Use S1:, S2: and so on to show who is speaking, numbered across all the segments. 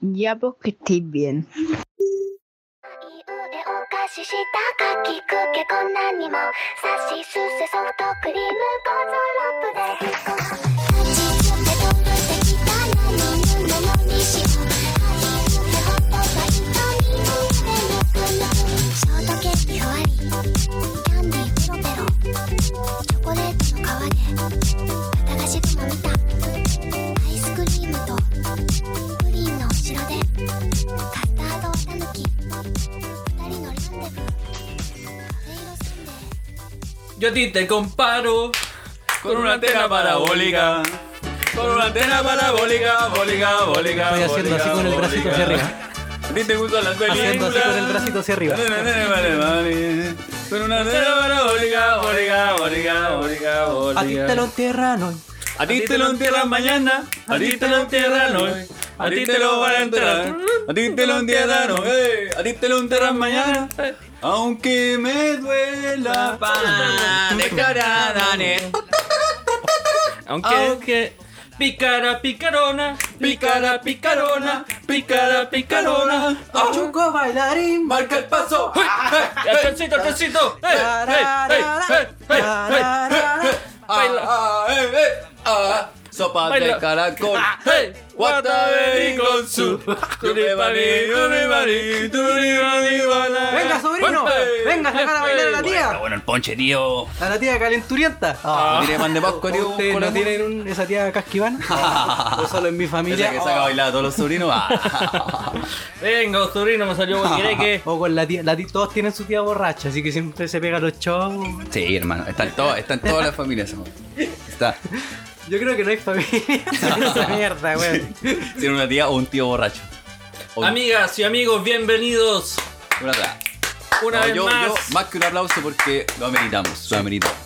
S1: Ya vos que estés bien.
S2: お菓子したかきくけこんなにもさしすせソフトクリームコゾロップで立ちつけ飛ぶてきた何ぬなのにしもはじつけホットファイトに食べなくなるショートケーキ終わりキャンディーペロペロチョコレートの皮で綿菓子雲見たアイスクリームとプリンの後ろでカスタードをたぬき二人のランデブーカフェイロサンデー
S3: Yo a ti te comparo con una antena parabólica. Con una antena parabólica, bólica, bólica.
S4: Estoy haciendo
S3: bólica,
S4: así con el bracito
S3: bólica.
S4: hacia arriba.
S3: ¿A ti te gustan las películas?
S4: Haciendo así con el bracito hacia arriba.
S3: Vale, vale, vale. Con una antena parabólica, bólica, bólica, bólica, bólica.
S4: A ti te lo entierran hoy.
S3: A ti te lo entierran mañana, a ti te lo entierran hoy, a ti te lo van a enterrar, a ti te lo entierran hoy, eh, a ti te lo enterran mañana, aunque me duela para
S5: Aunque,
S3: Aunque
S5: picara picarona,
S3: picara picarona, picara picarona, ah,
S4: Chuco bailarín.
S3: marca el paso. Ah.
S5: el trencito, el trencito. ¡Eh, eh, eh, eh, eh, Baila.
S3: Ah, ah, eh, eh, ah, sopa de
S5: Baila.
S3: caracol.
S4: Ah,
S5: eh!
S3: Guataveri con su turibani, turibani, turibani, bana.
S4: Venga, sobrino. Venga, a sacar a bailar a la
S3: Está
S4: tía.
S3: eh, bueno el ponche, tío.
S4: A la tía calenturienta.
S3: No
S4: Ah,
S3: tiene pan de Pascua, tío.
S4: ¿Ustedes
S3: con
S4: no
S3: la- Ah.
S4: tienen un- esa tía casquivana? Pues solo en mi
S3: Esa
S4: familia.
S3: que saca a bailar a todos los sobrinos. ah.
S5: Venga, sobrino, me salió guaquireque.
S4: Ah. O con la tía, la tía- todos tienen su tía borracha, así que siempre se pega los shows.
S3: Sí, hermano. Están todas, están todas las familias. esa cuestión. Está.
S4: Yo creo que no hay familia. esa mierda, weón.
S3: Tiene una tía o un tío borracho. O un-
S5: Amigas y amigos, bienvenidos
S3: una atrás.
S5: una
S3: No,
S5: vez
S3: yo-
S5: más
S3: yo, más que un aplauso porque lo ameritamos. Lo ameritamos.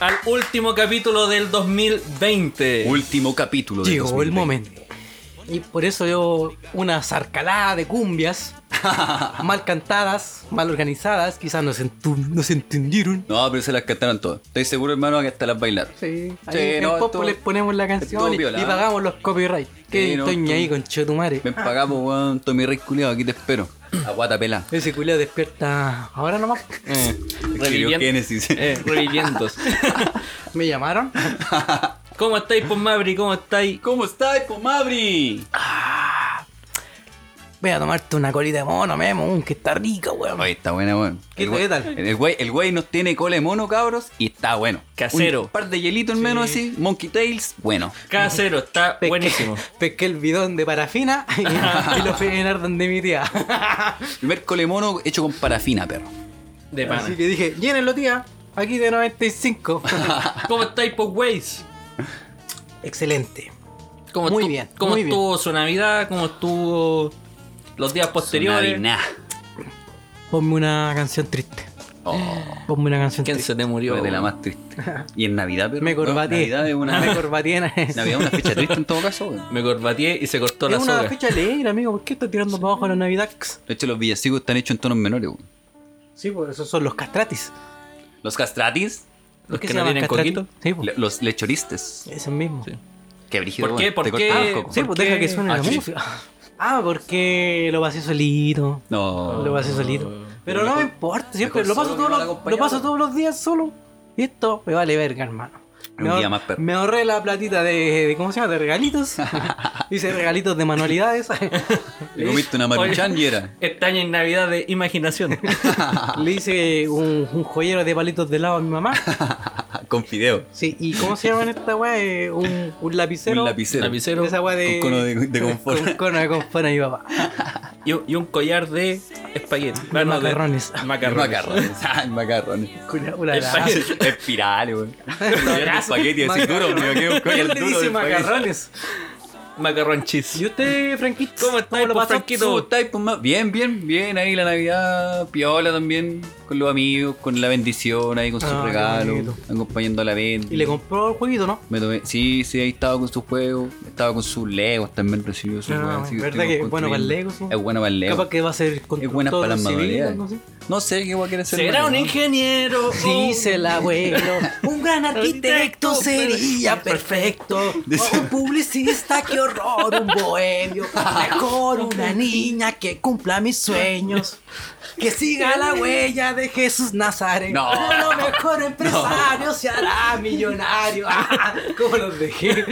S5: al último capítulo del 2020.
S3: Último capítulo de
S4: Llegó el momento. Y por eso yo, una zarcalada de cumbias, mal cantadas, mal organizadas, quizás no se, entu- no se entendieron.
S3: No, pero se las cantaron todas. Estoy seguro, hermano, que hasta las bailaron.
S4: Sí, ahí
S3: Sí,
S4: en
S3: no,
S4: Pop
S3: estuvo-
S4: les ponemos la
S3: estuvo
S4: canción y,
S3: piola,
S4: y
S3: ¿eh?
S4: pagamos los copyright. Que
S3: Sí, no,
S4: estoy
S3: estuvo-
S4: ahí con Chetumare.
S3: Ven pagamos, weón, Tommy Rey culiao, aquí te espero. Aguata pela.
S4: Ese culiao despierta ahora nomás.
S3: Escribió Génesis.
S5: eh, revivientos.
S4: Me llamaron.
S5: ¿Cómo estáis, pues Mabri? ¿Cómo estáis?
S3: ¿Cómo está, Comabri?
S4: Voy a tomarte una colita de mono, Memo, mm, que está rica, weón.
S3: Oye, está buena, weón.
S4: ¿Qué
S3: El
S4: tal,
S3: güey-
S4: qué tal?
S3: El güey, el güey nos tiene cole mono, cabros, y está bueno.
S5: Casero.
S3: Un par de hielitos en menos así, Monkey Tails, bueno.
S5: Casero, está
S4: Pesqué-
S5: buenísimo.
S4: Pesqué el bidón de parafina y, y lo fui a llenar donde mi tía.
S3: Primer cole mono hecho con parafina, perro.
S5: De
S4: Así
S5: pana.
S4: que dije, llénenlo, tía. Aquí de 95.
S5: ¿Cómo estáis, pues, Waze?
S4: Excelente.
S5: ¿Cómo
S4: Muy
S5: estu-
S4: bien,
S5: ¿Cómo
S4: muy
S5: estuvo su Navidad? ¿Cómo estuvo los días posteriores?
S3: Navidad.
S4: Ponme una canción triste.
S3: Oh,
S4: Ponme una canción
S5: ¿Quién
S4: triste.
S5: se te murió?
S3: yo de la más triste. Y en Navidad, perro.
S4: Me
S3: No,
S4: corbateé.
S3: Navidad es una,
S4: Me corbateé. en- Es
S3: Navidad es una fecha triste en todo caso, weón.
S5: Me corbateé y se cortó la
S4: una
S5: soga.
S4: fecha alegre, amigo. ¿Por qué estás tirando para abajo la Navidad?
S3: De hecho, los villancicos están hechos en tonos menores, weón.
S4: Sí, pues esos son los castratis.
S3: Los castratis,
S5: Los
S4: ¿Qué
S5: que
S4: se
S5: no
S4: llaman
S5: tienen
S4: castratis?
S5: coquito.
S4: Sí, pues.
S3: le- los lechoristes.
S4: Ese mismo.
S5: Sí.
S3: Qué brígido,
S5: ¿Por
S3: weón.
S5: qué? ¿Por
S3: Te
S5: qué?
S3: cortan el coco.
S4: Sí, pues
S5: ¿Por
S4: deja
S5: qué?
S4: que suene
S3: Ah,
S4: la
S3: sí.
S4: música. Ah, porque lo pasé solito.
S3: No.
S4: Lo pasé solito. Pero no me importa, siempre
S3: mejor
S4: lo paso,
S3: solo
S4: todos
S3: que mal
S4: los, lo
S3: acompañado.
S4: paso todos los días solo. Y esto me vale verga, hermano.
S3: Un
S4: me, ahor-
S3: día más, perro.
S4: me ahorré la platita de, de- ¿cómo se llama? De regalitos. Hice regalitos de manualidades.
S3: Le comiste una maruchan y era.
S5: Este año en Navidad de imaginación.
S4: Le hice un, un joyero de palitos de helado a mi mamá.
S3: ah, Con fideo.
S4: Sí, ¿y cómo se llama en esta weá? Eh, Un, un lapicero.
S3: Un lapicero.
S5: Lapicero
S4: Esa weá de.
S3: Con cono de- de confort.
S4: Con cono de confort a mi papá.
S5: y, un- y un collar de espagueti. Ah, no, de-
S4: macarrones.
S5: Macarrones.
S3: Macarrones. Ah, el macarrones.
S4: Una- una
S5: El
S4: lata.
S5: paquete.
S3: Es pirale, weón. Collar de espagueti así duro,
S4: Macarrones.
S3: me quedo un collar
S4: Él le
S3: duro
S4: dice
S3: de espagueti.
S4: macarrones.
S5: Macarrón cheese.
S4: ¿Y usted, Franquito?
S5: ¿Cómo estáis,
S4: lo
S5: pues,
S4: pasó?
S5: Franquito?
S3: ¿Cómo estáis, pues, ma- Bien, bien, bien. Ahí la Navidad piola también. con los amigos, con la bendición ahí, con sus
S4: Ah, qué
S3: regalos,
S4: bonito.
S3: acompañando a la venta.
S4: Y le compró el jueguito, ¿no?
S3: Me tomé, sí, sí, ahí estaba con sus juegos, estaba con sus legos, también recibió sus
S4: Ah,
S3: juegos. así
S4: ¿verdad
S3: estuvimos
S4: que es bueno para el
S3: construyendo.
S4: Lego, su?
S3: Es bueno para el Lego.
S4: Capaz que va a ser
S3: es buena para las
S4: constructor civil,
S3: manualidades.
S4: no sé.
S3: No sé qué va a querer hacer.
S5: Será
S3: Mario,
S5: un
S3: ¿no?
S5: ingeniero.
S4: Dice el abuelo, un gran arquitecto
S5: Arquitecto, pues,
S4: sería perfecto.
S3: Dice-
S4: O un publicista, qué horror, un bohemio. Mejor una niña que cumpla mis sueños. Que siga la huella de Jesús Nazaret.
S3: No.
S4: Solo mejor empresario se hará millonario. Ah, ¿Cómo los dejé?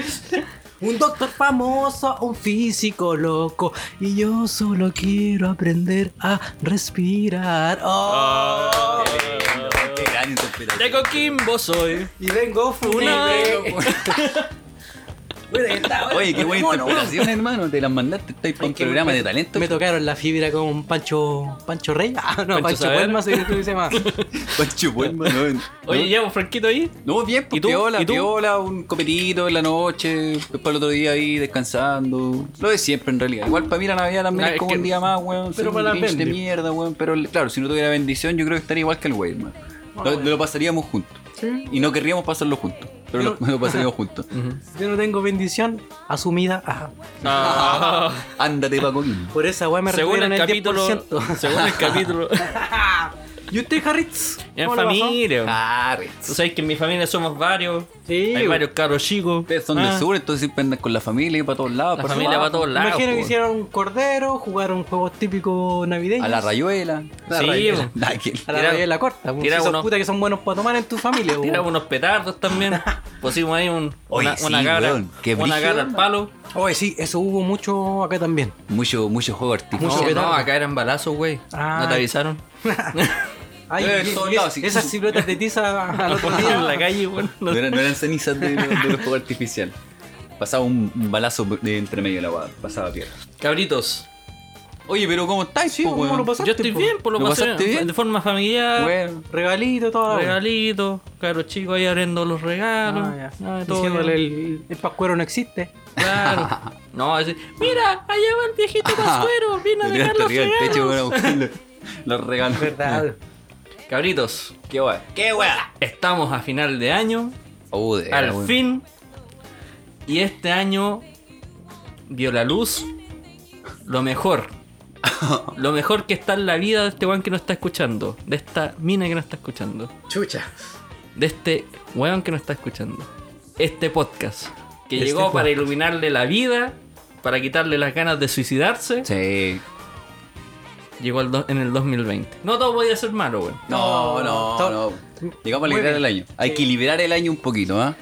S4: Un doctor famoso, un físico loco. Y yo solo quiero aprender a respirar. Oh.
S3: Qué gran interpretación.
S5: De Coquimbo soy.
S4: Y vengo
S5: Una-
S4: funado.
S3: Oye, qué buena interpretación, hermano. Te las mandaste, estáis para un programa de talento.
S4: Me tocaron la fibra con Pancho Pancho Rey. Ah, no,
S5: Pancho
S4: Pancho
S5: Saavedra.
S4: Puelma, se creo que se llama.
S3: Pancho Puelma, ¿no?
S5: Oye, ya, pues, Franquito ahí.
S3: No, bien, pues
S5: ¿Y tú?
S3: piola,
S5: ¿Y tú?
S3: piola, un copetito en la noche, después el otro día ahí descansando. Lo de siempre en realidad. Igual para mí la Navidad también
S5: Ah,
S3: es
S5: es
S3: como
S5: que-
S3: un día más, weón.
S5: pero
S3: soy
S5: para la
S3: un pinche de
S5: bendición.
S3: mierda, weón. Pero claro, si no tuviera bendición, yo creo que estaría igual que el weón, man. Lo, lo pasaríamos juntos. Y no querríamos pasarlo juntos. Pero lo,
S4: Yo-
S3: lo pasaríamos juntos.
S4: Yo no tengo bendición asumida. Ajá.
S5: Ah,
S3: Ándate, Paco. Quim.
S4: Por esa weá me
S5: según
S4: retuvieron
S5: el
S4: el
S5: capítulo.
S4: 10%.
S5: Según el capítulo.
S4: ¿Y usted, Harritz?
S5: En
S4: ¿Cómo la pasó?
S5: familia.
S3: Ah,
S5: Tú sabes que en mi familia somos varios.
S4: Sí.
S5: Hay varios carros chicos.
S3: Ustedes son
S5: Ah,
S3: del sur, entonces siempre andan con la familia y para todos lados.
S5: La
S3: para
S5: familia
S3: todos
S5: para todos lados.
S4: Imagino que
S5: po.
S4: hicieron un cordero, jugaron juegos típicos navideños.
S3: A la rayuela. La
S5: Sí,
S3: rayuela.
S5: bo.
S3: Nah, que-
S4: A la
S5: Tiraron-
S4: rayuela corta. po. Si
S5: tiraron
S4: Esos
S5: unos-
S4: putas que son buenos para tomar en tu familia. pues. po.
S5: Tiramos unos petardos también. Pusimos ahí un,
S3: Oye,
S5: una,
S3: sí,
S5: una garra.
S3: weón, qué
S5: una
S3: brígido,
S5: garra al
S3: man.
S5: palo.
S4: Oye, sí, eso hubo mucho acá también.
S3: Mucho, mucho juego artístico.
S4: Mucho
S5: no,
S4: petardo.
S5: no, acá eran balazos, güey.
S4: Ah.
S5: No te avisaron.
S4: Ay,
S3: Eh,
S4: y-
S3: todos
S4: y-
S3: lados, sí.
S4: esas siluetas de tiza al otro día
S5: en la calle, güey.
S3: No eran, no eran cenizas de, de los fuegos artificial. Pasaba un, un balazo de entre medio de la guada, pasaba tierra.
S5: Cabritos.
S3: Oye, pero ¿cómo estáis,
S4: Sí, ¿cómo pues, lo pasaste,
S5: Yo estoy
S4: po?
S5: bien, por lo,
S3: ¿Lo
S5: pasé
S3: pasaste bien?
S5: De forma familiar.
S3: Bueno,
S4: Regalito, todo.
S5: Regalitos, caros chicos ahí abriendo los regalos.
S4: Ah, ya.
S5: Ah, todo
S4: Diciéndole
S5: bien.
S4: el, el pascuero no existe.
S5: Claro. No, así, mira, allá va el viejito pascuero, vino a
S3: Lo
S5: dejar
S3: tiraste
S5: los
S3: arriba del techo
S5: regalos.
S3: bueno, buscando los regalos.
S4: ¿Verdad?
S5: Cabritos,
S3: Qué guay. Qué guay.
S5: estamos a final de año,
S3: Oh, de
S5: al
S3: veras, bueno.
S5: fin. Y este año vio la luz lo mejor. Lo mejor que está en la vida de este weón que no está escuchando. De esta mina que no está escuchando.
S4: Chucha.
S5: de este weón que nos está escuchando. Este podcast. Que
S4: Este
S5: llegó para
S4: podcast.
S5: iluminarle la vida, para quitarle las ganas de suicidarse.
S3: Sí.
S5: Llegó al do- en el 2020. No todo podía ser malo, weón.
S3: No, no, no. Llegamos a
S4: Muy
S3: liberar
S4: bien.
S3: el año. Hay que liberar el año un poquito, ¿ah?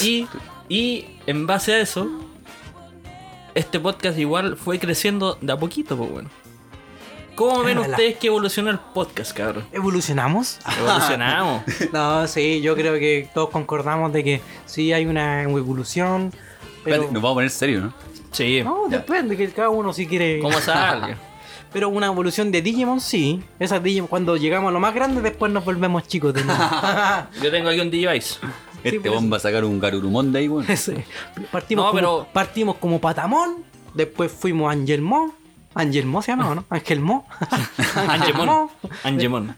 S5: Y, y en base a eso, este podcast igual fue creciendo de a poquito, pues bueno. ¿Cómo ven
S4: Ah, la-
S5: ustedes que evolucionó el podcast, cabrón?
S4: ¿Evolucionamos?
S5: Evolucionamos.
S4: No, sí, yo creo que todos concordamos de que sí hay una evolución. Pero...
S3: Espérate, Nos vamos a poner serio, ¿no?
S5: Sí.
S4: No,
S3: Ya.
S4: depende, que cada uno si quiere.
S5: ¿Cómo sale?
S4: Pero una evolución de Digimon, sí. Esas Digimon, cuando llegamos a lo más grande, después nos volvemos chicos de nuevo.
S5: Yo tengo aquí un device.
S3: Este bomba va a sacar un garurumón de ahí, bueno.
S4: Sí. Partimos,
S5: No,
S4: como,
S5: pero-
S4: partimos como Patamón, después fuimos Angelmo. Angelmo se llama, ¿o ¿no? Angelmo.
S5: Angemon. Angemon.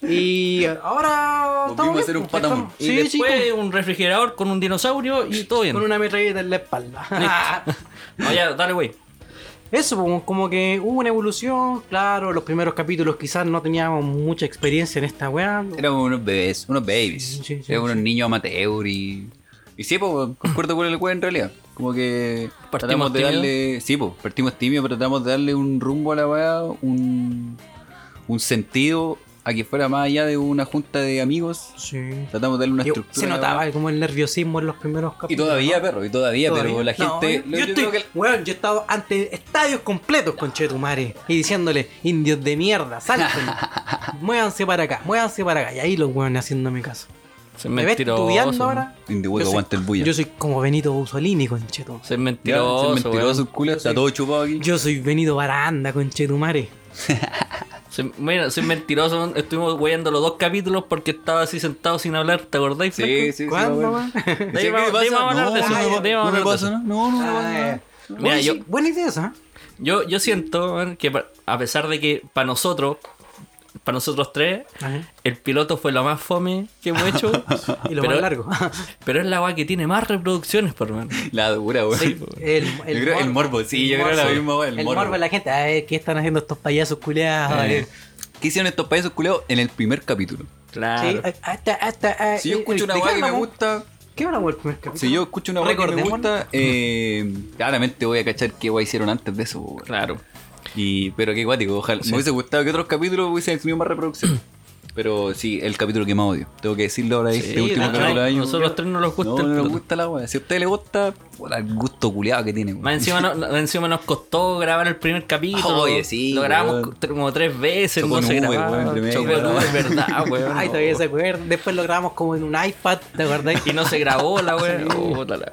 S4: Y ahora.
S3: Volvimos
S4: estamos
S3: a ser
S4: bien,
S3: un Patamón.
S4: estamos-
S5: Y
S4: sí,
S5: después
S4: sí,
S5: pues, un refrigerador con un dinosaurio y todo
S4: con,
S5: bien.
S4: con una metralleta en la espalda.
S5: No, ya, dale, güey.
S4: Eso, como- como que hubo una evolución. Claro, los primeros capítulos quizás no teníamos mucha experiencia en esta weá.
S3: Éramos unos bebés, unos babies.
S4: Sí, sí, sí,
S3: Éramos unos niños amateur y. Y sí, pues, concuerdo con el weón en realidad. Como que
S5: Partimos
S3: tratamos de
S5: tímido.
S3: darle. Sí, pues, partimos tímidos, pero tratamos de darle un rumbo a la weá, un, un sentido a que fuera más allá de una junta de amigos.
S4: Sí.
S3: Tratamos de darle una
S4: Yo-
S3: estructura.
S4: se
S3: a la
S4: notaba
S3: weá.
S4: como el nerviosismo en los primeros capítulos.
S3: Y todavía,
S4: ¿no?
S3: perro, y todavía, pero la
S4: No,
S3: gente.
S4: yo,
S3: yo
S4: estoy,
S3: creo que-
S4: weón, yo he estado ante estadios completos con Chetumare y diciéndole, indios de mierda, salten, muévanse para acá, muévanse para acá. Y ahí los weones haciéndome caso.
S5: Se
S4: ¿Me ves estudiando ahora?
S3: Indio
S4: Yo
S3: hueco,
S4: soy-
S3: aguanta el bulla.
S4: Yo soy como Benito Mussolini con Chetumare.
S5: Ser
S3: Ya,
S5: mentiroso.
S3: ese mentiroso,
S5: mentiroso.
S3: el culo, está todo chupado aquí.
S4: Yo soy Benito Baranda con Chetumare.
S5: mira, soy mentiroso. weón. Estuvimos weyando los dos capítulos porque estaba así sentado sin hablar. ¿Te acordáis? Franco?
S3: Sí, sí, sí.
S4: ¿Cuándo,
S3: weón.
S4: weón?
S3: ¿Sí,
S5: De ahí
S3: ¿Qué
S5: vamos-
S3: me
S5: de ahí
S3: pasa?
S5: vamos a hablar de eso,
S3: No,
S5: de ahí
S3: no me- no
S5: vamos a
S3: me
S5: hablar de
S3: pasa,
S5: eso.
S3: ¿no? No, no me pasa nada.
S5: Ah, Mira,
S4: Oye,
S5: yo-
S4: sí, Buena idea esa. ¿eh?
S5: Yo, yo siento weón, que pa- a pesar de que para nosotros para nosotros tres,
S4: Ajá.
S5: el piloto fue lo más fome que hemos hecho.
S4: Y lo
S5: pero,
S4: más largo.
S5: Pero es la weá que tiene más reproducciones, por mano.
S3: La dura, güey.
S5: Sí, po.
S4: El,
S3: Yo creo- el morbo, sí, yo creo la
S4: morbo.
S3: misma, el
S4: El
S3: morbo.
S4: morbo de la gente. A ver, ¿qué están haciendo estos payasos culeados?
S3: Eh, ¿Qué hicieron estos payasos culeos en el primer capítulo?
S4: Sí,
S5: Claro.
S4: hasta, hasta, eh,
S3: Si yo escucho una weá
S4: guay
S3: que me gusta,
S4: ¿Qué hablamos el primer capítulo?
S3: si yo escucho una weá que me
S4: Recordemos.
S3: gusta, eh, claramente voy a cachar qué weá hicieron antes de eso, po, güey.
S5: Claro.
S3: Y, pero qué guático, ojalá. Me hubiese gustado que otros capítulos hubiesen tenido más reproducción. Pero sí, el capítulo que más odio. Tengo que decirlo ahora, este último
S5: nosotros-
S3: capítulo del año.
S5: nosotros tres no nos gusta
S3: No,
S5: el
S3: no nos
S5: piloto.
S3: gusta la weá. Si a usted le gusta, puta, el gusto culeado que tiene. weón.
S5: Más encima, no- no- encima nos costó grabar el primer capítulo.
S3: Oye, sí,
S5: Lo grabamos
S3: weón.
S5: co- como tres veces,
S3: Chocó
S5: no se
S3: en Uber,
S5: grababa.
S3: weón, entre medio,
S5: Chocó en
S3: ¿verdad?
S5: Uber, verdad, weón.
S4: Ay,
S5: no.
S4: todavía se acuerdan. Después lo grabamos como en un iPad, ¿te acordás?
S5: Y no se grabó la Ah, weón. Oh, Puta la-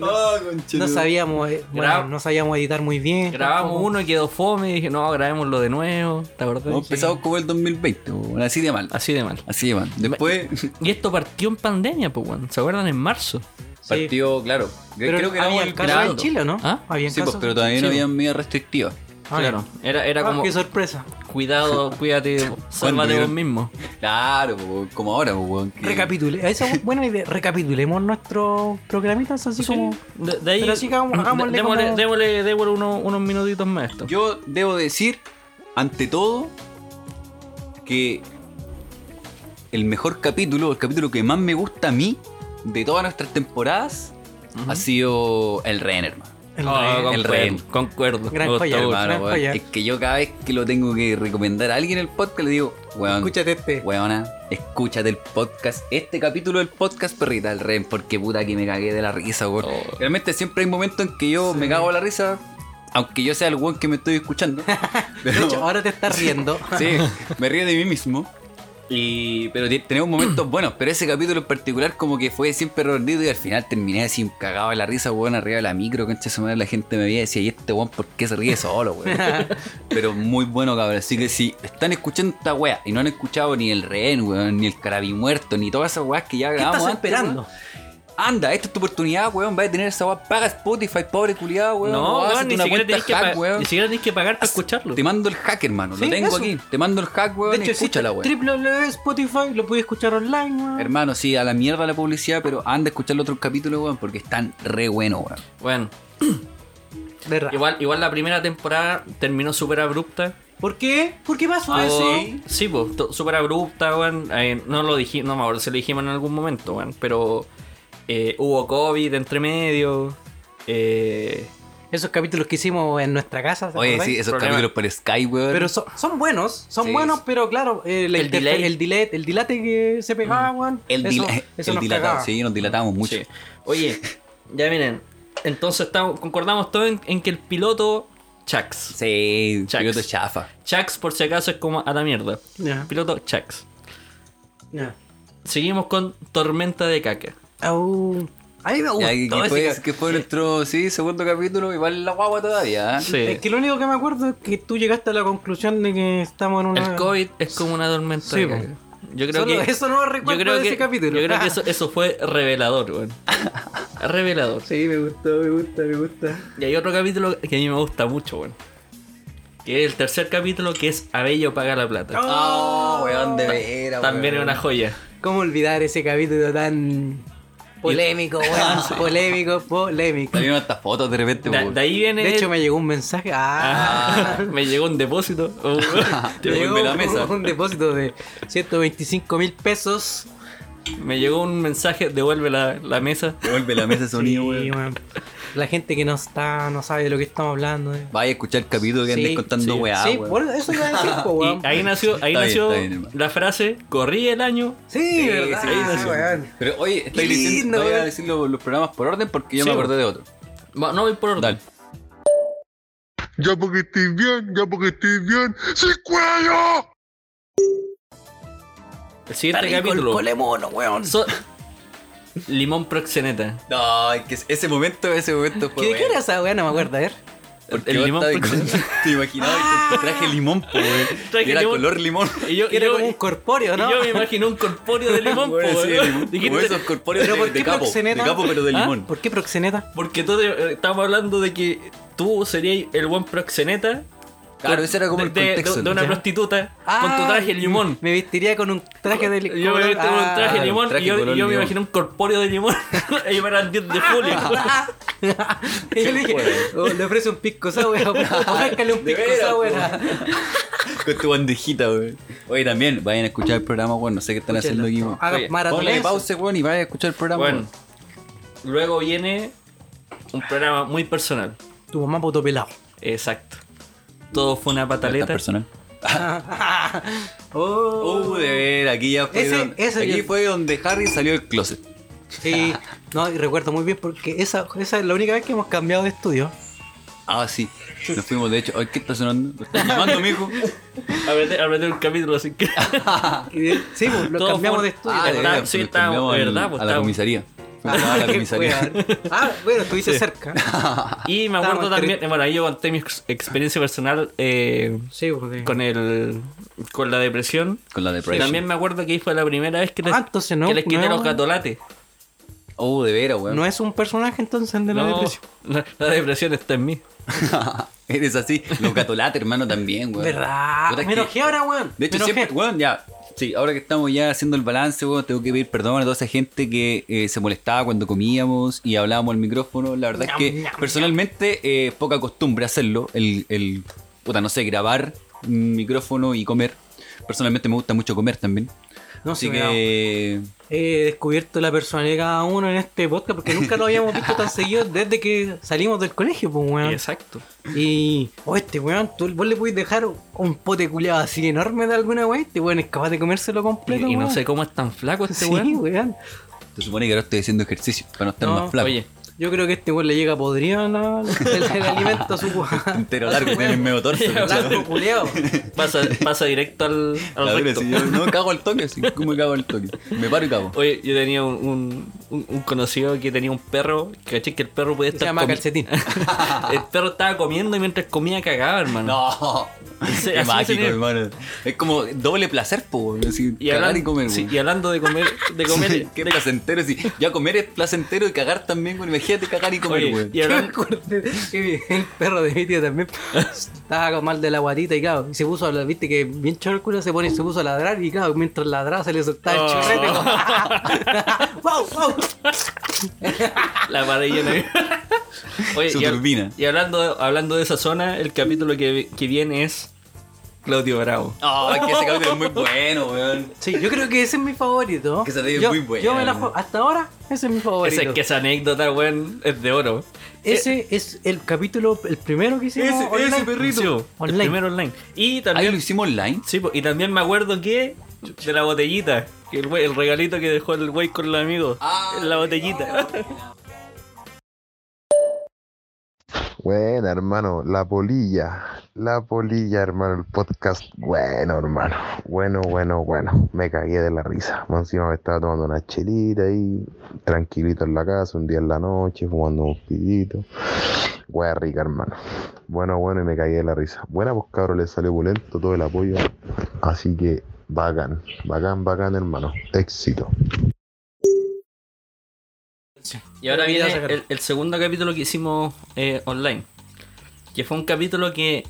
S3: Ah, conchetumare.
S4: No sabíamos, eh, bueno,
S5: Grab-
S4: no sabíamos editar muy bien.
S5: Grabamos uno y quedó fome. Y dije, no, grabémoslo de nuevo. ¿Te acordás?
S3: Hemos empezado como el 2020, weón, así de mal.
S5: Así de mal.
S3: Así de mal. Después
S5: Y esto partió en pandemia, pues, weón. ¿Se acuerdan? En marzo.
S4: Sí.
S3: partió, claro.
S4: Pero
S3: creo que
S4: había
S3: éramos el
S4: casos en
S3: grabando.
S4: Chile, ¿no?
S5: ¿Ah?
S4: Había
S3: Sí,
S4: casos.
S3: pues, pero todavía
S5: Sí,
S3: no
S5: pues.
S3: había medidas restrictivas.
S4: Ah,
S5: claro. Era, era
S4: Ah,
S5: como,
S4: qué sorpresa.
S5: cuidado, cuídate, sálvate vos
S3: vieron?
S5: mismo.
S3: Claro, weón, como ahora, weón, que-
S4: Recapitule. Esa es buena idea. Recapitulemos nuestro programitas así como.
S5: De, de ahí,
S4: Pero sí, hagamos- hagámosle
S5: démosle,
S4: como-
S5: démosle- démosle uno- unos minutitos más a esto.
S3: Yo debo decir, ante todo, que el mejor capítulo, el capítulo que más me gusta a mí de todas nuestras temporadas, ha sigo el Ren, hermano.
S4: el
S5: Ah,
S4: rey.
S5: concuerdo,
S3: el rehén.
S5: Concuerdo.
S4: Gran
S5: Me gustó
S4: joya,
S5: mucho.
S4: hermano.
S3: Hermano,
S4: Gran
S3: weón,
S4: joya.
S3: Es que yo cada vez que lo tengo que recomendar a alguien en el podcast le digo, weón,
S4: Escúchate este.
S3: weona, escúchate el podcast, este capítulo del podcast perrita del Ren, porque puta que me cagué de la risa, weón.
S5: Oh.
S3: Realmente siempre hay momentos en que yo me cago de la risa, aunque yo sea el weón que me estoy escuchando. pero-
S4: De hecho, ahora te estás riendo.
S3: Sí, me río de mí mismo. Y, pero te- tenemos momentos buenos, pero ese capítulo en particular como que fue siempre rendido y al final terminé así cagado de la risa, weón, arriba de la micro, concha su madre, la gente me veía y decía, ¿y este weón por qué se ríe solo, weón? pero muy bueno, cabrón, así que si están escuchando esta wea y no han escuchado ni el rehén, weón, ni el carabimuerto, ni todas esas weas que ya
S4: ¿Qué
S3: grabamos
S4: estás
S3: antes,
S4: esperando?
S3: weón, anda, esta es tu oportunidad, weón, vas a tener esa wea, paga Spotify, pobre culiado, weón,
S5: No,
S3: o
S5: weón,
S3: hazte
S5: ni
S3: una
S5: siquiera,
S3: cuenta
S5: tenés que
S3: hack,
S5: pa-
S3: weón.
S5: ni siquiera tenés que pagar para escucharlo.
S3: Te mando el hack, hermano.
S4: Sí,
S3: lo tengo
S4: eso.
S3: aquí. Te mando el hack, weón.
S4: De hecho,
S3: escúchala, weón.
S4: Spotify, lo pude escuchar online,
S5: Eh.
S4: weón.
S3: Hermano, sí, a la mierda la publicidad, pero anda a escuchar los otros capítulos, weón, porque están re buenos, weón.
S5: Bueno,
S4: De ra-
S5: igual, igual la primera temporada terminó súper abrupta.
S4: ¿Por qué? Ah, ¿Por qué pasó eso?
S5: Sí, pues, to- súper abrupta, weón. Eh, no lo dijimos, no me acuerdo si lo dijimos en algún momento, weón. Pero eh, hubo COVID entre medio. Eh,
S4: Esos capítulos que hicimos en nuestra casa. ¿se
S3: Oye,
S4: acordáis?
S3: sí, esos
S5: Problema.
S3: capítulos por Sky, weón.
S4: Pero so- son buenos, son
S3: Sí.
S4: buenos, pero claro, eh, la
S5: El
S4: interfe-
S5: delay.
S4: el delay, el dilate que se pegaba, weón.
S3: Mm. el,
S4: eso,
S3: dila-
S4: eso
S3: el
S4: nos
S3: dilatado,
S4: cagaba.
S3: sí, nos dilatamos mucho.
S5: sí. Oye, ya miren. Entonces estamos, concordamos todos en, en que el piloto. Chax.
S3: Sí,
S5: Chax.
S3: piloto chafa.
S5: Chax, por si acaso, es como a la mierda.
S4: Ya,
S5: Ah. Piloto Chax.
S4: ya.
S5: Seguimos con Tormenta de Caca.
S4: Au. A mí me
S3: Ya, que,
S4: gustó
S3: que
S4: ese
S3: fue,
S4: ca-
S3: que fue nuestro, sí, segundo capítulo, igual la guagua todavía. ¿eh?
S5: Sí.
S4: Es que lo único que me acuerdo es que tú llegaste a la conclusión de que estamos en una...
S5: El COVID es como una tormenta
S4: Sí,
S5: de
S4: po.
S5: caca. Yo creo
S4: Solo
S5: que.
S4: eso no
S5: yo
S4: recuerdo
S5: creo
S4: de
S5: que-
S4: ese capítulo.
S5: Yo creo que eso, eso fue revelador, weón. revelador.
S4: Sí, me gustó, me gusta, me gusta.
S5: Y hay otro capítulo que a mí me gusta mucho, weón. Que es el tercer capítulo que es Abello paga la plata.
S3: Oh, weón, de veras,
S5: También es
S3: weón.
S5: una joya.
S4: ¿Cómo olvidar ese capítulo tan polémico, weón? Ah, Polémico, polémico.
S3: Salieron hasta fotos de repente,
S5: Da-
S3: weón.
S5: de ahí viene.
S4: De hecho,
S5: el-
S4: me llegó un mensaje. Ah,
S5: me llegó un depósito. Oh,
S3: Te
S4: me
S3: devuelve
S4: llegó
S3: la
S4: un-
S3: mesa.
S4: un depósito de 125 mil pesos.
S5: me llegó un mensaje, devuelve la, la mesa.
S3: Devuelve la mesa de sonido,
S4: Sí,
S3: weón.
S4: weón. La gente que no está, no sabe de lo que estamos hablando. eh.
S3: Vaya a escuchar el capítulo que
S4: Sí,
S3: andes contando,
S5: sí,
S3: weá,
S4: sí,
S3: weón.
S4: por eso iba a decir, po, weón.
S5: Y ahí nació, ahí
S3: Está bien,
S5: nació
S3: está bien, hermano.
S5: la frase, corrí el año.
S4: Sí,
S3: Sí,
S4: verdad,
S3: sí,
S5: Ah,
S3: sí, sí.
S4: weón.
S3: Pero oye, estoy
S4: Qué
S3: diciendo,
S4: lindo,
S3: voy a
S4: weón.
S3: decir los, los programas por orden porque yo
S5: Sí,
S3: me
S5: weón.
S3: acordé de otro.
S5: Va- No voy por orden.
S3: Dale.
S6: Ya porque estoy bien, ya porque estoy bien. ¡Sí, cuello!
S5: El siguiente
S4: Rico el
S5: capítulo.
S4: colemono, weón.
S5: So- Limón Proxeneta.
S3: No, es que ese momento, ese momento fue.
S4: ¿Qué, qué
S3: bueno.
S4: era esa weá? No me acuerdo, a ver.
S3: Porque
S5: El
S3: vos
S5: limón
S3: estabas
S5: por-
S3: con- Te imaginabas con tu traje limón, po, weón.
S5: Traje
S3: Y Era
S5: limón.
S3: color limón.
S5: Y yo, y
S4: Era
S5: yo-
S4: como un corpóreo,
S5: y
S4: ¿no?
S5: yo me imagino un corpóreo de limón. po,
S3: Weón, sí, de
S5: weón.
S3: limón.
S5: Dijiste,
S3: Como esos corpóreos
S4: ¿Pero
S3: de,
S4: por
S3: de
S4: qué
S3: capo. De
S4: proxeneta?
S3: capo, pero de
S5: ¿Ah?
S3: limón.
S4: ¿Por qué proxeneta?
S5: eh, Porque tú te- estábamos hablando de que tú serías el buen proxeneta
S3: Claro, ese era como el
S5: de, de-
S3: contexto.
S5: de, una
S3: ¿ya?
S5: prostituta
S4: Ah,
S3: Ah.
S5: con tu traje de limón.
S4: Me vestiría con un traje de limón.
S5: Yo me metí con un traje de
S3: Ah,
S5: limón
S3: traje
S5: y yo,
S3: color
S5: y yo me
S3: limón.
S5: imagino un corpóreo de limón. Ellos me eran 10 de julio.
S3: Ah,
S4: Y yo le dije, oh, le ofrece un pisco sour, márcale un
S3: De
S4: pisco
S3: veras,
S4: sour.
S3: Con tu bandejita, weón. Oye, también, vayan a escuchar el programa, weón. No sé qué están
S4: Escúchenlo.
S3: haciendo aquí, weón.
S4: Hagan
S3: Oye,
S4: maratón
S3: Ponle
S4: eso.
S3: pausa, weón, y vayan a escuchar el programa,
S5: Bueno,
S3: weón.
S5: luego viene un programa muy personal.
S4: Tu mamá puto pelado.
S5: Exacto. Todo fue una
S3: Tan
S5: pataleta.
S3: personal. Ah.
S4: Oh.
S3: Uh, de ver, aquí ya fue,
S4: Ese-
S3: donde,
S4: ese
S3: aquí
S4: yo-
S3: fue donde Harry salió del closet.
S4: Sí, no, y recuerdo muy bien porque esa, esa es la única vez que hemos cambiado de estudio.
S3: Ah, sí. Nos fuimos, de hecho. Ay, ¿qué está sonando? Lo están llamando, mijo.
S5: Aprendí, aprendí un capítulo así que.
S4: Y- Sí, pues, lo
S5: Todo
S4: cambiamos
S5: fue-
S4: de estudio.
S5: Ah,
S4: ¿te
S5: de
S4: acordás?
S5: verdad, sí,
S3: Nos
S5: estábamos-
S3: cambiamos
S5: de
S3: al-
S5: verdad, pues,
S3: A la
S5: estábamos.
S3: comisaría. Fuimos a la
S4: Qué
S3: comisaría.
S4: wea. Ah, bueno, estuviste
S5: Sí.
S4: cerca.
S5: Y me acuerdo
S4: Estábamos
S5: también,
S4: tristes.
S5: bueno, ahí yo conté mi ex- experiencia personal eh,
S4: Sí, pues, de-
S5: con el con la depresión.
S3: Con la
S5: Y
S3: depresión.
S5: también me acuerdo que ahí fue la primera vez que les,
S4: Ah, entonces no,
S5: que les quité
S4: no.
S5: los gatolates.
S3: Oh, de veras, weón.
S4: No es un personaje entonces de la
S5: No,
S4: depresión.
S5: la, la depresión está en mí.
S3: Eres así. Los gatolates, hermano, también, weón.
S4: ¿Verdad?
S3: Puta, es
S4: Me
S3: que-
S4: enojé ahora, weón.
S3: De hecho,
S4: Me enojé.
S3: siempre, weón, ya. Sí, ahora que estamos ya haciendo el balance, weón, tengo que pedir perdón a toda esa gente que eh, se molestaba cuando comíamos y hablábamos al micrófono. La verdad es que personalmente eh, poca costumbre hacerlo, el, el, puta, no sé, grabar un micrófono y comer. Personalmente me gusta mucho comer también.
S4: No
S3: Así
S4: sé,
S3: que...
S4: he descubierto la personalidad de cada uno en este podcast porque nunca lo habíamos visto tan seguido desde que salimos del colegio, pues, weón.
S5: Exacto.
S4: Y, oh, este weón, tú, vos le podés dejar un pote culiado así enorme de alguna weón. Este weón es capaz de comérselo
S5: Y,
S4: completo.
S5: y no
S4: weón.
S5: sé cómo es tan flaco este
S4: Sí,
S5: weón.
S4: weón.
S3: Se supone que ahora estoy haciendo ejercicio para no estar
S4: No,
S3: más flaco.
S5: Oye,
S4: Yo creo que este weón le llega podrido ¿no? el, el alimento a su weón.
S3: Entero largo, tiene el medio torso.
S4: Blanco culiado.
S5: pasa, pasa directo al, al
S3: La dura,
S5: recto.
S3: si yo no cago al toque, sí, ¿cómo cago al toque? Me paro y cago.
S5: Oye, yo tenía un, un- un- un conocido que tenía un perro. Caché que el perro podía
S4: Se
S5: estar.
S4: llama
S5: comi-
S4: calcetín.
S5: el perro estaba comiendo y mientras comía cagaba, hermano.
S3: No,
S5: Ese-
S3: qué
S5: así
S3: mágico,
S5: tenía-
S3: hermano. Es como doble placer, po, weón, así,
S5: Y
S3: cagar
S5: hablando,
S3: y comer,
S5: sí,
S3: weón.
S5: y hablando de comer, de comer,
S3: Qué
S5: de-
S3: placentero, sí. Ya comer es placentero y cagar también, güey. Imagínate cagar y comer,
S5: oye,
S3: güey.
S5: y hablan-
S4: Que el perro de mi tío también estaba con mal de la guatita y claro, y se puso a hablar, viste que bien choro el culo, se pone, se puso a ladrar y claro, mientras ladraba se le soltaba el
S5: Oh.
S4: chorrete. como, ¡Wow, wow!
S5: La varilla negra. Oye,
S3: Su
S5: y, hab-
S3: turbina.
S5: y hablando, de, hablando de esa zona, el capítulo que, que viene es Claudio Bravo.
S3: Ah, que ese capítulo es muy bueno, güey.
S4: Sí, yo creo que ese es mi favorito.
S3: Que esa tía es
S4: yo,
S3: muy buena,
S4: Yo me la
S3: ¿no?
S4: juego. Hasta ahora, ese es mi favorito.
S5: Ese, que esa anécdota, weón, es de oro. Eh,
S4: Ese es el capítulo, el primero que hicimos.
S3: Ese-
S4: online.
S3: ese perrito.
S5: Sí, el
S4: Online.
S5: primero online. Y
S3: Ahí lo
S5: también,
S3: hicimos online.
S5: sí, po, y también me acuerdo que de la botellita, que el, we- el regalito que dejó el wey con los amigos, la botellita.
S7: Bueno, hermano, la polilla, la polilla, hermano, el podcast, bueno, hermano, bueno, bueno, bueno, me cagué de la risa, más encima me estaba tomando una chelita ahí, tranquilito en la casa, un día en la noche, fumando un pitito, wea rica, hermano, bueno, bueno, y me cagué de la risa, buena, pues cabrón, le salió opulento todo el apoyo, así que bacán, bacán, bacán, hermano, éxito.
S5: Y ahora
S4: Pero ya
S5: viene
S4: sacaron.
S5: el, el segundo capítulo que hicimos eh, online. Que fue un capítulo que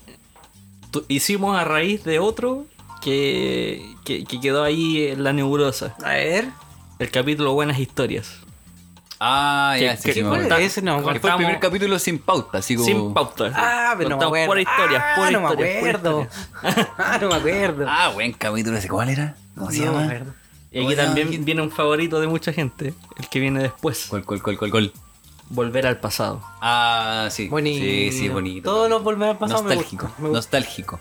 S5: tu- hicimos a raíz de otro que, que, que quedó ahí en la nebulosa.
S4: A ver.
S5: El capítulo Buenas Historias.
S3: Ah,
S5: Que-
S3: ya, sí,
S5: que-
S3: sí, me
S4: ¿Cuál
S3: acuerdo.
S4: era ese? No,
S3: ¿Cuál
S4: ¿cuál
S3: fue el
S5: Contamos-
S3: primer capítulo sin pauta? Así como...
S5: Sin pauta.
S4: Ah, pero no me
S5: Contamos
S4: acuerdo.
S5: pura historia,
S4: Ah,
S5: pura
S4: no me
S5: historia, pura
S4: acuerdo.
S5: historia.
S4: Ah, no me acuerdo.
S3: Ah, buen capítulo ese. ¿Cuál era? ¿Cómo se
S4: No me
S3: llama?
S4: acuerdo.
S5: Y aquí
S3: Buena
S5: también
S3: gente.
S5: viene un favorito de mucha gente, el que viene después.
S3: ¿Cuál, cuál, cuál, cuál, cuál?
S5: Volver al pasado.
S3: Ah, sí.
S4: Bonito.
S3: Sí, sí, bonito.
S4: Todos los volver al pasado me
S3: Nostálgico,
S4: gustan, me gustan.
S3: nostálgico.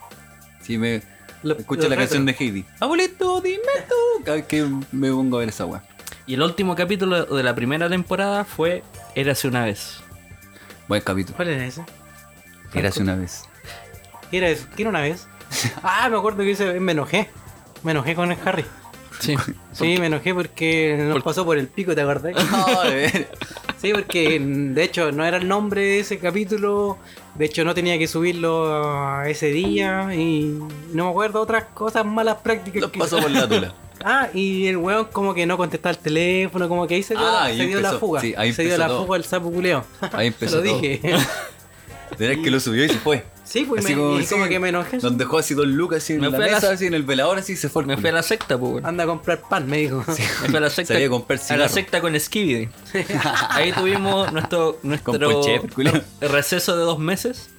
S3: Sí, me...
S4: Lo-
S3: Escucho
S4: lo
S3: la
S4: retro.
S3: canción de Heidi. Abuelito, dime tú. Cada vez que me pongo a ver esa weá.
S5: Y el último capítulo de la primera temporada fue Érase una vez.
S3: Buen capítulo.
S4: ¿Cuál era ese?
S3: Érase una vez.
S4: ¿Qué era eso? ¿Qué era una vez? Ah, me acuerdo que ese me enojé. Me enojé con el Harry.
S5: Sí.
S4: Sí, me enojé porque nos pasó por el pico, ¿te acordás?
S3: No, de ver.
S4: Sí, porque mm, de hecho no era el nombre de ese capítulo, de hecho no tenía que subirlo a ese día y no me acuerdo otras cosas malas prácticas
S3: Nos
S4: que
S3: pasó por la tula.
S4: Ah, y el weón como que no contestaba el teléfono, como que ahí se dio,
S3: Ah,
S4: la,
S3: ahí
S4: se dio la
S3: empezó,
S4: fuga.
S3: sí, ahí
S4: se dio
S3: empezó
S4: la
S3: todo.
S4: fuga el sapo culeo.
S3: Ahí
S4: Se
S3: empezó
S4: lo
S3: todo.
S4: dije.
S3: De verdad que lo subió y se fue.
S4: Sí, pues
S3: Así
S4: me-
S3: como,
S4: y
S3: sí,
S4: como que me enojé.
S3: Nos dejó así Don Lucas así en
S5: Me
S3: la
S5: fui a la-
S3: mesa, así en el velador, así se fue.
S5: Me fui a la secta, pues, weón.
S4: Anda a comprar pan, me dijo.
S5: Me fui a la secta.
S3: Salí a comprar
S5: a la
S3: cigarro.
S5: secta con Skibidi. Ahí tuvimos nuestro,
S3: Con
S5: nuestro
S3: Pochef, culiao.
S5: receso de dos meses.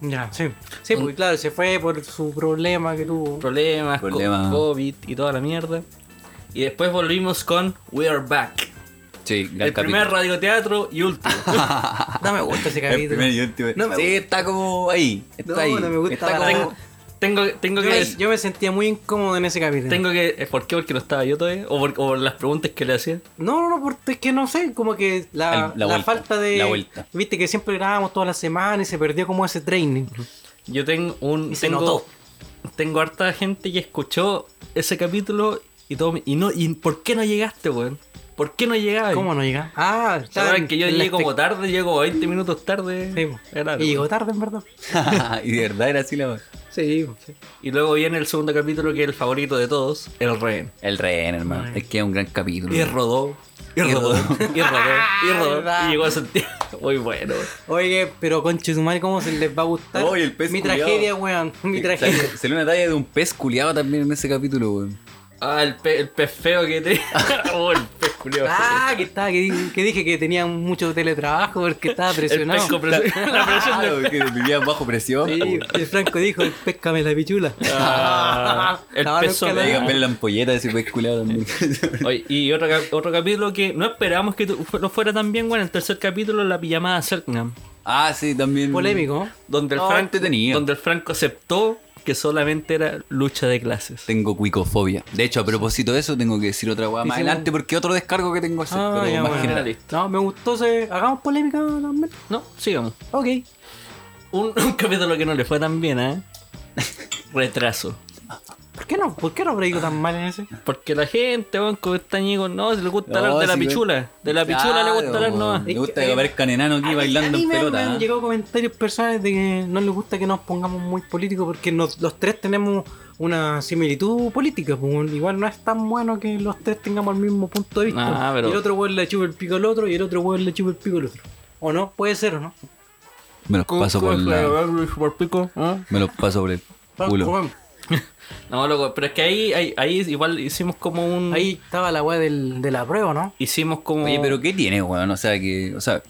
S4: Ya, sí. Sí, pues claro, se fue por su problema que tuvo.
S5: Problemas, co-
S3: Problemas.
S5: COVID y toda la mierda. Y después volvimos con We Are Back.
S3: Sí, gran
S5: el primer
S3: capítulo.
S5: radioteatro y último.
S4: No me gusta ese
S3: El
S4: capítulo.
S3: primer y último.
S4: No me
S3: sí,
S4: gusta.
S3: está como ahí. Está
S4: No,
S3: ahí.
S4: no me gusta
S3: Está
S4: la-
S3: como-
S5: tengo, tengo, tengo
S4: Yo
S5: que
S4: me, yo me sentía muy incómodo en ese capítulo.
S5: Tengo que. eh, ¿Por qué? Porque no estaba yo todavía. O por, o por las preguntas que le hacía.
S4: No, no, no, porque es que no sé, como que la,
S3: El- la
S4: la
S3: vuelta,
S4: falta de.
S3: la vuelta.
S4: Viste que siempre grabábamos todas las semanas y se perdió como ese training.
S5: Yo tengo un.
S4: Y se
S5: tengo,
S4: notó.
S5: tengo harta gente que escuchó ese capítulo y todo. mi- Y no, y ¿por qué no llegaste, weón? ¿Por qué no llegabas?
S4: ¿Cómo no llega? Ah,
S5: ¿Se acuerdan que yo
S4: en la
S5: llegué como
S4: expect-
S5: tarde, llego como 20 minutos tarde.
S4: Sí, po.
S5: Era algo.
S4: y llegó tarde, en verdad.
S3: y de verdad era así la.
S4: Sí, sí.
S5: Y luego viene el segundo capítulo que es el favorito de todos, El Rehén.
S4: Eh,
S3: El rehén, hermano. Es que es un gran capítulo.
S5: Y rodó. Y
S3: Y
S5: rodó.
S3: rodó.
S5: Y rodó. Y rodó.
S4: Verdad.
S5: Y llegó a sentir. Muy bueno. weón.
S4: Oye, pero conche su madre, ¿cómo se les va a gustar?
S3: Oye, el pez
S4: Mi
S3: culiao.
S4: tragedia, weón. Mi tragedia.
S3: Salió- Salió una talla de un pez culiado también en ese capítulo, weón.
S5: Ah, el, pe el pez feo que te. oh, el pez culiao.
S4: Ah, que estaba, que, di- que dije que tenía mucho teletrabajo porque estaba
S5: El
S4: Ah, presionado.
S5: pez con presión- la presión del-
S3: Claro, Ah, que vivía bajo presión.
S4: Sí, y el Franco dijo, el pescame la pichula.
S5: Ah, el
S4: No, nunca
S5: peso.
S4: lo
S3: Hay que
S4: dije.
S3: cambiar la ampolleta de ese pez culiado también.
S5: Oye, y otro, cap- otro capítulo que no esperábamos que tu- no fuera tan bien, bueno, el tercer capítulo, la pijamada Selknam,
S3: ah, sí, también.
S4: Polémico.
S5: donde el,
S3: No,
S5: Franco,
S3: entretenido.
S5: donde el Franco aceptó que solamente era lucha de clases.
S3: Tengo cuicofobia. De hecho, a propósito de eso, tengo que decir otra weá más
S4: Hicimos-
S3: adelante porque otro descargo que tengo que hacer,
S4: Ah,
S3: pero
S4: ya,
S3: más
S4: bueno.
S3: general.
S4: No, me gustó ese. Hagamos polémica también.
S5: No, sigamos.
S4: Ok.
S5: Un, un capítulo que no le fue tan bien, ¿eh? Retraso.
S4: ¿Por qué no? ¿Por qué no habré ido tan mal en ese?
S5: Porque la gente, weón, con esta ñigo, no, se le gusta hablar
S3: No,
S5: de la
S3: sí, weón.
S5: pichula. De la pichula le gusta hablar
S3: Claro,
S5: nomás.
S3: Le gusta
S4: Es
S3: que
S4: que-
S3: aparezcan enano aquí bailando
S4: a mí
S3: en
S4: me,
S3: pelota.
S4: me han
S3: ¿eh?
S4: llegado comentarios personales de que no les gusta que nos pongamos muy políticos porque nos- los tres tenemos una similitud política. pues, igual no es tan bueno que los tres tengamos el mismo punto de vista.
S5: Ah, pero-
S4: Y el otro hueón le chupa el pico al otro y el otro hueón le chupa el pico al otro. ¿O no? Puede ser, ¿o no?
S3: Me los paso por la-
S5: por pico, ¿ah?
S3: Me los paso por el culo.
S4: Bueno,
S5: No, loco, pero es que ahí, ahí, ahí igual hicimos como un.
S4: Ahí estaba la weá del- de la prueba, ¿no?
S5: hicimos como.
S3: Oye, pero ¿qué tiene, weón? O sea, que. O sea,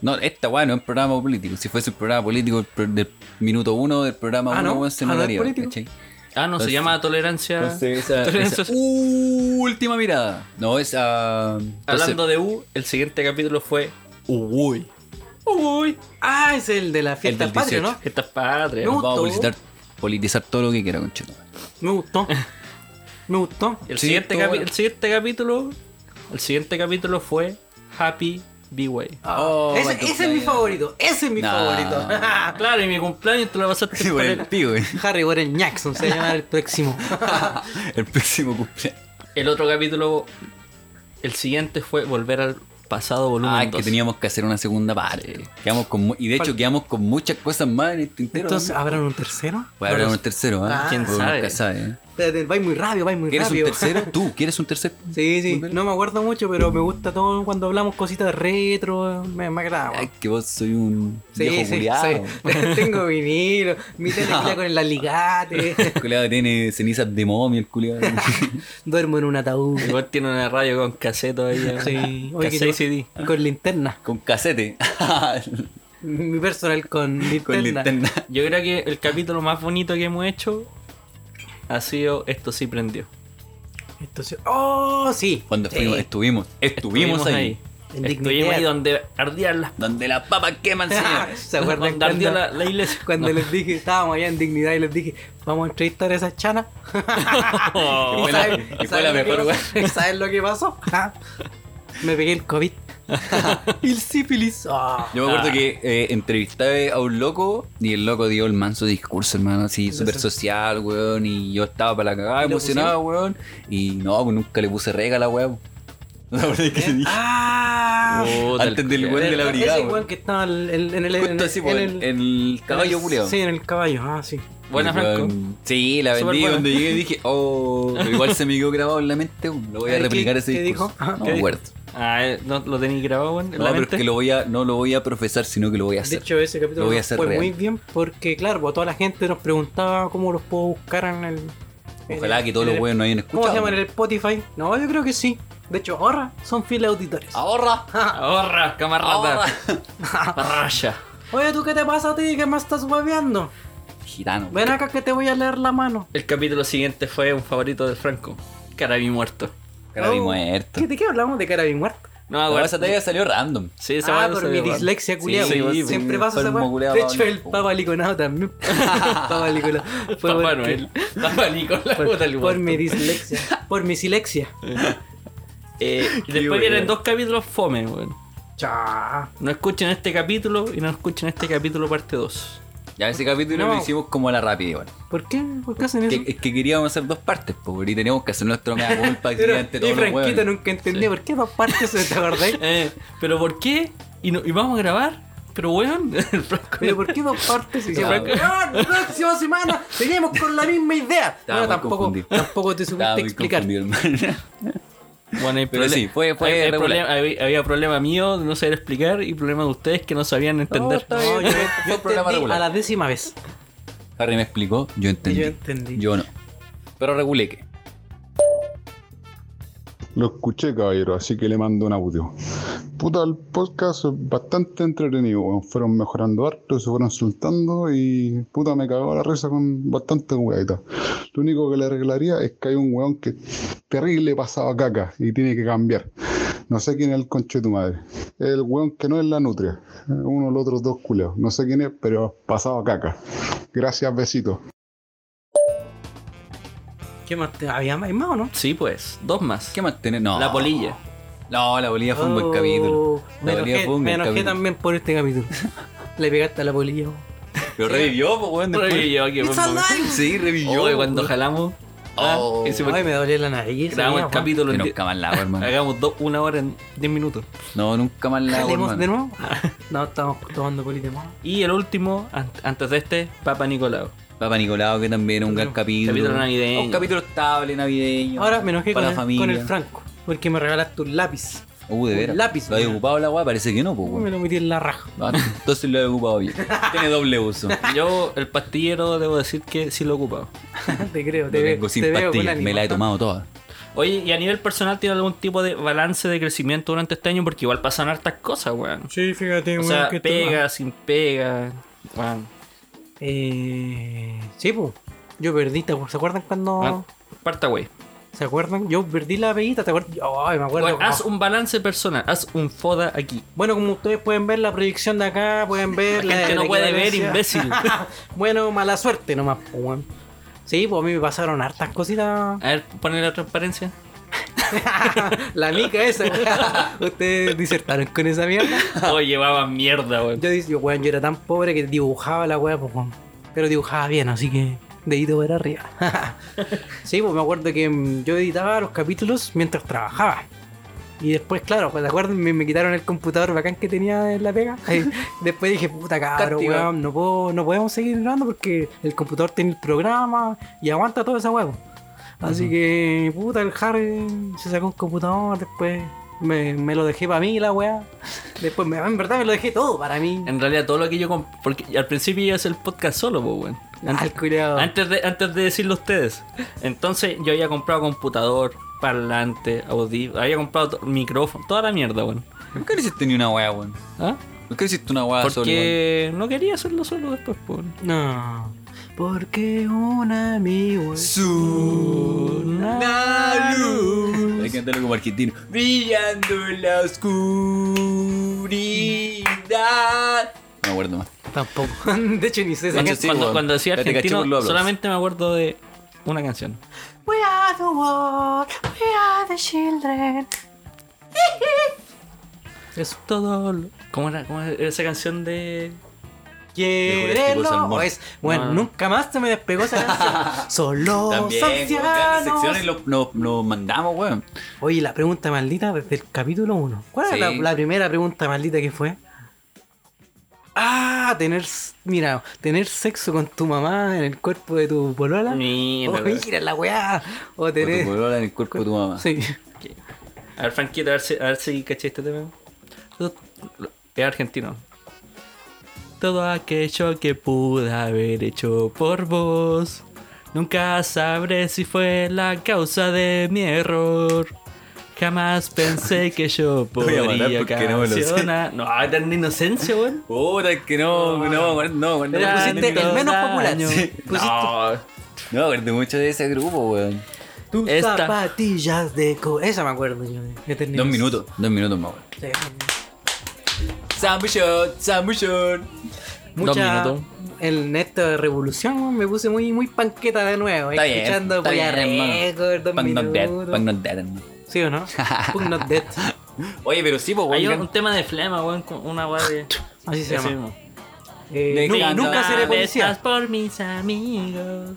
S3: no, esta weá no es un programa político. Si fuese un programa político el pro- del minuto uno del programa
S4: Ah,
S3: uno,
S4: ¿no?
S3: weón, se
S4: Ah, ¿no es
S3: notaría.
S4: político?
S3: ¿cachai?
S5: Ah, no, se
S3: Entonces-
S5: llama tolerancia.
S3: Entonces, esa,
S5: Tolerancia-
S3: esa
S4: Uh,
S3: última mirada. No, ah, esa.
S5: Hablando de U, el siguiente capítulo fue Uy. Uy.
S4: Ah, es el de la fiesta
S3: del
S4: patria, ¿no?
S5: Esta es patria.
S4: Me
S3: Vamos a
S4: gustó.
S3: politizar, politizar todo lo que quiera, conchito.
S4: Me gustó. Me gustó.
S5: El,
S3: Sí,
S5: siguiente
S3: todo
S5: capi-
S3: bueno.
S5: el siguiente capítulo. El siguiente capítulo fue Happy B-Way.
S3: Oh, my
S4: ese ese es
S3: God.
S4: mi favorito. Ese es mi
S3: Nah.
S5: Ah,
S4: favorito.
S5: claro, y mi cumpleaños tú la pasaste
S3: Sí, por el
S5: el...
S3: tío, güey.
S4: Harry Warren Jackson se va a llamar el próximo.
S3: El próximo cumpleaños.
S5: el otro capítulo. El siguiente fue Volver al pasado volumen
S3: Ah, que
S5: 2.
S3: teníamos que hacer una segunda parte. Quedamos con, mu- y de hecho, quedamos con muchas cosas más en el tintero.
S4: Entonces,
S3: ¿no?
S4: ¿habrán un tercero?
S3: Voy a hablar un tercero, ¿ah?
S4: Ah.
S5: ¿Quién
S3: Porque
S5: sabe?
S3: nunca sabe, ¿eh?
S4: Espérate, vais muy rápido, vais muy
S3: ¿Quieres un
S4: rápido.
S3: tercero? ¿Tú quieres un tercero?
S4: Sí, sí. No me acuerdo mucho, pero me gusta todo cuando hablamos cositas retro. Me, me agrada.
S3: Ay, que vos soy un
S4: Sí,
S3: viejo
S4: sí,
S3: culiado.
S4: sí. Tengo vinilo, mi tele pila con el alicate,
S3: Culiado que tiene cenizas de momia, el culiado.
S4: duermo en un ataúd.
S5: Igual tiene una radio con cassette ahí.
S4: Sí, Oye, que
S5: cassette y
S4: yo-
S5: CD.
S4: con linterna.
S3: Con casete.
S4: Mi personal con linterna.
S3: Con linterna.
S5: Yo creo que el capítulo más bonito que hemos hecho ha sido Esto sí prendió.
S4: Entonces, ¡oh, sí!
S3: Cuando
S4: Sí.
S3: fuimos, estuvimos, estuvimos, ahí.
S4: En
S5: Estuvimos
S4: dignidad.
S5: ahí donde ardían las
S3: Donde las papas queman, señores.
S4: ¿Se acuerdan
S5: donde ardía
S4: cuando,
S5: la, la iglesia.
S4: cuando
S5: No.
S4: les dije, estábamos allá en dignidad y les dije, vamos a entrevistar a esas chanas?
S5: Oh,
S3: fue la-
S4: ¿Saben-
S3: y fue
S4: saben
S3: la
S4: lo que
S3: mejor,
S4: pasó? ¿Saben lo que pasó? Ah, Me pegué el COVID. y el sífilis. Ah.
S3: Yo me acuerdo que eh, entrevisté a un loco y el loco dio el manso discurso, hermano, así súper social, weón. Y yo estaba para la cagada,
S4: ¿Y lo
S3: emocionado, weón. Y no, pues nunca le puse rega a la weón. ¿No sabes qué le dije?
S4: Ah.
S5: puta, el
S3: Antes del
S5: culiao.
S3: weón de la brigada,
S4: Ese weón
S3: weón.
S4: que estaba en el, en el, en el-
S3: Justo así,
S4: en
S3: weón.
S4: el-
S3: El caballo culiado.
S4: Sí, en el caballo, ah, sí.
S5: Buena,
S3: Y, weón,
S5: Franco.
S3: Sí, la
S5: Súper
S3: vendí.
S5: buena.
S3: Cuando llegué dije, oh, pero igual se me quedó grabado en la mente, weón, lo voy a
S4: ¿Qué-
S3: replicar ese
S4: qué
S3: discurso.
S4: dijo? Ajá.
S3: No
S5: ¿Qué
S3: me
S5: dijo?
S3: acuerdo.
S5: Ah, eh, ¿no lo tenéis grabado, weón? en
S3: No,
S5: la
S3: pero es
S5: mente?
S3: que lo voy a, no lo voy a profesar, sino que lo voy a
S4: De
S3: hacer.
S4: hecho, ese capítulo
S3: Lo voy a
S4: nos
S3: hacer
S4: fue
S3: real.
S4: muy bien porque, claro, pues, toda la gente nos preguntaba cómo los puedo buscar en el. en
S3: Ojalá
S4: el-
S3: que todos
S4: en
S3: los
S4: el-
S3: weones no hayan
S4: ¿Cómo se
S3: escuchado.
S4: llama en el Spotify? No, yo creo que sí. De hecho, ahora son fieles auditores.
S3: Ahorra.
S5: Ahorra, camarada. Raya.
S4: Oye, ¿tú qué te pasa a ti? ¿Qué más estás hueveando?
S3: Gitano.
S4: Ven acá que te voy a leer la mano.
S5: El capítulo siguiente fue un favorito del Franco. Carabí muerto.
S3: Cara de
S4: Oh,
S3: muerto.
S4: ¿qué- ¿De qué hablamos? De cara de muerto.
S5: No,
S3: No,
S5: aguanta.
S3: esa talla salió random.
S5: Sí, esa
S4: Ah,
S5: weá no
S4: por
S5: se
S4: mi
S5: ve, weón.
S4: dislexia culiada.
S5: Sí,
S3: weón.
S4: siempre
S3: un
S4: pasa esa
S3: enfermo
S4: weá.
S3: culiao,
S4: De
S3: Pablo
S4: hecho, el
S3: Nicolau.
S4: Papa Liconado también. Papa Liconado. Fue
S5: Papá
S4: porque-
S5: Noel. Papá Nicolás. puta el
S4: Por, por
S5: muerto.
S4: mi dislexia. Por mi silexia.
S5: Eh, y después vienen dos capítulos fome, weón.
S4: Cha.
S5: No escuchen este capítulo y no escuchen este capítulo parte 2.
S3: Ya ese capítulo
S4: No.
S3: lo hicimos como a la rápida igual.
S4: ¿Por qué? ¿Por qué hacen
S3: Que-
S4: eso?
S3: Es que queríamos hacer dos partes, pues, y teníamos que hacer nuestro mea culpa
S4: Era-
S3: ante
S4: y
S3: todos los
S4: Franquito
S3: weones.
S4: nunca entendió por qué dos partes se te acordáis.
S5: Eh, pero ¿por qué? ¿Y, no- y vamos a grabar? Pero weón, el Franco.
S4: Pero ¿por qué dos partes? Y
S3: Estaba
S4: siempre,
S3: muy-
S4: "Weón, próxima semana seguimos con la misma idea.
S3: Estaba
S4: Bueno,
S3: muy
S4: tampoco,
S3: confundido.
S4: tampoco te
S3: Estaba
S4: supiste
S3: muy
S4: explicar.
S3: confundido, hermano.
S5: Bueno, hay
S3: Pero
S5: prole-
S3: sí, fue- fue
S5: hay- hay
S3: regular.
S5: problema- había, había problema mío de no saber explicar y problema de ustedes que no sabían entender.
S3: está bien.
S4: No, yo, yo
S3: Fue un programa
S4: entendí
S3: regular.
S4: a la décima vez.
S3: Harry me explicó, yo entendí.
S4: Yo entendí.
S3: Yo no. Pero regulé que.
S8: Lo escuché, caballero, así que le mando un audio. Puta, el podcast es bastante entretenido, weón. Fueron mejorando harto, se fueron soltando y puta, me cagó la risa con bastante hueita. Lo único que le arreglaría es que hay un weón que es terrible pasado a caca y tiene que cambiar. No sé quién es el conche de tu madre. El weón que no es la nutria. Uno de los otros dos culeos. No sé quién es, pero pasado a caca. Gracias, besitos.
S4: ¿Qué más? te- ¿Había más, más o no?
S5: Sí, pues, dos más.
S3: ¿Qué más tenés? No.
S5: La polilla.
S3: No, la polilla fue un buen
S4: Oh,
S3: capítulo.
S4: Me
S3: La polilla
S4: enojé,
S3: fue un
S4: me
S3: buen
S4: enojé
S3: capítulo.
S4: también por este capítulo. Le pegaste a la polilla.
S3: Pero revivió, pues, weón. después.
S5: Oye, yo, qué buen
S4: It's
S5: momento.
S4: alive.
S3: Sí, revivió.
S5: Oye, cuando
S3: weón.
S5: jalamos. ah,
S3: Oh.
S5: ese
S4: Ay,
S5: porque
S4: me dolió la nariz.
S5: grabamos el
S4: weón.
S5: capítulo
S3: Que
S5: en
S3: nunca
S5: die-
S3: más la hago, hermano.
S5: Hagamos dos, una hora en 10 minutos.
S3: No, nunca más la hago,
S4: ¿Jalemos de
S3: hermano.
S4: nuevo? No, estamos tomando polilla. ¿no?
S5: Y el último, an- antes de este, Papa Nicolau.
S3: Papá Nicolau, que también es un gran capítulo.
S5: Capítulo navideño.
S3: Un capítulo estable, navideño.
S4: Ahora me enojé con
S3: Para
S4: el,
S3: la familia.
S4: con el Franco. Porque me regalaste un lápiz.
S3: Uh, de
S4: un
S3: veras.
S4: lápiz,
S3: ¿Lo había
S4: weón.
S3: ocupado la weá? Parece que no, pues,
S4: Me
S3: weón.
S4: lo metí en la raja.
S3: Ah, Entonces lo he ocupado bien. Tiene doble uso.
S5: Yo, el pastillero, debo decir que sí lo he ocupado.
S4: Ah, Te creo, te
S3: Lo
S4: veo.
S3: tengo sin
S4: te veo con
S3: pastillas,
S4: ánimo.
S3: me la he tomado toda.
S5: Oye, ¿y a nivel personal tiene algún tipo de balance de crecimiento durante este año? Porque igual pasan hartas cosas, weón.
S4: Sí, fíjate,
S5: O
S4: weón,
S5: sea,
S4: que tú-
S5: pega, sin pega. Weón.
S4: Eh, sí, pues. Yo perdí, ¿te acuer- ¿se acuerdan cuando.?
S5: Ah, Parta, güey.
S4: ¿Se acuerdan? Yo perdí la peguita, ¿te acuerdas? Ay, me acuerdo.
S5: Weón, Haz un balance personal, haz un foda aquí.
S4: Bueno, como ustedes pueden ver la proyección de acá, pueden ver
S5: La gente
S4: la
S5: no puede ver,
S4: equivalencia.
S5: imbécil.
S4: bueno, mala suerte nomás, pues, weón. Sí, pues a mí me pasaron hartas cositas.
S5: A ver, ponle la transparencia.
S4: la mica esa, weón. Ustedes disertaron con esa mierda.
S5: Oye, llevaba mierda, weón.
S4: Yo, dic- yo, weón, yo era tan pobre que dibujaba la weá, pues, weón. Pero dibujaba bien, así que dedito para arriba. sí, pues me acuerdo que mm, yo editaba los capítulos mientras trabajaba. Y después, claro, pues, ¿te acuerdas? Me, me quitaron el computador bacán que tenía en la pega. Ay, después dije, puta cabrón,
S3: Castigado.
S4: weón, no, puedo, no podemos seguir grabando porque el computador tiene el programa y aguanta toda esa huevo. Así que, puta, el Harry se sacó un computador, después me, me lo dejé para mí la weá. Después, me, en verdad, me lo dejé todo para mí.
S5: En realidad todo lo que yo... comp- Porque al principio yo hice el podcast solo, pues, weón. Ant-
S4: Al culiao.
S5: Antes de, antes de decirlo a ustedes. Entonces yo había comprado computador, parlante, audio, había comprado to- micrófono, toda la mierda, weón.
S3: Nunca le hiciste ni una weá, weón.
S5: ¿Ah?
S3: Nunca le hiciste una weá solo, weón.
S5: Porque no quería hacerlo solo después, pues. weón.
S4: No. Porque un amigo es
S3: Una luz. Hay que cantarlo como argentino. Brillando en la oscuridad. No me acuerdo más.
S4: tampoco. De hecho, ni sé esa
S5: Cuando,
S4: canción.
S5: cuando-
S3: weón.
S5: cuando decía
S3: Ya te caché por los
S5: argentino,
S3: aplausos.
S5: solamente me acuerdo de una canción.
S4: We are the world, we are the children. Eso.
S5: Todo lo- ¿Cómo era, ¿Cómo era esa canción de...?
S3: Dejó de
S4: Quiérelo.
S3: salmón.
S4: o es- Bueno,
S3: Ah.
S5: No.
S4: nunca más se me despegó esa canción. Solo
S3: También, weón, grandes secciones lo- nos nos mandamos, weón.
S4: Oye, la pregunta maldita desde el capítulo 1. ¿Cuál
S3: Sí.
S4: era la, la primera pregunta maldita que fue? Ah, tener, s- mira, tener sexo con tu mamá en el cuerpo de tu polola.
S5: Mira,
S4: Oh,
S5: weón.
S4: mira la weá. O
S3: Con tu
S4: tener.
S3: polola en el cuerpo de tu mamá.
S4: Sí.
S5: A ver, Franquito, a ver si, a ver si caché este tema. Todo- Es argentino. Todo aquello que pude haber hecho por vos. Nunca sabré si fue la causa de mi error. Jamás pensé que yo
S3: voy a matar
S5: podría
S3: porque no me lo sé.
S5: cancionar. No, hay tan inocencia, weón.
S3: Puta, es que no, no, no, no, no,
S4: Pero
S3: no,
S4: pusiste
S3: no,
S4: el menos popular.
S5: daño.
S4: Sí.
S5: No,
S3: no, me acuerdo mucho de ese grupo, weón.
S4: Tus
S5: Esta.
S4: zapatillas de co. Esa me acuerdo yo. que tenía.
S3: Dos minutos, dos minutos más, weón.
S4: Sí.
S3: Sambu Shot, Sambu Shot.
S4: Mucha-
S5: minutos.
S4: En esta revolución me puse muy, muy panqueta de nuevo.
S3: Está bien.
S4: escuchando
S3: está
S4: Polla
S3: bien, hermano.
S4: Record, dos
S3: Punk Not Dead,
S4: minutos.
S3: Punk Not Dead, hermano.
S4: ¿Sí o no? Punk Not Dead.
S3: Oye, pero sí, pues,
S5: Hay
S3: weón.
S5: un, un tema de flema, weón, con una weá de.
S4: Así se
S5: Ese
S4: llama.
S5: mismo.
S4: Eh,
S3: De
S4: nu-
S3: que
S4: nunca
S3: andaba
S4: seré
S3: de
S4: policía.
S5: Estás por mis amigos.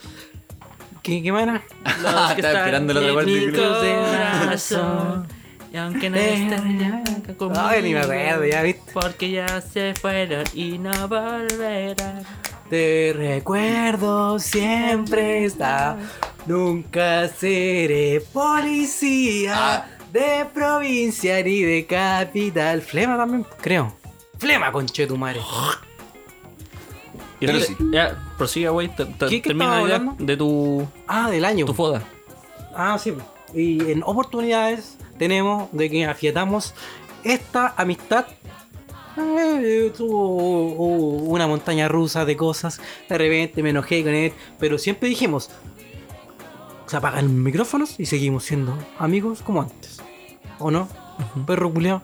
S4: ¿Qué, qué mana?
S5: Los
S3: Estaba esperando la otra parte,
S5: Mi
S3: creo.
S5: corazón. Y aunque no
S4: Eh,
S5: estén acá conmigo.
S4: Ay, ni me acuerdo, ya viste.
S5: Porque ya se fueron y no volverán.
S4: Te recuerdo, siempre está. Nunca seré policía de provincia ni de capital. Flema también, creo. Flema, conchetumare.
S5: Y
S3: Pero
S5: re-
S3: sí.
S5: Ya, prosiga, güey. te- te-
S4: ¿Qué- qué
S5: termina
S4: estaba
S5: la idea
S4: hablando?
S5: de tu,
S4: Ah, del año.
S5: tu foda.
S4: Ah, sí. Y en oportunidades tenemos de que afiatamos esta amistad. Eh, tuvo uh, una montaña rusa de cosas. De repente me enojé con él. Pero siempre dijimos: se apagan los micrófonos y seguimos siendo amigos como antes. ¿O no? Perro culiao.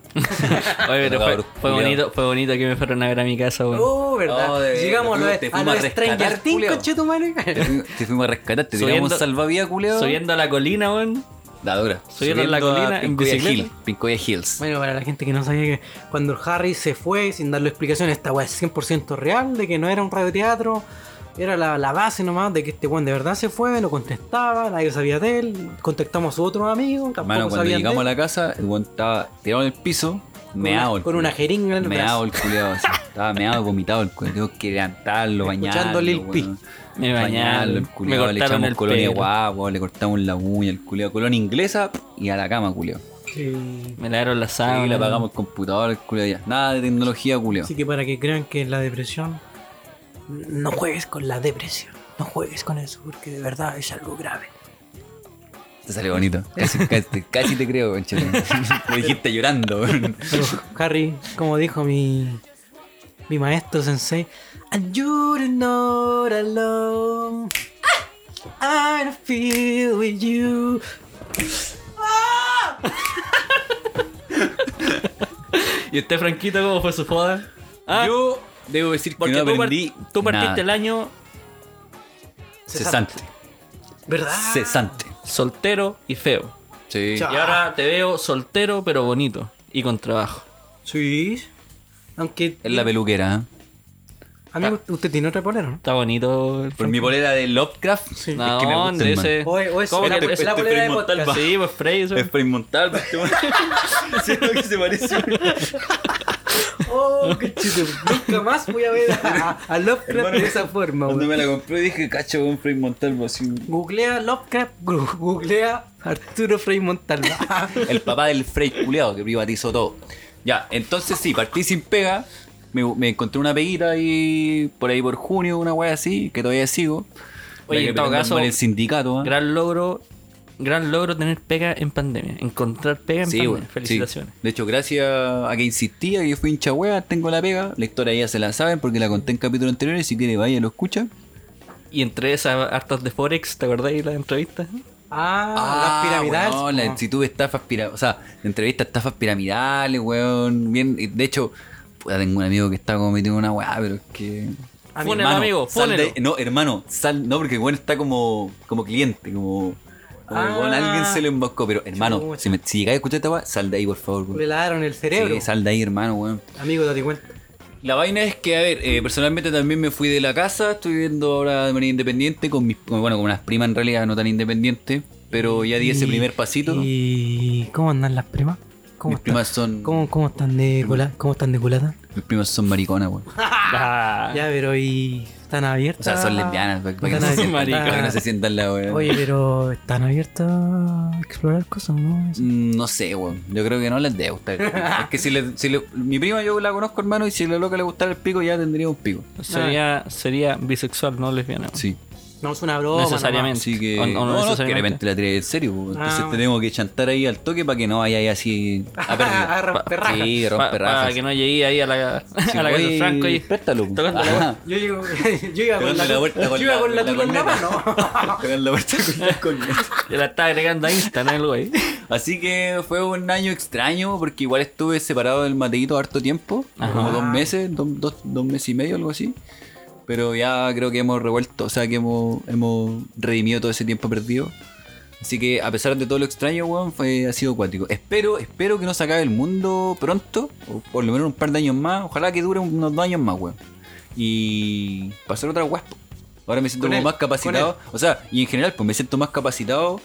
S5: Oye, pero fue,
S3: Cabrón,
S5: fue
S3: culiao.
S5: bonito, fue bonito que me fueron a ver a mi casa, güey.
S4: Oh, ¿verdad?
S3: Oh, de veras,
S4: Llegamos a
S3: tú
S4: lo
S3: te
S4: de,
S3: fuimos
S4: a lo
S3: a
S4: de
S3: rescatar,
S4: Stranger Things,
S3: culiao.
S4: conchetumare.
S3: Te fuimos- Te fuimos a rescatar, te tiramos
S5: Subiendo-
S3: un salvavidas, culeado.
S5: Subiendo a la colina, güey.
S3: La dura.
S5: Subiendo la colina
S3: a
S5: en
S3: Pincoya
S5: bicicleta.
S3: Hill. Pincoya Hills.
S4: Bueno, para la gente que no sabía que cuando Harry se fue sin darle explicación, esta weá es 100% real, de que no era un radioteatro, era la, la base nomás de que este weón de verdad se fue, no contestaba, nadie sabía de él, contactamos a su otro amigo, tampoco
S3: Hermano, cuando
S4: sabían de
S3: llegamos a
S4: él,
S3: la casa, el weón estaba tirado en el piso, meado. el
S4: con, una, con una
S3: culiao.
S4: jeringa en el
S3: Meado
S4: brazo.
S3: el culiado, estaba meado, vomitado el culiado. Tengo que levantarlo, bañarlo.
S4: Escuchando Lil Pi.
S3: weón.
S5: Me
S3: Bañarlo,
S5: bañaron.
S3: el culiado.
S5: me
S3: Le
S5: cortaron
S3: echamos
S5: el
S3: colonia
S5: pelo.
S3: guapo, le cortamos la uña, el culiado. Colonia inglesa y a la cama, culiado.
S4: Sí.
S5: Me lavaron la sábana.
S3: Y le apagamos el computador, el culiado. ya. Nada de tecnología, culiado.
S4: Así que para que crean que la depresión, no juegues con la depresión, no juegues con eso, porque de verdad es algo grave.
S3: Te sale bonito. Casi, casi, casi te creo, conchete. Lo dijiste llorando, weón.
S4: Pero Harry, como dijo mi, mi maestro sensei, And you're not alone. I feel with you.
S5: ¿Y usted, Franquito, cómo fue su foda? Ah,
S3: Yo debo decir que
S5: porque
S3: no
S5: tú, par-
S3: aprendí.
S5: tú partiste el
S3: nada.
S5: año
S3: Cesante.
S4: ¿Verdad?
S3: Cesante.
S5: soltero y feo.
S3: Sí.
S4: Chao.
S5: Y ahora te veo soltero pero bonito y con trabajo.
S4: Sí. Aunque.
S3: Es la peluquera, ¿eh?
S4: Amigo,
S3: Ah.
S4: usted tiene otra polera, ¿no?
S5: Está bonito. el
S3: Por mi polera de Lovecraft.
S4: Sí.
S5: No,
S3: es que me gusta, Este
S5: de ese.
S4: O es- o es-
S5: ¿Cómo
S4: es la-
S5: que
S4: es
S5: te-
S4: la
S5: te-
S4: polera de
S5: Frei
S4: podcast.
S5: Montalva? Sí, pues Frey. eso.
S3: Es pues, para inmontarme. Siento que se parece.
S4: Oh, qué chido. Nunca más voy a ver a, a Lovecraft
S3: Hermano,
S4: de esa forma,
S3: Cuando
S4: weón.
S3: me la compré dije, cacho, un Frank Montalvo así.
S4: Googlea Lovecraft, gu- googlea Arturo Frei Montalva.
S3: El papá del Frey culiado que privatizó todo. Ya, entonces sí, partí sin pega. Me, me encontré una peguita ahí por ahí por junio, una wea así, que todavía sigo.
S5: Oye,
S3: La que
S5: en todo
S3: me mandó
S5: caso,
S3: en el sindicato. ¿ah?
S5: Gran logro. Gran logro tener pega en pandemia. Encontrar pega en
S3: Sí,
S5: pandemia.
S3: bueno, sí.
S5: Felicitaciones.
S3: De hecho, gracias a que insistía, que yo fui hincha wea, tengo la pega. La historia ya se la saben porque la conté en capítulo anterior y si quiere vaya lo escucha.
S5: Y entre esas hartas de Forex, ¿te acordáis de las entrevistas?
S4: Ah, las piramidales.
S3: No,
S4: po.
S3: la, si tuve estafas piramidales, o sea, entrevistas estafas piramidales, weón. Bien, y de hecho, puta, tengo un amigo que está como metido en una weá, pero es que.
S5: Amigo. Fúnelo,
S3: hermano,
S5: amigo,
S3: sal de-
S5: fúnelo.
S3: No, hermano, sal, no, porque el weón está como, como cliente, como. como que,
S4: Ah.
S3: weón, alguien se lo emboscó, pero hermano,
S4: Chucha.
S3: si, me, si llegáis a escuchar esta weá, sal de ahí, por favor,
S4: Le
S3: weón.
S4: lavaron el cerebro.
S3: Sí, sal de ahí, hermano, weón.
S4: Amigo, date cuenta.
S3: La vaina es que, a ver, eh, personalmente también me fui de la casa, estoy viviendo ahora de manera independiente, con mis, bueno, con unas primas en realidad no tan independientes, pero ya di ese
S4: Y-
S3: primer pasito.
S4: ¿Y cómo andan las primas? ¿Cómo
S3: Mis
S4: están?
S3: primas son.
S4: ¿Cómo, cómo están de cola? ¿Cómo están de colada?
S3: Mis primas son mariconas, weón.
S5: Ah,
S4: Ya, pero ¿y están
S3: O
S4: abiertas?
S3: sea, son lesbianas, pues, para que, no
S4: Están
S3: se sientan-
S5: abiertas.
S3: para que no se sientan la weón.
S4: Ah. Oye, pero ¿están abiertas a explorar cosas, no?
S3: Mm, No sé, weón. Yo creo que no les debe gustar. es que si, le, si le- mi prima yo la conozco, hermano, y si la loca le gustara el pico, ya tendría un pico.
S4: Ah.
S5: sería, sería bisexual, no lesbiana.
S3: Sí.
S4: No, es una broma.
S5: Necesariamente.
S3: Así que.
S5: O- o no
S3: no, no, es que de
S5: necesariamente.
S3: repente la tiré en serio, weón. Entonces
S4: Ah.
S3: te tengo que chantar ahí al toque para que no vaya ahí así. A perder.
S4: A romper rajas.
S3: Sí,
S5: Pa-
S3: romper
S5: para
S3: rajas.
S5: que no llegué ahí a la,
S3: Sí,
S5: a la
S3: oye,
S5: Casa Franco y
S3: préstalo, weón.
S5: tocando la
S3: Ajá.
S5: puerta.
S4: Yo, llego- yo iba
S3: Te
S4: con la,
S3: dan la vuelta con
S4: yo iba
S3: la-
S4: con la
S3: la
S4: tula en la
S3: corneta.
S4: mano.
S3: Te dan la vuelta con la corneta.
S5: la estaba agregando a Instagram el güey.
S3: Así que fue un año extraño porque igual estuve separado del Mateito harto tiempo,
S5: Ajá.
S3: como dos meses, do- dos, dos meses y medio, algo así. Pero ya creo que hemos revuelto, o sea que hemos, hemos redimido todo ese tiempo perdido. Así que a pesar de todo lo extraño, weón, fue- ha sido acuático. Espero, espero que no se acabe el mundo pronto, o por lo menos un par de años más. Ojalá que dure unos dos años más, weón. Y pasar otra guaspo. Ahora me siento
S4: Con
S3: como
S4: él,
S3: más
S4: con él.
S3: capacitado. O sea, y en general, pues me siento más capacitado.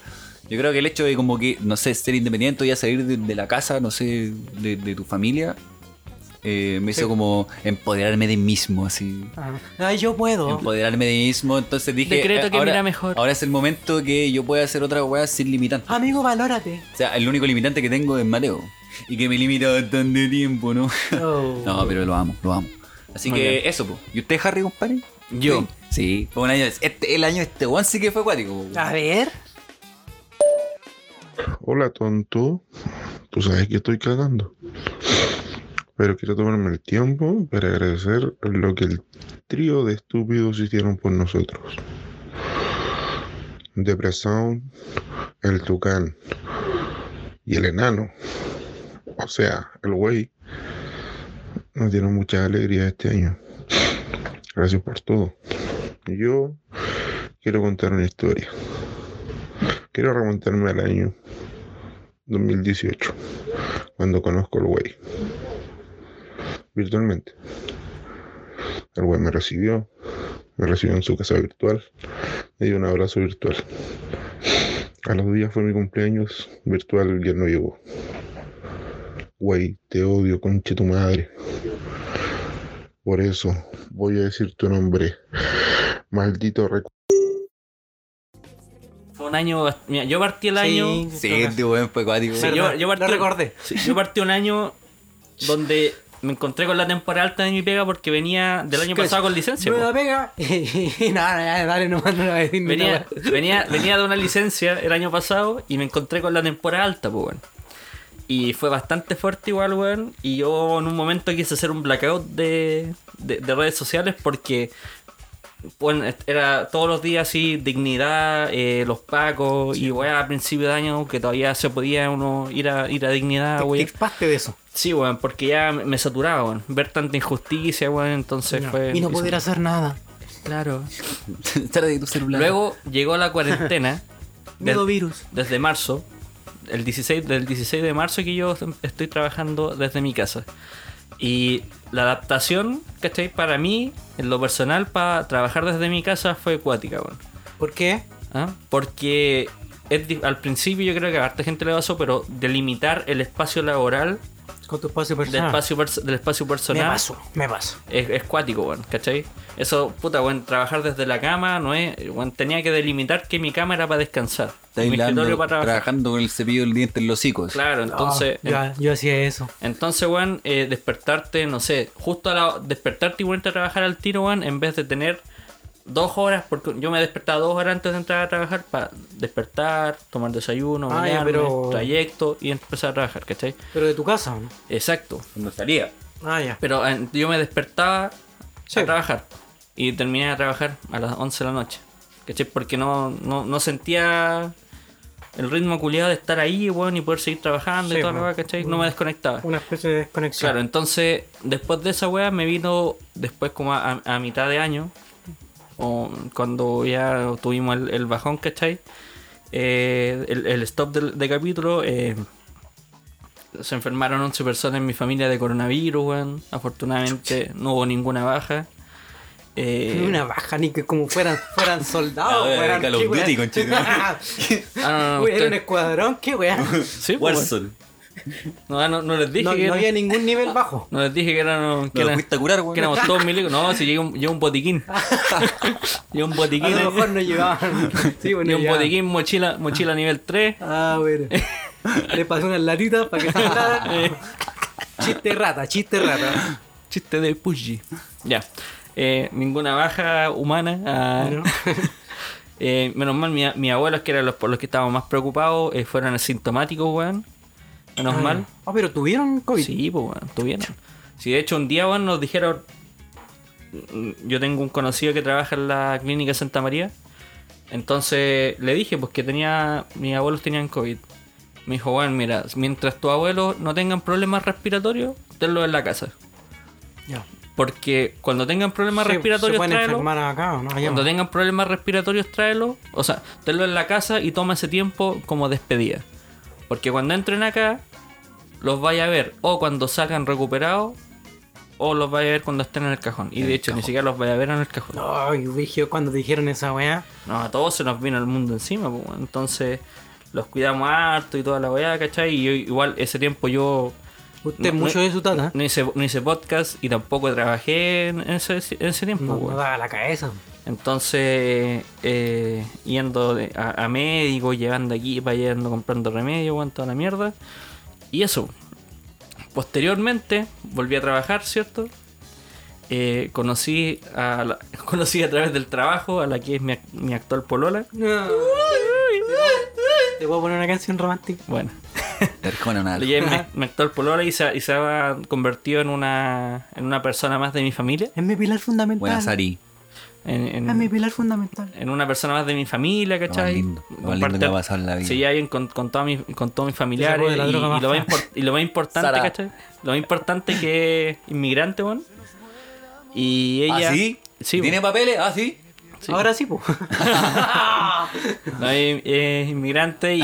S3: Yo creo que el hecho de como que, no sé, ser independiente, ya salir de, de la casa, no sé, de, de tu familia, eh, me hizo como empoderarme de mí mismo, así.
S4: Ah, Ay, yo puedo.
S3: Empoderarme de mí mismo, entonces dije...
S5: Decreto
S3: eh,
S5: que
S3: ahora,
S5: mira mejor.
S3: Ahora es el momento que yo pueda hacer otra weá sin limitante.
S4: Amigo, valórate.
S3: O sea, el único limitante que tengo es Mateo. Y que me limita bastante tiempo, ¿no?
S4: Oh.
S3: No, pero lo amo, lo amo. Así
S5: Muy
S3: que
S5: bien.
S3: eso, po. ¿Y usted, Harry, compadre?
S5: Yo.
S3: Sí, Sí, fue un año. Este, el año este one sí que fue acuático. po.
S5: Ah,
S4: A ver.
S6: Hola, tonto. Tú sabes que estoy cagando. Pero quiero tomarme el tiempo para agradecer lo que el trío de estúpidos hicieron por nosotros. Depresión, el tucán y el enano. O sea, el güey. Nos dieron mucha alegría este año. Gracias por todo. Yo quiero contar una historia. Quiero remontarme al año 2018, cuando conozco al güey. Virtualmente. El güey me recibió, me recibió en su casa virtual, me dio un abrazo virtual. A los días fue mi cumpleaños virtual y él no llegó. Güey, te odio, conche tu madre. Por eso voy a decir tu nombre. Maldito recuerdo.
S5: Fue un año. bast- Mira, yo partí el año.
S3: Sí, este weón fue acuático.
S5: Sí, yo, yo partí,
S4: Lo recordé.
S5: sí, yo partí un año donde me encontré con la temporada alta de mi pega porque venía del año
S4: Cacha.
S5: pasado con licencia. po.
S4: Nueva pega. Y nada, ya, dale, nomás no le voy a decir ni
S5: Venía,
S4: nada.
S5: venía, venía de una licencia el año pasado y me encontré con la temporada alta, pues, weón. Y fue bastante fuerte igual, weón. Y yo en un momento quise hacer un blackout de, de- de redes sociales porque, bueno, est- era todos los días así, dignidad, eh, los pacos y weón, a principio de año que todavía se podía uno ir a, ir a dignidad,
S4: Te- Te
S5: weón.
S4: expaste de eso.
S5: Sí, weón, porque ya me me saturaba, weón. Ver tanta injusticia, weón, entonces fue...
S4: Y no poder hacer nada.
S5: Claro.
S3: Tarde tu celular.
S5: Luego llegó la cuarentena. de-
S4: Nuevo virus.
S5: desde marzo, el 16, del 16 de marzo que yo estoy trabajando desde mi casa. Y la adaptación, ¿cachai? Para mí, en lo personal, para trabajar desde mi casa fue acuática, weón.
S4: ¿Por qué?
S5: ¿Ah? Porque es di- al principio yo creo que a harta gente le pasó, pero delimitar el espacio laboral
S4: Con tu espacio
S5: del
S4: personal.
S5: espacio, pers- del espacio
S4: me
S5: personal
S4: paso, me paso.
S5: es, es cuático, weón, ¿cachai? Eso, puta, weón, trabajar desde la cama no es. weón, tenía que delimitar que mi cama era para descansar,
S3: Está
S5: mi
S3: hablando-
S5: escritorio para trabajar.
S3: trabajando con el cepillo del diente en los hocicos.
S5: Claro, entonces.
S4: Ah, ya, yo hacía eso.
S5: Entonces, weón, eh, despertarte, no sé, justo a la, despertarte y ponerte a trabajar al tiro, weón, en vez de tener dos horas, porque yo me despertaba dos horas antes de entrar a trabajar para despertar, tomar desayuno,
S4: Ah, ya,
S5: bañarme,
S4: pero-
S5: trayecto y empezar a trabajar, ¿cachai?
S4: Pero de tu casa, ¿no?
S5: Exacto.
S3: No salía.
S4: Ah, ya.
S5: Pero eh, yo me despertaba
S4: Sí.
S5: a trabajar y terminé a trabajar a las 11 de la noche, ¿cachai? Porque no, no, no sentía el ritmo culiado de estar ahí, weón, y poder seguir trabajando
S4: Sí,
S5: y toda la
S4: weón.
S5: weá, ¿cachai? No me desconectaba.
S4: Una especie de desconexión.
S5: Claro, entonces después de esa wea me vino después como a, a- a mitad de año, o cuando ya tuvimos el, el bajón, ¿cachai? Eh, el, el stop del, de capítulo, eh, se enfermaron 11 personas en mi familia de coronavirus, weón. Afortunadamente no hubo ninguna baja. Eh,
S4: Ni una baja, ni que como fueran, fueran soldados,
S3: Ah, weón,
S4: fueran
S3: Call of
S4: qué
S3: Duty,
S4: weón.
S3: conchetumare.
S5: ah, no,
S4: Weón,
S5: no, no,
S4: Era un
S5: usted-
S4: escuadrón, qué weón.
S5: sí, pues,
S3: Warzone.
S5: No, ah, no, no les dije
S4: No,
S5: que
S4: no
S5: era-
S4: había ningún nivel bajo.
S5: no les dije que eran que,
S3: lo
S5: era-
S3: fuiste a curar, weón.
S5: que éramos todos milicos. No, si llega un, llega un botiquín. llega un
S4: A
S5: botiquín.
S4: lo mejor no llevaban. Sí, bueno,
S5: llega un
S4: ya.
S5: botiquín, mochila, mochila nivel 3.
S4: Ah, bueno. Le pasé unas latitas para que se
S5: Eh.
S4: hablara. Chiste rata, chiste rata.
S5: Chiste de Puji. Ya. Eh, ninguna baja humana. ah. Eh, menos mal, mi- mis abuelos, que eran los por los que estábamos más preocupados, eh, fueron asintomáticos, weón. Menos mal.
S4: Ah, pero tuvieron COVID.
S5: Sí, pues, weón, tuvieron. Si de hecho un día, weón, nos dijeron. mm, Yo tengo un conocido que trabaja en la clínica Santa María. Entonces le dije, pues que tenía. Mis abuelos tenían COVID. Me dijo, weón, mira, mientras tus abuelos no tengan problemas respiratorios, tenlos en la casa.
S4: Ya.
S5: Porque cuando tengan problemas
S4: Se-
S5: respiratorios,
S4: Se pueden
S5: tráelos.
S4: enfermar acá, ¿o ¿no? Allá.
S5: Cuando tengan problemas respiratorios, tráelo. O sea, tenlo en la casa y toma ese tiempo como despedida. Porque cuando entren acá, los vaya a ver o cuando salgan recuperados o los vaya a ver cuando estén en el cajón. Y de hecho, ni siquiera los vaya a ver en el cajón. No.
S4: Ay, vigio, cuando dijeron esa weá.
S5: a todos se nos vino el mundo encima. po, weón. Entonces, los cuidamos harto y toda la weá, ¿cachai? Y yo, igual ese tiempo yo
S4: Usted
S5: No,
S4: es
S5: no-
S4: mucho de su tata.
S5: no hice, no hice podcast y tampoco trabajé en ese, en ese tiempo.
S4: No,
S5: weón.
S4: no daba la cabeza.
S5: Entonces, eh, yendo de- a, a médico, llevando aquí, para allá, ando comprando remedio, weón, toda la mierda. Y eso. Posteriormente, volví a trabajar, ¿cierto? Eh, conocí, a la- conocí a través del trabajo a la que es mi, ac- mi actual polola.
S4: No. Te voy a poner una canción romántica.
S5: Bueno,
S3: Terjona, una.
S5: ella es mi, mi actual polola y se, y se ha convertido en una, en una persona más de mi familia.
S4: Es mi pilar fundamental.
S3: Buena Sari.
S5: En- en-
S4: Es mi pilar fundamental.
S5: en una persona más de mi familia, ¿cachai?
S3: lindo, lo más lindo que
S5: Compartir-
S3: me ha pasado en la vida.
S5: Sí, ya bien con, con, toda mi- con todos mis
S4: Te
S5: familiares.
S4: sacó de la
S5: Y,
S4: droga
S5: y
S4: más
S5: lo más
S4: fea.
S5: impor- y lo más importante,
S3: Sara.
S5: ¿cachai? Lo más importante que es inmigrante, bueno. Y ella.
S3: ¿Ah, sí?
S5: Sí,
S3: ¿Tiene
S5: bueno.
S3: papeles? ¿Ah, sí?
S5: Sí.
S4: Ahora sí, po.
S5: No, es, es inmigrante y,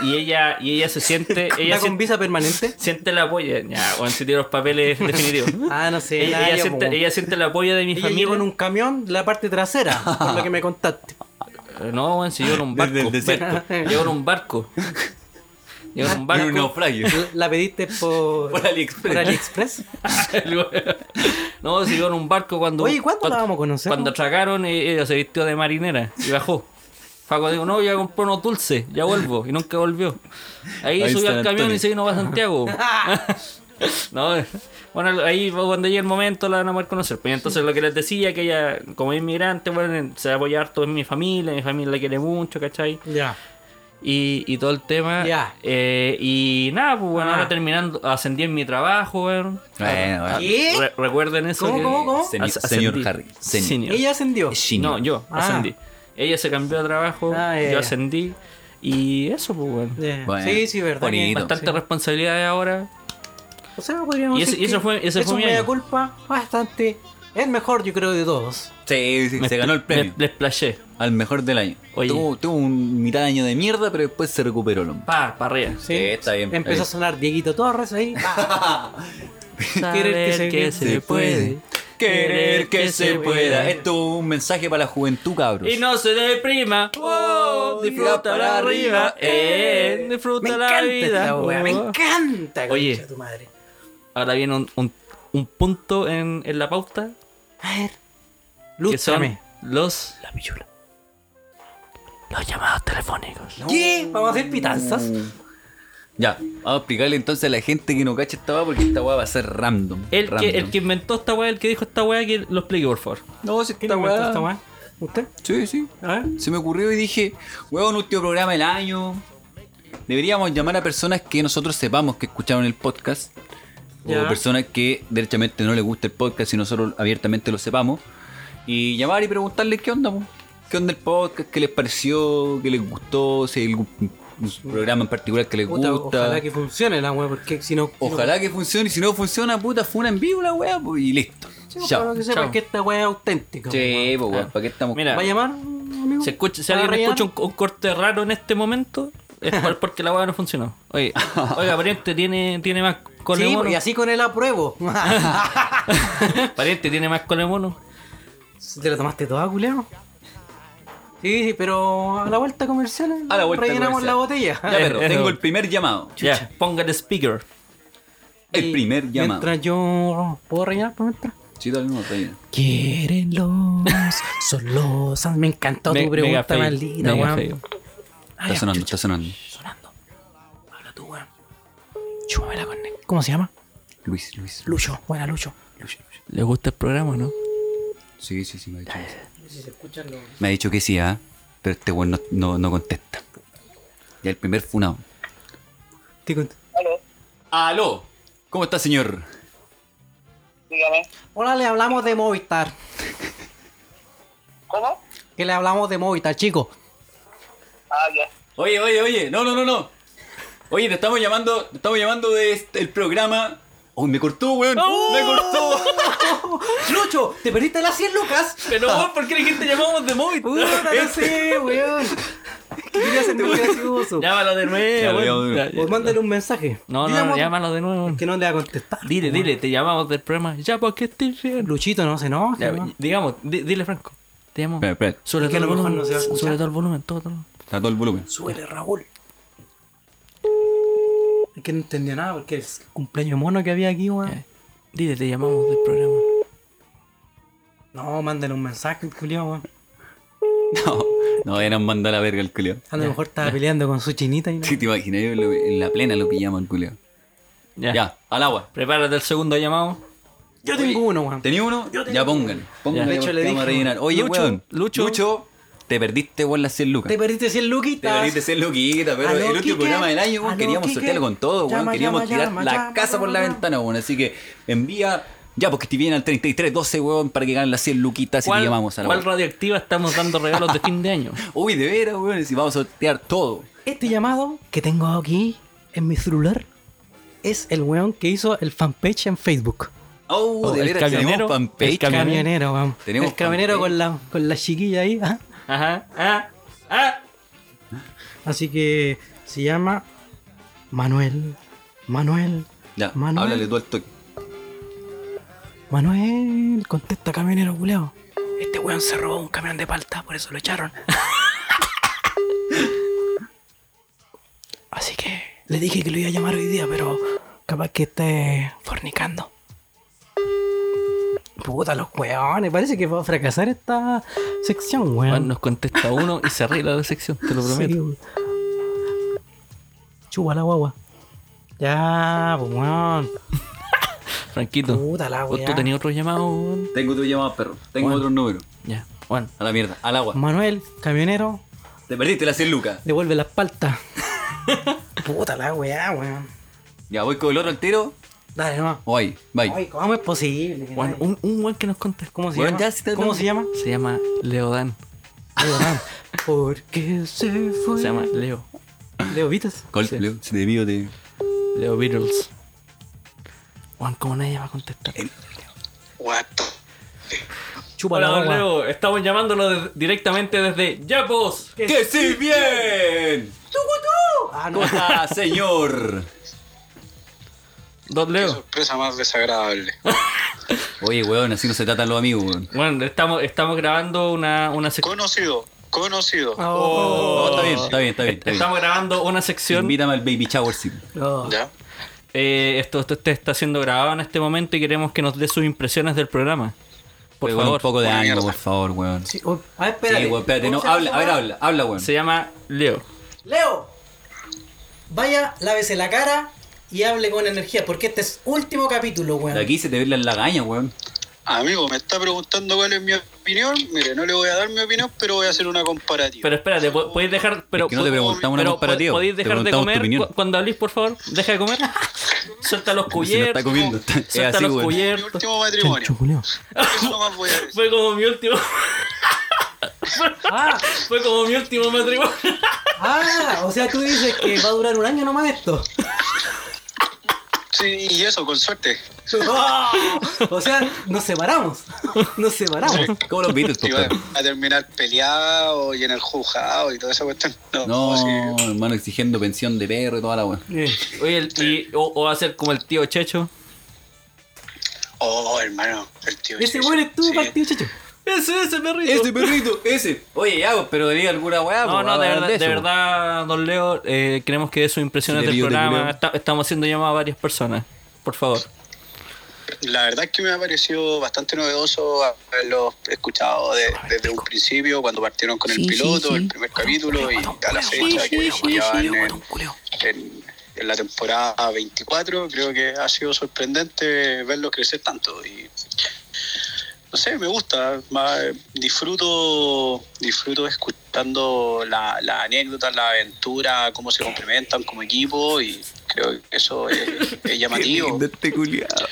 S5: y ella y ella se siente.
S4: ¿Está
S5: Ella
S4: con
S5: siente,
S4: visa permanente?
S5: siente el apoyo. Ya, bueno, si tiene los papeles definitivos.
S4: Ah, no sé.
S5: ella,
S4: nada,
S5: ella
S4: yo,
S5: siente,
S4: po.
S5: ella siente el apoyo de mi
S4: Ella
S5: familia.
S4: llegó en un camión, la parte trasera, por lo que me contaste.
S5: Eh, No, bueno, si yo en un barco.
S3: Desde el desierto.
S5: Llego en un barco. Llego en un
S3: Barco. Un
S5: barco.
S3: naufragio.
S4: La pediste por,
S3: Por AliExpress.
S4: por AliExpress.
S5: El weón. no, se iba en un barco cuando.
S4: Oye, ¿cuándo
S5: cuando-
S4: la vamos a conocer?
S5: Cuando atracaron, eh, ella se vistió de marinera y bajó. Faco dijo, no, ya compré unos dulces, ya vuelvo. Y nunca volvió. Ahí,
S3: Ahí
S5: subió
S3: San
S5: al camión
S3: Antonio.
S5: y se vino para Santiago. no, eh, bueno, ahí cuando llegue el momento la van a poder conocer. Pues entonces lo que les decía, que ella, como inmigrante, bueno, se va a apoyar todo en mi familia, mi familia la quiere mucho, ¿cachai?
S4: Ya.
S5: y, y todo el tema.
S4: Ya.
S5: Eh, y nada, pues bueno,
S4: Ah.
S5: ahora terminando, ascendí en mi trabajo, weón. Ah,
S3: Bueno, bueno.
S4: ¿Qué?
S5: Re- recuerden eso.
S4: ¿Cómo,
S5: que-
S4: cómo, cómo?
S5: As-
S3: Seni-
S5: ascendí.
S3: señor Harry, seni-
S5: Senior.
S4: Ella ascendió.
S5: No, yo
S4: Ah.
S5: ascendí. Ella se cambió de trabajo,
S4: Ah, ya, ya.
S5: yo ascendí. Y eso, pues bueno.
S4: Ya.
S3: Bueno,
S4: sí, sí, verdad.
S3: bonito.
S4: que-
S5: Bastante responsabilidad ahora.
S4: O sea, podríamos
S5: Y ese-
S4: decir
S5: y eso
S4: que
S5: fue- ese
S4: es
S5: fue
S4: un
S5: mi
S4: mea
S5: año.
S4: culpa bastante. El mejor, yo creo, de todos.
S3: Sí, sí,
S5: Me-
S3: se ganó el premio.
S5: me- les playé.
S3: Al mejor del año.
S5: Oye.
S3: Tuvo, tuvo un mitad de año de mierda, pero después se recuperó el hombre.
S5: Pa, pa arriba.
S3: Sí, está bien.
S4: Empezó a sonar Dieguito Torres ahí.
S5: Saber
S4: que se-
S5: le
S3: Querer que se pueda. Esto es un mensaje para la juventud, cabros.
S5: Y no se deprima. Oh, disfruta la arriba. Eh, disfruta la vida.
S4: esta weá, me
S5: Oh.
S4: encanta.
S5: Oye.
S4: concha tu madre.
S5: Ahora viene un, un- un punto en, en la pauta
S4: A ver.
S5: que son
S4: Lústrame.
S5: los. La Los llamados telefónicos.
S4: ¿Qué? ¿Vamos a hacer pitanzas?
S3: Mm. Ya, vamos a explicarle entonces a la gente que no cacha esta weá porque esta weá va a ser random.
S5: El que,
S3: random.
S5: el que inventó esta weá, el que dijo esta weá, que lo explique, por favor.
S3: No, si
S4: ¿Quién
S3: esta
S4: inventó
S3: weá.
S4: esta weá? ¿Usted?
S3: Sí, sí.
S4: A ver.
S3: Se me ocurrió y dije, weón, último programa del año. Deberíamos llamar a personas que nosotros sepamos que escucharon el podcast.
S4: Ya.
S3: O personas que derechamente no les gusta el podcast y nosotros abiertamente lo sepamos. Y llamar y preguntarles qué onda, po. ¿Qué onda el podcast? ¿Qué les pareció? ¿Qué les gustó? Si hay algún programa en particular que les
S4: Puta,
S3: gusta.
S4: Ojalá que funcione la weá, porque si no.
S3: Ojalá que funcione. y Si no funciona, puta, fue una en vivo la weá, po, y listo.
S4: Sí,
S3: Chao.
S4: Para que sepa
S5: chao.
S4: que esta weá es auténtica.
S3: Che,
S4: weón.
S3: po, weón, ¿para qué estamos?
S5: Mira.
S4: ¿Va a llamar, amigo?
S5: Si, escucha, si
S4: ¿Va a
S5: alguien
S4: rellenar?
S5: escucha un, un corte raro en este momento, es por- porque la weá no funcionó. Oye, oiga, pariente, tiene, tiene más cole
S4: Sí, pues,
S5: mono.
S4: y así con el apruebo.
S5: Pariente, tiene más cole mono.
S4: ¿Te la tomaste toda, culeo? Sí, sí, pero a la vuelta comercial
S3: A la vuelta
S4: rellenamos
S3: comercial.
S4: la botella.
S3: Ya, perro,
S5: Eso.
S3: tengo el primer llamado.
S5: Ya, ponga el speaker.
S3: El primer llamado.
S4: Mientras yo... ¿Puedo rellenar por mientras?
S3: Sí, dale una botella.
S4: Quieren los solosas. Me encantó
S5: Me-
S4: tu
S5: mega
S4: pregunta,
S5: feo,
S4: maldita,
S5: mega
S4: weón.
S5: feo.
S4: Ah,
S3: Está
S4: ya,
S3: sonando,
S4: chucha,
S3: está sonando.
S4: sonando. Habla tú, weón. Chúpame la corneta. ¿Cómo se llama?
S3: Luis, Luis, Luis.
S4: Lucho. Buena, Lucho.
S5: ¿Le gusta el programa, no?
S3: Sí, sí, sí, me ha dicho que sí. Me ha dicho que sí, ¿ah? Pero este weón no, no, no contesta. Ya el primer funado.
S4: Te cont-
S3: ¡Aló! ¿Cómo está, señor?
S9: Dígame.
S4: Hola, le hablamos de Movistar.
S9: ¿Cómo?
S4: Que le hablamos de Movistar, chicos.
S9: Ah, ya.
S3: Oye, oye, oye, no, no, no, no. Oye, te estamos llamando, te estamos llamando de este- el programa. ¡Oh, me cortó, weón!
S4: ¡Oh!
S3: ¡Me cortó!
S4: Lucho, ¿te perdiste las 100 lucas?
S5: Pero vos, ¿por qué la gente llamamos de móvil?
S4: Ah. Puta, no sé, weón. Quería ser muy gracioso.
S5: Llámalo de
S3: Ya,
S5: nuevo.
S3: lo
S5: weón.
S3: llamo de
S4: O Pues mándale un mensaje.
S5: No, no,
S4: Digamos
S5: llámalo de nuevo.
S4: Que no le va a contestar. pues,
S5: Dile, dile, te llamamos del programa. Ya, ¿por qué estoy riendo?
S4: Luchito, no se enoje.
S5: Ya,
S4: weón.
S5: Digamos, di- dile, Franco. Te llamo.
S3: Espera, espera.
S5: Sobre
S4: Es que
S5: todo, el
S4: a lo mejor
S5: volumen,
S4: no se va a escuchar.
S5: sobre todo el volumen, todo, todo.
S3: Está todo el volumen.
S4: Súbele, Raúl. Es que no entendió nada porque el cumpleaños mono que había aquí, weón.
S5: Ya. Dile, te llamamos del programa.
S4: No, mándale un mensaje, culiao, weón.
S3: No, no, ya nos mandó a la verga el culeo.
S4: A lo mejor estaba peleando con su chinita y no.
S3: Si te imaginas, yo lo- en la plena lo pillamos el culeo.
S5: Ya.
S3: Ya. al agua.
S5: Prepárate el segundo llamado.
S4: Yo tengo
S3: Oye,
S4: uno, weón.
S3: ¿Tenía uno? Ya pónganle. Pónganle
S4: De hecho,
S3: porque
S4: le
S3: vamos a
S4: dije,
S3: rellenar. Oye,
S5: Lucho,
S3: weón.
S5: Lucho.
S3: Lucho, te perdiste, weón, las 100 lucas.
S4: Te perdiste 100
S3: Te
S4: luquitas.
S3: perdiste ser loquita, pero
S4: A lo
S3: el último
S4: Quique,
S3: programa del año,
S4: a
S3: weón,
S4: lo
S3: queríamos
S4: Quique.
S3: sortearlo con todo, weón.
S4: Llama,
S3: queríamos
S4: llama,
S3: tirar
S4: llama,
S3: la
S4: llama,
S3: casa por la
S4: llama.
S3: ventana, weón. Así que envía ya, porque te vienen al 3312, weón, para que ganen las 100 luquitas y te llamamos a la
S5: cuál
S3: weón.
S5: radioactiva estamos dando regalos de este fin de año?
S3: Uy, de veras, weón, si vamos a sortear todo.
S4: Este llamado que tengo aquí en mi celular es el weón que hizo el fanpage en Facebook.
S3: Oh,
S5: Oh,
S3: de
S5: el
S3: veras,
S5: camionero,
S3: tenemos
S5: el
S3: fanpage.
S5: camionero.
S4: Camionero, weón.
S3: Tenemos
S4: el camionero
S3: fanpage.
S4: con la, con la chiquilla ahí. ¿ah?
S5: Ajá, ah, ah.
S4: Así que se llama Manuel. Manuel.
S3: Ya,
S4: Manuel.
S3: háblale tú al toque.
S4: Manuel, contesta camionero culeo. Este weón se robó un camión de palta, por eso lo echaron. Así que le dije que lo iba a llamar hoy día, pero capaz que esté fornicando. Puta los weones, parece que va a fracasar esta sección,
S5: Juan
S4: weón.
S5: nos contesta uno y se arregla la sección, te lo
S4: Sí,
S5: prometo.
S4: weón. Chupa la guagua. Ya, pues weón.
S5: Franquito,
S4: Puta la
S5: vos
S4: weá.
S5: tú tenías otro llamado, weón.
S3: Tengo tu llamado, perro. Tengo
S5: Juan.
S3: otro número.
S5: Ya, Juan.
S3: A la mierda, al agua.
S4: Manuel, camionero,
S3: Te perdiste las 100 lucas.
S4: Devuelve las paltas. Puta la weá, weón.
S3: Ya, voy con el otro altero.
S4: Dale, no.
S3: Voy, bye.
S4: Ay, ¿cómo es posible? que
S5: Juan,
S4: nadie-
S5: Oh, un, un Juan que nos contesta.
S4: ¿Cómo se
S3: Weón,
S4: llama?
S3: ya se te-
S4: ¿Cómo se llama?
S5: Se llama Leodan.
S4: Leo Dan. Porque se fue.
S5: Se llama Leo.
S4: Leo Vitas.
S3: Col,
S5: Sí.
S3: Leo, se te vio de.
S5: Leo Beatles. Juan, ¿cómo nadie va a contestar?
S4: Chupa
S5: Hola,
S4: la
S5: don
S4: guagua.
S5: Leo. Estamos llamándolo de- directamente desde Yapos.
S3: ¡Que sí bien!
S4: Ah, no.
S3: ¿Cómo está, señor?
S5: Don Leo.
S10: sorpresa más desagradable.
S3: Oye, weón, así no se tratan los amigos, weón.
S5: Bueno, estamos, estamos grabando una, una sección.
S10: Conocido, conocido.
S4: Oh.
S3: No, está bien, está bien, está bien. Está bien.
S5: Estamos grabando una sección.
S3: Invítame al baby shower, sí.
S4: Oh.
S10: ¿Ya?
S5: Eh, esto, esto este está siendo grabado en este momento y queremos que nos dé sus impresiones del programa.
S3: Por
S5: Por
S3: favor, un
S5: favor.
S3: poco de
S10: Buena
S3: ánimo,
S10: mierda.
S3: por favor, weón. Sí,
S4: Sí, oh, a ver, espérate.
S3: weón, espérate, no,
S4: ¿Cómo se
S3: habla, a
S4: llama?
S3: ver, habla, habla, weón.
S5: Se llama Leo.
S4: Leo, vaya, lávese la cara y hable con energía, porque este es último capítulo, weón.
S3: De aquí se te ve la lagaña, weón.
S10: Amigo, me está preguntando cuál es mi opinión. Mire, no le voy a dar mi opinión, pero voy a hacer una comparativa.
S5: Pero espérate, po- podéis dejar. Pero,
S3: Es que no te
S5: po-
S3: preguntamos una
S5: pero
S3: comparativa,
S5: po- ¿Podéis
S3: te
S5: dejar de
S3: preguntamos tu
S5: comer
S3: opinión.
S5: cu- cuando hablís, por favor? Deja de comer. Suelta los
S3: Si no
S5: cubiertos.
S3: está comiendo, está- es
S5: Suelta
S3: así,
S5: los
S3: weón.
S5: cubiertos.
S10: mi último matrimonio. Eso nomás
S11: pues,
S10: voy a decir.
S5: Fue como mi último.
S4: Ah,
S5: Fue como mi último matrimonio.
S4: ah, o sea, tú dices que va a durar un año nomás esto.
S10: Sí, y eso, con suerte.
S4: Ah. O sea, nos separamos. Nos separamos.
S3: ¿Cómo los viste,
S10: Y va
S3: papá?
S10: a terminar peleado y en el juzgado y toda esa cuestión. No,
S3: No,
S10: sí.
S3: hermano, exigiendo pensión de perro y toda la weón.
S5: Eh, Oye, el- y- o, o va a ser como el tío Checho.
S10: Oh, hermano, el tío.
S4: Ese
S10: Chicho,
S4: weón estuvo
S10: sí.
S4: partido, chicho.
S5: Ese, ese perrito.
S3: Ese perrito, ese. Oye, ya, pues, pero diga alguna weá.
S5: No,
S3: pues,
S5: no, de
S3: hablar
S5: verdad, de,
S3: eso.
S5: verdad, don Leo, eh, queremos que dé sus impresiones
S3: Sí,
S5: del
S3: Leo, de
S5: programa.
S3: Leo.
S5: Está- estamos haciendo llamadas a varias personas. Por favor.
S10: La verdad es que me ha parecido bastante novedoso haberlos escuchado de- desde un principio, cuando partieron con el
S1: Sí, sí,
S10: piloto,
S1: sí.
S10: el primer capítulo, y a la fecha que ya van en, en- en la temporada 24. Creo que ha sido sorprendente verlos crecer tanto. Y no sé, me gusta. ma- disfruto, disfruto escuchando la, la anécdota, la aventura, cómo se complementan como equipo, y creo que eso es, es llamativo.
S3: Lindo este culiado.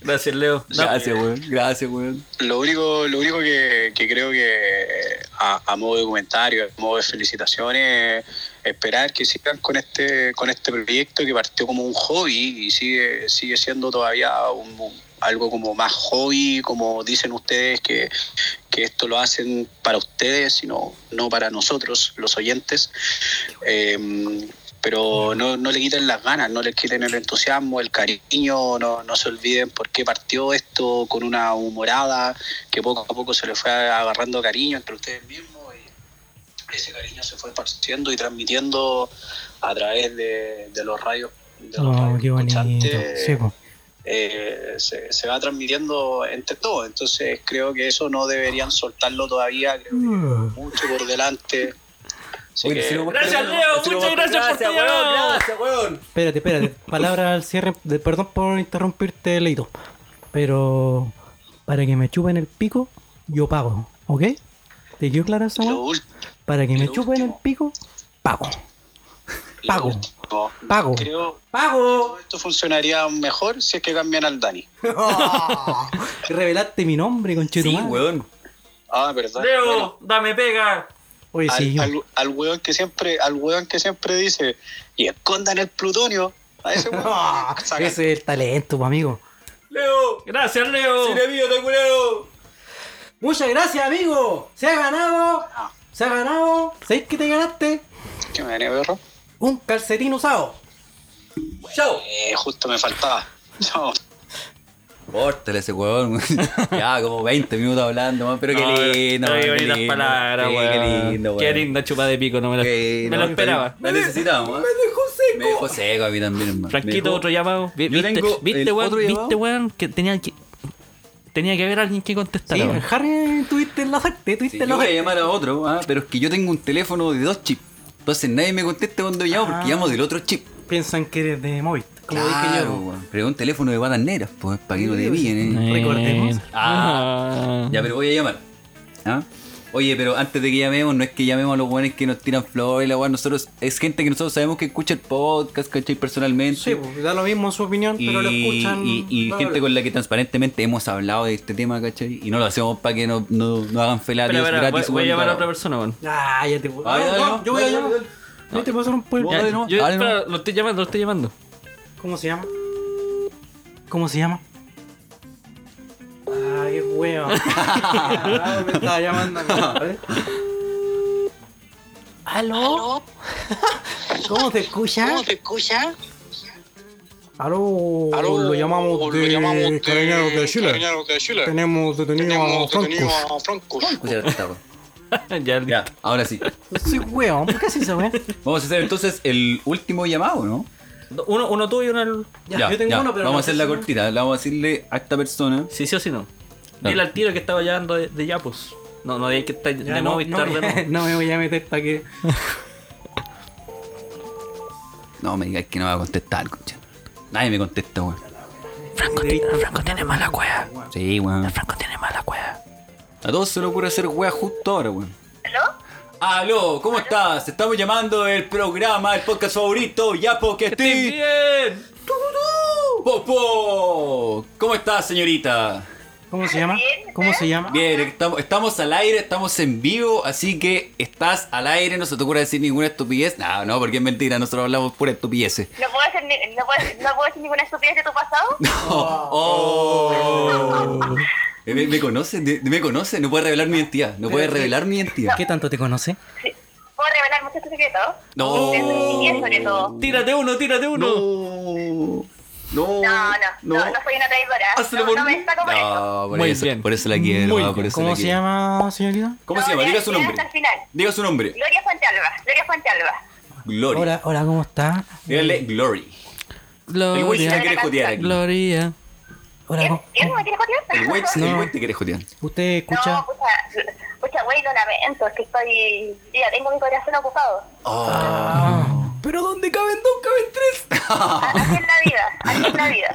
S5: Gracias, Leo.
S3: Gracias, weón. Gracias, weón.
S10: Lo único, lo único que, que creo que a, a modo de comentario, a modo de felicitaciones, esperar que sigan con este, con este proyecto que partió como un hobby y sigue, sigue siendo todavía un- un- algo como más hobby, como dicen ustedes, que, que esto lo hacen para ustedes, sino no para nosotros, los oyentes. Eh, pero no, no le quiten las ganas, no les quiten el entusiasmo, el cariño, no, no se olviden por qué partió esto con una humorada que poco a poco se le fue agarrando cariño entre ustedes mismos y ese cariño se fue esparciendo y transmitiendo a través de, de los radios. De los
S4: Oh,
S10: radios
S4: qué bonito.
S10: escuchantes,
S4: Sí, po.
S10: eh, se, se va transmitiendo entre todos, entonces creo que eso no deberían soltarlo todavía, creo que
S4: Mm.
S10: mucho por delante. Así
S3: Oye,
S10: que-
S3: si lo-
S5: Gracias,
S3: si lo-
S5: Leo,
S3: si lo-
S5: muchas gracias por tu
S3: weón.
S5: llamado.
S3: Gracias, weón.
S4: Espérate, espérate. Palabra al cierre. de- perdón por interrumpirte, Leito. Pero para que me chupen el pico, yo pago. ¿Ok? ¿Te quedó claro esa
S10: Lo
S4: weá?
S10: último.
S4: Para que me
S10: lo
S4: chupen el
S10: último.
S4: pico, pago.
S10: lo
S4: Pago.
S10: último.
S4: Pago.
S10: Creo
S4: ¡Pago!
S10: que esto funcionaría mejor si es que cambian al Dani.
S4: Oh. Revelaste mi nombre, conchetumadre.
S3: Sí, weón.
S10: Ah, verdad. Bueno,
S5: Leo, dame pega.
S4: Oye, sí,
S10: al,
S4: yo.
S10: al, al weón que siempre, al weón que siempre dice, y escondan el plutonio. A ese weón.
S4: Ah,
S10: Saca-
S4: ese es el talento, po, amigo.
S3: Leo,
S5: Gracias, Leo.
S3: si le mío, te culero.
S4: Muchas gracias, amigo. Se ha ganado.
S10: Ah.
S4: Se ha ganado. ¿Sabéis que te ganaste?
S10: ¿Qué me venía, perro?
S4: Un calcetín usado.
S3: Chao.
S10: Eh, justo me faltaba. No,
S3: Córtale ese weón. weón. ya, como 20 minutos hablando, man, pero qué lindo.
S5: No, Qué
S3: man,
S5: bonitas
S3: lindo.
S5: palabras,
S3: Sí,
S5: weón.
S3: Qué lindo, weón.
S5: Qué linda chupa de pico, no me la,
S3: Que
S5: me
S3: no,
S5: la esperaba.
S3: La necesitamos. ¿ah? Me dejó seco a mí también, hermano. Me
S5: Franquito,
S3: dejó-
S5: otro llamado. Vi-
S3: Yo
S5: ¿Viste,
S3: tengo
S5: viste,
S3: el
S5: weón?
S3: otro llamado.
S5: ¿Viste, weón? Que tenía que. Tenía que haber alguien que contestara.
S4: Sí,
S5: weón.
S4: Harry, tuviste la suerte,
S3: Sí,
S4: tuviste
S3: yo voy
S4: la
S3: a
S4: suerte.
S3: llamar a otro, ah, pero es que yo tengo un teléfono de dos chips. Entonces nadie me contesta cuando llamo porque
S4: Ah.
S3: llamo del otro chip.
S4: Piensan que eres de móvil. Como dije
S3: Claro,
S4: yo.
S3: weón. pero es un teléfono de patas negras, pues, para que no te
S4: Sí,
S3: pillen, ¿eh?
S4: sí. Recordemos.
S5: Ah.
S3: Ya, pero voy a llamar. ¿ah? Oye, pero antes de que llamemos, no es que llamemos a los buenos que nos tiran flores, la weón. Nosotros, es gente que nosotros sabemos que escucha el podcast, ¿cachai? Personalmente.
S4: Sí, pues, da lo mismo su opinión,
S3: Y,
S4: pero lo escuchan.
S3: y- y
S4: bla, bla,
S3: gente
S4: bla.
S3: con la que transparentemente hemos hablado de este tema, ¿cachai? Y no lo hacemos para que no, no, no hagan felar
S5: Espera, espera, voy,
S3: gratis.
S5: voy a llamar a otra
S3: weón.
S5: persona, weón.
S4: Ah, ya te
S3: Ah, ya,
S4: Ah, no,
S3: ya,
S4: Yo voy a
S3: ya,
S4: llamar.
S3: ya, ya.
S4: Ahí te pasaron por el-
S3: Ya. Dale nomás,
S5: yo,
S3: dale
S5: espera,
S3: nomás.
S5: lo estoy llamando, lo estoy llamando.
S4: ¿Cómo se llama? ¿Cómo se llama? Ay, qué hueva. Ah, me estaba llamando. a ver. ¿Aló?
S2: ¿Aló?
S4: ¿Cómo te escucha?
S2: ¿Cómo te escucha?
S4: Aló, lo llamamos
S10: lo
S4: de
S10: llamamos de
S4: Carabineros de Chile.
S10: Carabineros de Chile.
S4: Tenemos detenido a
S10: Tenemos detenido
S4: Franco.
S10: a Franco.
S3: Escucha, está, weón.
S5: ya,
S3: Ya, ahora sí.
S4: Soy huevón, ¿por qué así se ve?
S3: Vamos a hacer entonces el último llamado, ¿no?
S5: Uno, uno tú y uno. al-
S4: Ya, yo tengo uno, pero
S3: Vamos
S4: no
S3: a hacer
S4: sé
S3: la
S4: si-
S3: cortita. la Vamos a decirle a esta persona.
S5: Sí, sí o sí no.
S3: Dale.
S5: Dile al tiro que estaba llamando de, de Yapos. No, no, de ahí que está
S4: Ya
S5: de
S4: no,
S5: Movistar
S4: no,
S5: de nuevo.
S4: no me voy a meter para que.
S3: No me digas que no va a contestar, concha. Nadie me contesta, weón.
S5: Franco tiene mala cueva.
S3: Sí, weón.
S5: Franco tiene mala cueva.
S3: A todos se le ocurre hacer weá justo ahora, weón. ¿Aló? Aló, ¿cómo estás? Estamos llamando del programa, el podcast favorito, Yapo que
S5: ¡Estoy
S3: estoy.
S5: bien!
S3: Popo. ¿Cómo estás, señorita?
S4: ¿Cómo se llama? ¿Cómo se llama?
S3: Bien, estamos, estamos al aire, estamos en vivo, así que estás al aire, no se te ocurre decir ninguna estupidez. No, no, porque es mentira, nosotros hablamos pura estupideces.
S12: No puedo, hacer ni- no, puedo, no puedo decir ninguna estupidez de tu pasado.
S3: Oh. Eh, ¿Me, me conoce? de- ¿Me conoce? No puede revelar mi identidad. No puede revelar mi identidad.
S4: ¿Qué tanto te conoce?
S12: Sí. Puedo revelar muchos secretos.
S3: No.
S12: De su niñez, sobre todo.
S5: Tírate uno, tírate uno.
S3: No. No, Ah,
S12: No, no, no, no soy una traidora.
S3: Hazlo
S12: No,
S3: por
S12: no me
S3: mí.
S12: saco por eso.
S13: No, por
S3: Muy
S13: eso,
S3: bien.
S13: por eso la quiero.
S3: Muy
S13: ah,
S3: bien.
S13: por eso
S3: ¿Cómo
S13: la
S3: se
S13: quiero.
S4: llama, señorita?
S3: ¿Cómo se llama?
S12: Gloria,
S3: Diga su
S12: Gloria
S3: nombre.
S12: Hasta el final.
S3: Diga su nombre.
S12: Gloria Fuente Alba. Gloria Fuente Alba.
S3: Glory.
S4: Hola, hola, ¿cómo está?
S3: Dígale Glory. El güey se la quiere jotear aquí.
S5: Gloria.
S4: Hola, ¿cómo-
S12: ¿Quién me quiere jotear?
S3: El güey el
S4: No.
S3: güey te quiere jotear.
S4: ¿usted escucha?
S12: No, pucha, pucha, güey, lo lamento. Es que estoy. Ya tengo mi corazón ocupado.
S3: Oh.
S4: Ah. ¿Pero dónde caben dos? ¿Caben tres?
S12: Así es la vida. Así es la vida.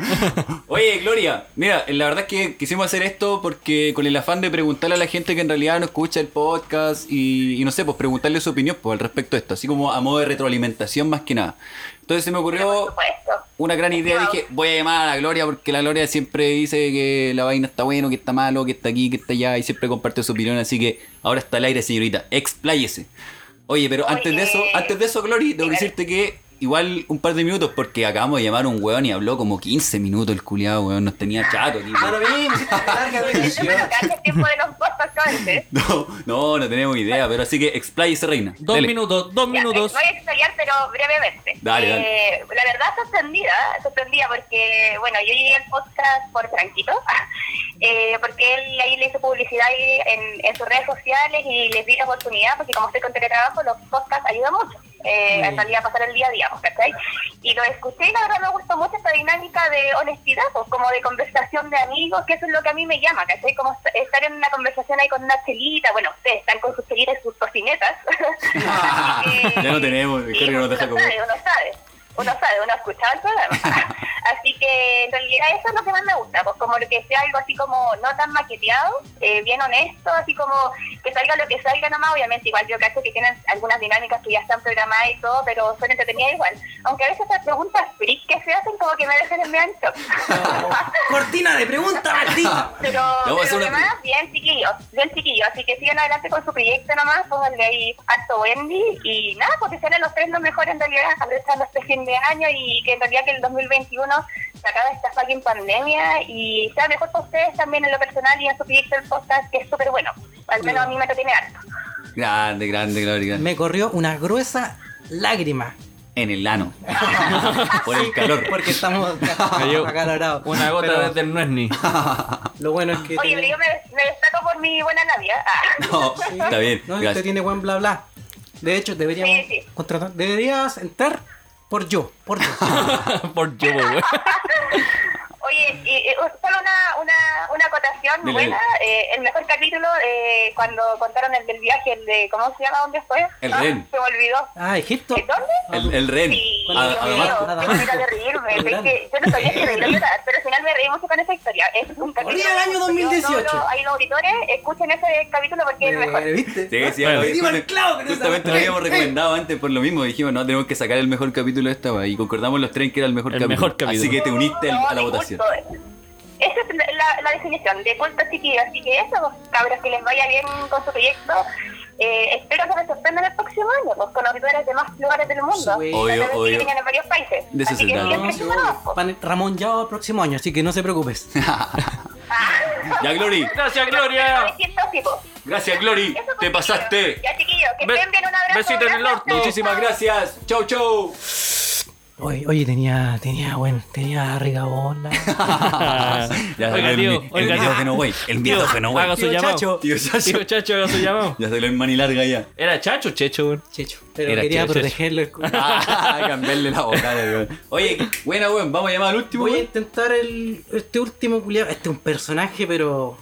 S3: Oye, Gloria, mira, la verdad es que quisimos hacer esto porque con el afán de preguntarle a la gente que en realidad no escucha el podcast y, y no sé, pues preguntarle su opinión pues, al respecto de esto, así como a modo de retroalimentación más que nada. Entonces se me ocurrió una gran idea, dije, voy a llamar a la Gloria porque la Gloria siempre dice que la vaina está bueno, que está malo, que está aquí, que está allá y siempre comparte su opinión, así que ahora está al aire, señorita, expláyese. Oye, pero antes de eso, antes de eso, Glory, tengo que decirte que igual un par de minutos, porque acabamos de llamar a un weón y habló como 15 minutos el culiado, weón, nos tenía chato. aquí,
S12: Ah.
S3: weón.
S12: Hace tiempo de los podcasts antes.
S3: No, no, no tenemos idea, pero así que expláyese, reina.
S5: Dos
S3: Dele.
S5: minutos, dos
S12: Ya,
S5: minutos.
S12: eh, Voy a explayar, pero brevemente.
S3: Dale,
S12: Eh, La verdad, sorprendida, sorprendida, porque, bueno, yo llegué al podcast por Tranquito, eh, porque él ahí le hizo publicidad ahí en, en sus redes sociales y les di la oportunidad, porque como estoy con teletrabajo, los podcasts ayudan mucho. Eh,
S11: Muy
S12: en realidad pasar el día a día, ¿cachai? Y lo escuché y la verdad me gustó mucho esta dinámica de honestidad, pues, como de conversación de amigos, que eso es lo que a mí me llama, ¿cachai? Como est- estar en una conversación ahí con una chelita, bueno, ustedes están con sus chelitas y sus cocinetas,
S3: Ah, ya no tenemos, el Jorge nos deja
S12: uno
S3: comer.
S12: sabe, uno sabe, uno sabe, uno ha escuchado el programa. así que en realidad eso es lo que más me gusta, pues como lo que sea algo así como no tan maqueteado, eh, bien honesto, así como que salga lo que salga nomás, obviamente igual yo cacho que tienen algunas dinámicas que ya están programadas y todo, pero son entretenidas igual. Aunque a veces las preguntas freak que se hacen como que me dejan en medio en shock.
S4: Cortina de preguntas, maldita.
S12: Pero,
S4: Vamos a hacer
S12: pero
S4: una
S12: además, bien chiquillos, bien chiquillos. Así que sigan adelante con su proyecto nomás, pónganle ahí harto Wendy y nada, porque sean los tres los mejores en realidad, aprovechando este fin de año y que en realidad que el 2021 se acaba esta fucking pandemia y sea mejor para ustedes también en lo personal y en su proyecto del podcast, que es súper bueno. Al menos a mí me entretiene harto.
S3: Grande, grande, Gloria. grande.
S4: Me corrió una gruesa lágrima.
S3: En el ano. Por el calor.
S4: Porque estamos
S5: Cayó
S4: acalorados.
S5: Una gota
S4: Pero
S5: desde el nuesni.
S4: Lo bueno es que.
S12: Oye, pero yo me, me destaco por mi buena labia. Ah.
S3: No,
S4: está
S3: bien,
S4: No,
S3: gracias.
S4: usted tiene buen bla bla. De hecho, deberíamos
S12: Sí, sí.
S4: contratar. Deberías entrar por yo. Por yo.
S5: por yo, weón.
S12: Oye, y, y, uh, solo una, una, una acotación
S5: Dile,
S12: buena. eh, el mejor capítulo, eh, cuando contaron el del viaje, el de, ¿cómo se llama? ¿Dónde fue?
S3: El
S12: Ah,
S3: Ren.
S12: Se me olvidó.
S4: Ah, Egipto.
S12: ¿En dónde?
S3: El, el ren.
S12: Sí,
S3: A-
S12: Dios
S3: además-
S12: mío, qué manera de reírme. Es que yo no sabía que me iba a llorar, pero al final me reí mucho con esa historia. Es un capítulo.
S4: Corría el año 2018.
S12: Solo Hay los auditores, escuchen ese capítulo porque es el mejor.
S4: ¿Viste?
S3: Sí, sí,
S5: Bueno.
S3: ahora-
S5: Dimos
S3: justamente- Justamente lo habíamos recomendado antes por lo mismo. Dijimos, no, tenemos que sacar el mejor capítulo de esta, wea, y concordamos los tres que era el mejor, capítulo.
S5: mejor capítulo.
S3: Así que te uniste al- Este, a la
S12: de
S3: votación.
S12: culto. eh. Esa es la, la- la definición de culto chiquillo. Así que eso, pues, cabros, que les vaya bien con su proyecto. Eh, espero que me sorprendan el próximo año, pues, con auditores de más lugares del mundo.
S4: Obvio,
S12: Obvio,
S3: obvio.
S12: en varios países.
S3: De eso
S12: Así
S3: se
S12: que
S3: trata.
S12: sigan creciendo.
S4: Pan- Ramón ya va el próximo año, así que no se preocupes.
S3: Ya, Glory.
S12: pues,
S5: Gracias, Gloria.
S12: Distintos tipos.
S3: Gracias, Glory. Te pasaste.
S12: Ya, chiquillos, que
S3: Be-
S12: estén bien. Un abrazo.
S3: Besito en el orto. Muchísimas gracias. Chau, chau.
S4: Oye, oye, tenía, tenía, bueno, tenía rigabola.
S3: Ya
S5: Ah, Oiga,
S3: salió
S5: tío,
S3: el, el
S5: oiga, tío.
S3: miedógeno, güey. El
S5: Tío,
S3: miedógeno, güey.
S5: haga su
S3: Tío
S5: llamado.
S3: Chacho. Tío Chacho.
S5: Tío Chacho, haga su llamado.
S3: Ya salió en manilarga ya.
S5: ¿Era Chacho o Checho, weón?
S4: Checho. Pero
S5: Era
S4: quería
S5: Checho,
S4: protegerlo.
S3: Ah, cambiarle la boca. Oye, buena, weón. Vamos a llamar al último,
S4: Voy a
S3: weón.
S4: intentar el, este último culiado. Este es un personaje, pero.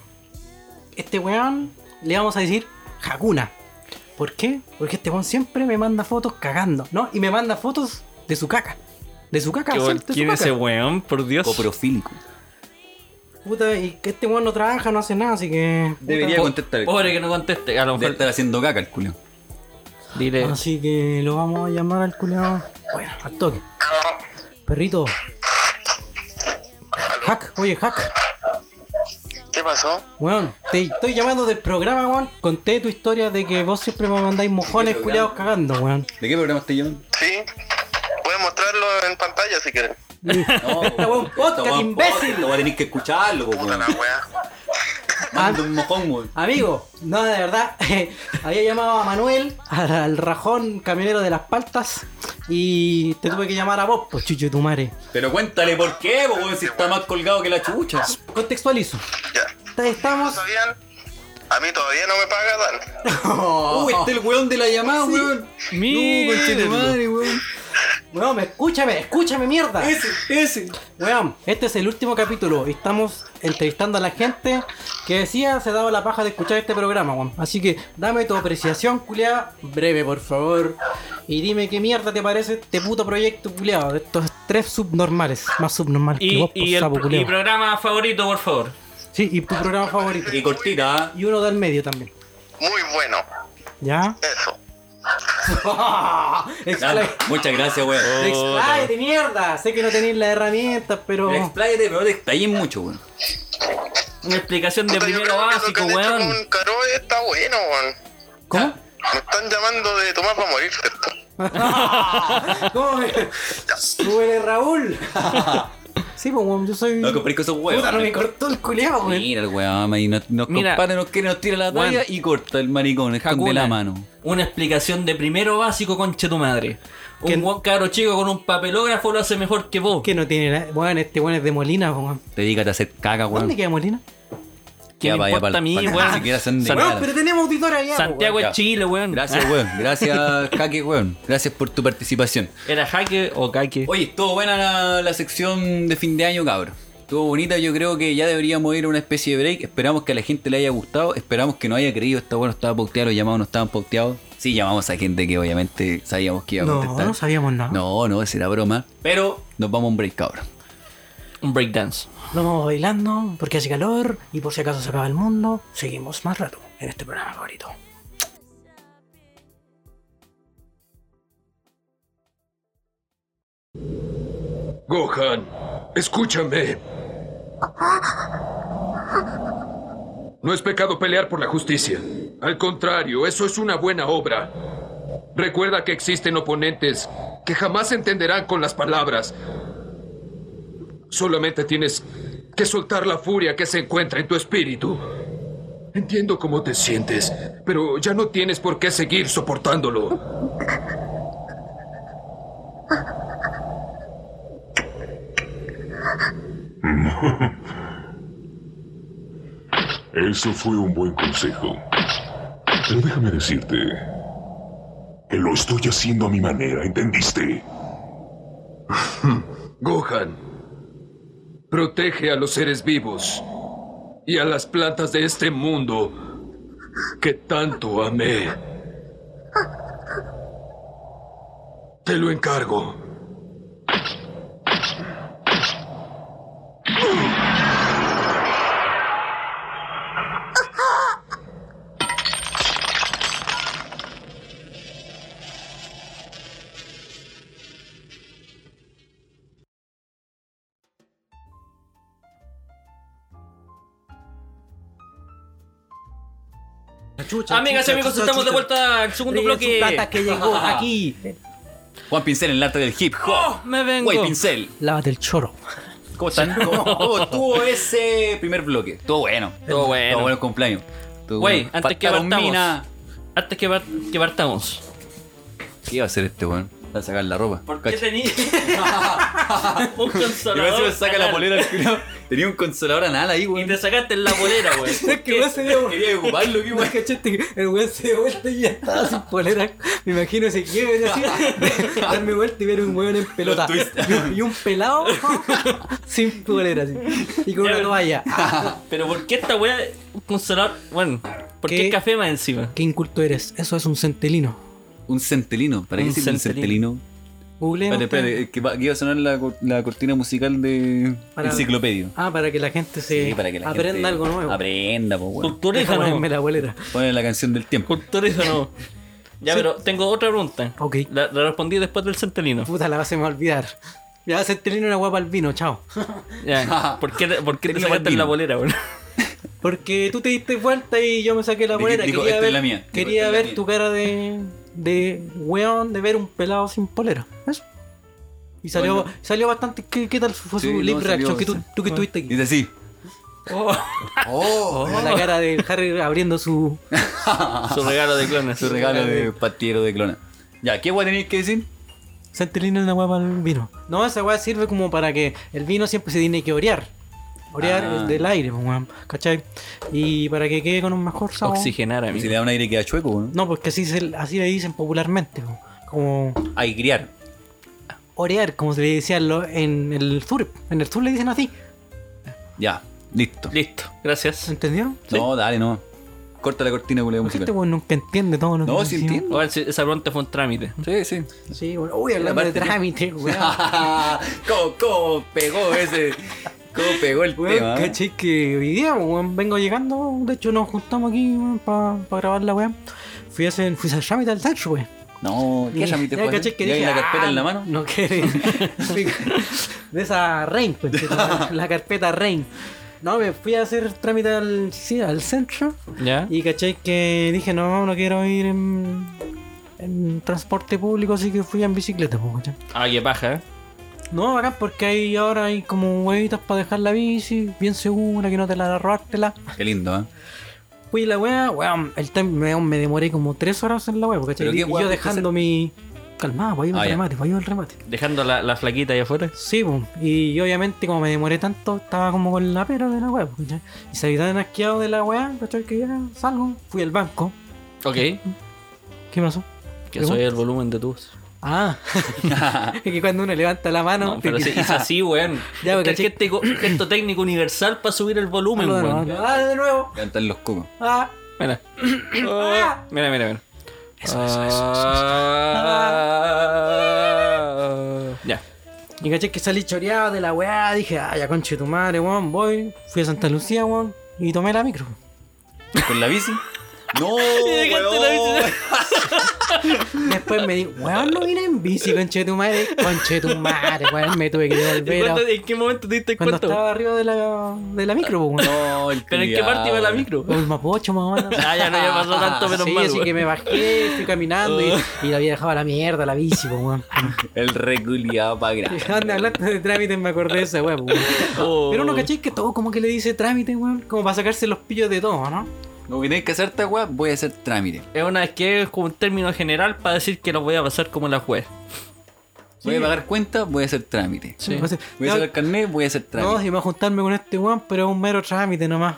S4: Este weón le vamos a decir Hakuna. ¿Por qué? Porque este weón siempre me manda fotos cagando, ¿no? Y me manda fotos de su caca. De su caca,
S5: Qué
S4: siempre
S5: weón,
S4: de su
S5: ¿Quién es
S4: caca.
S5: ese weón? Por Dios.
S3: Coprofílico.
S4: Puta, y que este weón no trabaja, no hace nada, así que. puta.
S3: Debería contestar.
S5: Pobre que no conteste. A lo
S3: Debe
S5: mejor.
S3: estar haciendo caca el culo.
S5: Dile.
S4: Así que lo vamos a llamar al culiado. Bueno, al toque. Perrito. Hack, oye, hack.
S11: ¿Qué pasó?
S4: Weón, te estoy llamando del programa, weón. Conté tu historia de que vos siempre me mandáis mojones
S11: ¿De qué
S4: culiados cagando, weón.
S3: ¿De qué programa estás llamando?
S11: Sí. Puedes mostrarlo en pantalla si quieres.
S3: No,
S4: Esta Este weón, podcast,
S3: Toma,
S4: imbécil.
S3: podcast, Lo voy a tener que escucharlo, po, weón.
S11: La weá.
S3: Manda un mojón, güey.
S4: Ah, Amigo, no, de verdad, había llamado a Manuel, al, al rajón camionero de las paltas, y te tuve que llamar a vos, pues chucho de tu madre.
S3: Pero cuéntale por qué, po, weón, si está más colgado que la chucha.
S4: Contextualizo. Ya. Estamos.
S11: A mí todavía no me paga Dan.
S3: Uy, este el weón de la llamada, weón.
S4: Mírenlo.
S3: No, conche tu madre, weón.
S4: Weón, escúchame, escúchame, mierda.
S3: Ese, ese.
S4: Weón, este es el último capítulo. Estamos entrevistando a la gente que decía se daba la paja de escuchar este programa, weón. Así que dame tu apreciación, culiada, breve, por favor. Y dime qué mierda te parece este puto proyecto, culiado. Estos tres subnormales, más subnormales que
S5: Y,
S4: vos, por
S5: y el
S4: sapo,
S5: pro- y
S4: culiao.
S5: programa favorito, por favor.
S4: Sí, y tu programa favorito.
S3: Y cortita, ¿ah?
S4: Y uno del medio también.
S11: Muy bueno.
S4: ¿Ya? Eso.
S3: Muchas gracias,
S4: Oh,
S3: weón.
S4: de mierda! Sé que no tenéis las herramientas, pero.
S3: Expláyate, pero te explayé mucho, weón.
S5: Una explicación de primero básico, weón.
S11: Caro está bueno, weón.
S4: ¿Cómo?
S11: Me están llamando de tomar para morir.
S4: ¿Cómo me... Tú eres Raúl. sí, pues, weón, yo soy.
S3: No compré con esos
S4: Puta, no
S3: weón.
S4: me cortó el culiao, weón.
S3: Mira el weón, ahí nos, nos
S5: Mira.
S3: compara, nos quiere, nos tira la
S5: Weón.
S3: talla y corta el maricón, esconde
S5: Hakuna.
S3: la mano.
S5: Una explicación de primero básico, conche tu madre.
S4: Que-
S5: Un buen caro chico con un papelógrafo lo hace mejor que vos.
S4: Que no tiene nada. Bueno, este weón es de Molina, weón.
S3: Dedícate a hacer caca, Ah, weón.
S4: ¿Dónde queda Molina?
S5: ¿Qué
S3: Ya,
S5: me
S3: vaya,
S5: importa
S3: pa'l-
S5: a mí,
S3: pa'l-
S5: weón?
S3: ni siquiera se han
S5: San-
S3: negado.
S4: Weón, pero tenemos auditor allá. po,
S5: Santiago
S3: Ya.
S5: es Chile, weón.
S3: Gracias,
S5: Ah,
S3: weón. Gracias, Kake, weón. Gracias por tu participación.
S5: ¿Era jaque o caque?
S3: Oye, estuvo buena la, la sección de fin de año, cabrón. Estuvo bonita, yo creo que ya deberíamos ir a una especie de break. Esperamos que a la gente le haya gustado. Esperamos que no haya creído está bueno, estaba pauteado, los llamados no estaban pauteados. Sí, llamamos a gente que obviamente sabíamos que iba a
S4: weón. No,
S3: contestar.
S4: no sabíamos nada.
S3: No, no, será broma. Pero nos vamos a un break, cabrón.
S5: Un breakdance.
S4: Nos vamos bailando porque hace calor y por si acaso se acaba el mundo. Seguimos más rato en este programa favorito.
S13: Gohan, escúchame. No es pecado pelear por la justicia. Al contrario, eso es una buena obra. Recuerda que existen oponentes que jamás entenderán con las palabras. Solamente tienes que soltar la furia que se encuentra en tu espíritu. Entiendo cómo te sientes, pero ya no tienes por qué seguir soportándolo.
S14: Eso fue un buen consejo. Pero déjame decirte que lo estoy haciendo a mi manera, ¿entendiste?
S13: Gohan, protege a los seres vivos y a las plantas de este mundo que tanto amé. Te lo encargo.
S5: Amigas y amigos, estamos de vuelta al segundo bloque.
S4: Plata que llegó aquí.
S3: Juan Pincel en el arte del hip hop.
S5: Oh, me vengo.
S3: Güey, Pincel.
S4: Lávate el choro.
S3: ¿Cómo están? ¿Cómo, cómo estuvo ese primer bloque? Todo bueno. Todo bueno. Todo bueno el cumpleaños. Estuvo
S5: Güey,
S3: bueno.
S5: antes que
S3: Faltaron
S5: partamos.
S3: mina.
S5: Antes que, par- que partamos.
S3: ¿Qué iba a hacer este weón? Va a sacar la ropa.
S5: ¿Qué tenías? Un
S3: Y me
S5: consolador.
S3: encima saca la
S5: anal.
S3: polera al culiao. Tenía un consolador anal ahí,
S5: Y
S3: weón.
S5: te sacaste en la polera, güey.
S4: Es que el weón se dio
S3: Quería ocuparlo, qué
S4: No, cachete, el weón se dio vuelta y ya estaba sin polera. Me imagino ese quiebre así. Darme vuelta y ver un weón en pelota. Y un- Y un pelado sin polera así. Y con una toalla.
S5: Pero ¿por qué esta weá un consolador? Bueno, ¿por qué,
S4: ¿Qué?
S5: café más encima?
S4: ¿Qué inculto eres? Eso es un centelino.
S3: Un centelino. ¿Para qué
S5: Un
S3: sirve un
S5: centelino.
S3: centelino?
S4: Google.
S3: Espérate, espérate, que, va- que iba a sonar la, cor- la cortina musical de
S4: Para-
S3: Enciclopedia.
S4: Ah, para que la gente se
S3: Sí, para que la
S4: aprenda
S3: gente
S4: algo nuevo.
S3: Aprenda, pues, weón.
S5: Culturiza,
S4: Déjame
S5: no.
S4: ponerme la bolera.
S3: Ponen la canción del tiempo.
S5: Culturiza, no. Ya,
S4: Sí.
S5: pero tengo otra pregunta.
S4: Ok.
S5: La, la respondí después del centelino.
S4: Puta, la vas a me va a olvidar. Ya, centelino era guapa al vino, chao.
S5: Ya. ¿Por qué, por qué te
S3: Tenía
S5: sacaste en la
S3: buen
S5: polera, güey?
S4: Porque tú te diste vuelta y yo me saqué la
S3: Dijo-
S4: bolera.
S3: dijo,
S4: quería
S3: "Esta
S4: ver,
S3: es la mía". Dijo,
S4: quería
S3: "Esta es la
S4: ver
S3: mía".
S4: tu cara de, de weón, de ver un pelado sin polera. Eso. Y salió,
S3: Bueno.
S4: salió bastante. ¿qué, qué tal fue
S3: Sí,
S4: su
S3: no,
S4: lip
S3: salió- Oh.
S4: reaction que tú, tú que
S3: sí.
S4: estuviste aquí? Oh.
S3: Dice así.
S5: Oh,
S3: Oh.
S4: La cara de Harry abriendo su.
S3: su regalo de clona. Su regalo de pastillero de clona. Ya, ¿qué guay tenéis que decir?
S4: Centelina es una hueá para el vino. No, esa hueá sirve como para que el vino siempre se tiene que orear. Orear
S3: Ah.
S4: del aire, pues, weón, ¿cachai? Y para que quede con un mejor sabor.
S5: Oxigenar, amigo.
S3: Si le da un aire queda chueco, ¿no?
S4: No, porque así, se- así le dicen popularmente, po. como
S3: Hay criar.
S4: orear, como se le decía en lo- en el sur. En el sur le dicen así.
S3: Ya, listo.
S5: Listo, gracias.
S4: ¿Entendieron?
S3: No, dale, no. Corta la cortina con la música.
S4: Este weón nunca entiende todo lo que
S3: No, sí
S4: decimos.
S3: entiendo.
S5: Bueno, sí, esa pregunta fue un trámite.
S3: Sí, sí.
S4: Sí, bueno. Uy, hablando
S3: Aparte
S4: de
S3: que- Ah,
S4: trámite, weón.
S3: ¿Cómo, cómo pegó ese? ¿Cómo pegó el
S4: Weón,
S3: tema? eh?
S4: caché que hoy día, weón, vengo llegando, de hecho nos juntamos aquí para grabar la weá. Fui a hacer, fui a hacer trámite al tacho, weón.
S3: No, ¿qué
S4: Ya,
S3: llame te
S4: ya
S3: fue?
S4: caché que
S3: ¿Ya hay
S4: dije,
S3: la carpeta
S4: ah,
S3: en la mano?
S4: No quiere. de esa Rain, pues, la, la carpeta Rain. No, me fui a hacer trámite al, sí, al centro
S5: ¿Ya?
S4: y caché que dije, no, no quiero ir en, en transporte público, así que fui en bicicleta, pues, ¿cachai?
S5: Ah, qué paja, ¿eh?
S4: No, acá porque hay, ahora hay como huevitas para dejar la bici, bien segura, que no te la van a robártela.
S3: Qué lindo, ¿eh?
S4: Fui la weá, weón, el time, weón, me demoré como tres horas en la weá, ¿cachai?
S5: ¿Pero qué
S4: Y
S5: weá
S4: yo
S5: fuiste a hacer?
S4: dejando mi... Calmado, voy a ir
S5: Ah,
S4: al
S5: ya.
S4: remate, voy a ir al remate.
S5: Dejando la, la flaquita ahí afuera.
S4: Sí, pues, y yo, obviamente como me demoré tanto, estaba como con la pera de la weá, ¿cachai? Y salí tan asqueado de la weá, ¿cachai? Que ya salgo, fui al banco.
S5: Ok.
S4: ¿Qué pasó?
S5: Que soy el volumen de tu voz.
S4: Ah, es que cuando uno levanta la mano...
S5: No, pero sí, es así, weón. Este,
S4: Ya,
S5: Es que el
S4: caché.
S5: gesto- gesto técnico universal para subir el volumen,
S4: Ah,
S5: weón.
S4: no, no, ah, de nuevo.
S3: Cantar los cubos.
S4: Ah,
S5: Mira.
S4: Ah.
S5: Mira, mira, mira. Ah, Eso, eso, eso, Ya.
S4: Ah. Y caché que salí choreado de la weá, dije, ah, ya conche tu madre, weón, voy. Fui a Santa Lucía, weón, y tomé la micro.
S3: ¿Con la bici? ¡No!
S4: dejaste la
S3: weón.
S4: Después me di, weón, no vine en bici, conche tu madre, conche tu madre, weón, me tuve que
S5: ¿Y
S4: devolver. a-
S5: cuándo- ¿En qué momento te diste
S4: Cuando
S5: cuenta? weón?
S4: estaba arriba de la, de la micro, pues, weón.
S3: No, el
S5: Pero ¿en qué parte iba la micro?
S4: Por el Mapocho, más o menos.
S5: Ah, ya no ya pasó tanto, menos
S4: sí,
S5: mal.
S4: así
S5: weón.
S4: que me bajé, fui caminando y, y la había dejado a la mierda, la bici, pues, weón.
S3: El reculiado para grabar.
S4: Anda, hablaste de trámites, me acordé de esa weá, pues, weón.
S5: Oh.
S4: Pero uno caché que todo como que le dice trámite, weón, como para sacarse los pillos de todo, ¿no?
S3: Como que tenés que hacer esta weá, voy a hacer trámite.
S5: Es una que es como un término general para decir que los voy a pasar como la juez.
S3: Voy a pagar cuenta, voy a hacer trámite.
S5: Sí.
S4: O sea,
S3: Voy a
S4: no,
S3: sacar carnet, voy a hacer
S4: No,
S3: trámite.
S4: si me voy a juntarme con este weón, pero es un mero trámite nomás.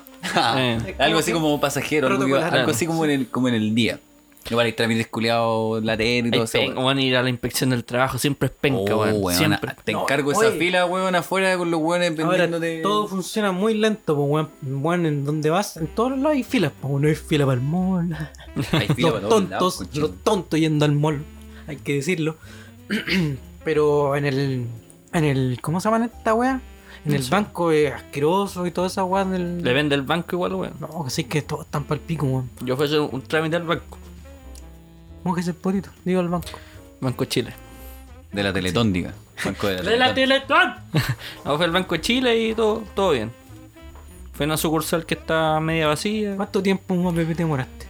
S5: Eh.
S3: Ah, algo así como pasajero, algo, que-
S4: Protocolar.
S3: algo así como en el, como en el día. No vale, trámites culiados, lateral y
S5: Ay,
S3: todo eso.
S5: penca, weón, ir a la inspección del trabajo siempre es penca,
S3: Oh,
S5: weón. ah,
S3: weón,
S5: Siempre.
S3: Te encargo
S4: No,
S3: esa
S4: oye.
S3: fila, weón, afuera con los weones
S4: Ahora
S3: vendiéndote.
S4: todo funciona muy lento, pues weón. Weón, en donde vas, en todos los lados hay filas, pues no hay fila para el mall.
S3: Hay fila para
S4: los
S3: todos lados,
S4: tontos,
S3: conchito.
S4: los tontos yendo al mall, hay que decirlo. pero en el. en el. ¿Cómo se llama esta weá? En el banco es asqueroso y toda esa weá del.
S5: Le vende el banco igual, weón.
S4: No, que Oh, sí que todos están para el pico, weón.
S5: Yo fui a hacer un, un trámite al banco.
S4: Mójese el potito, digo al banco.
S5: Banco Chile.
S3: De la Teletónica. Banco de la Teletón.
S5: Teletón! no, fue al Banco Chile y todo, todo bien. Fue una sucursal que está media vacía.
S4: ¿Cuánto tiempo más bebé te demoraste?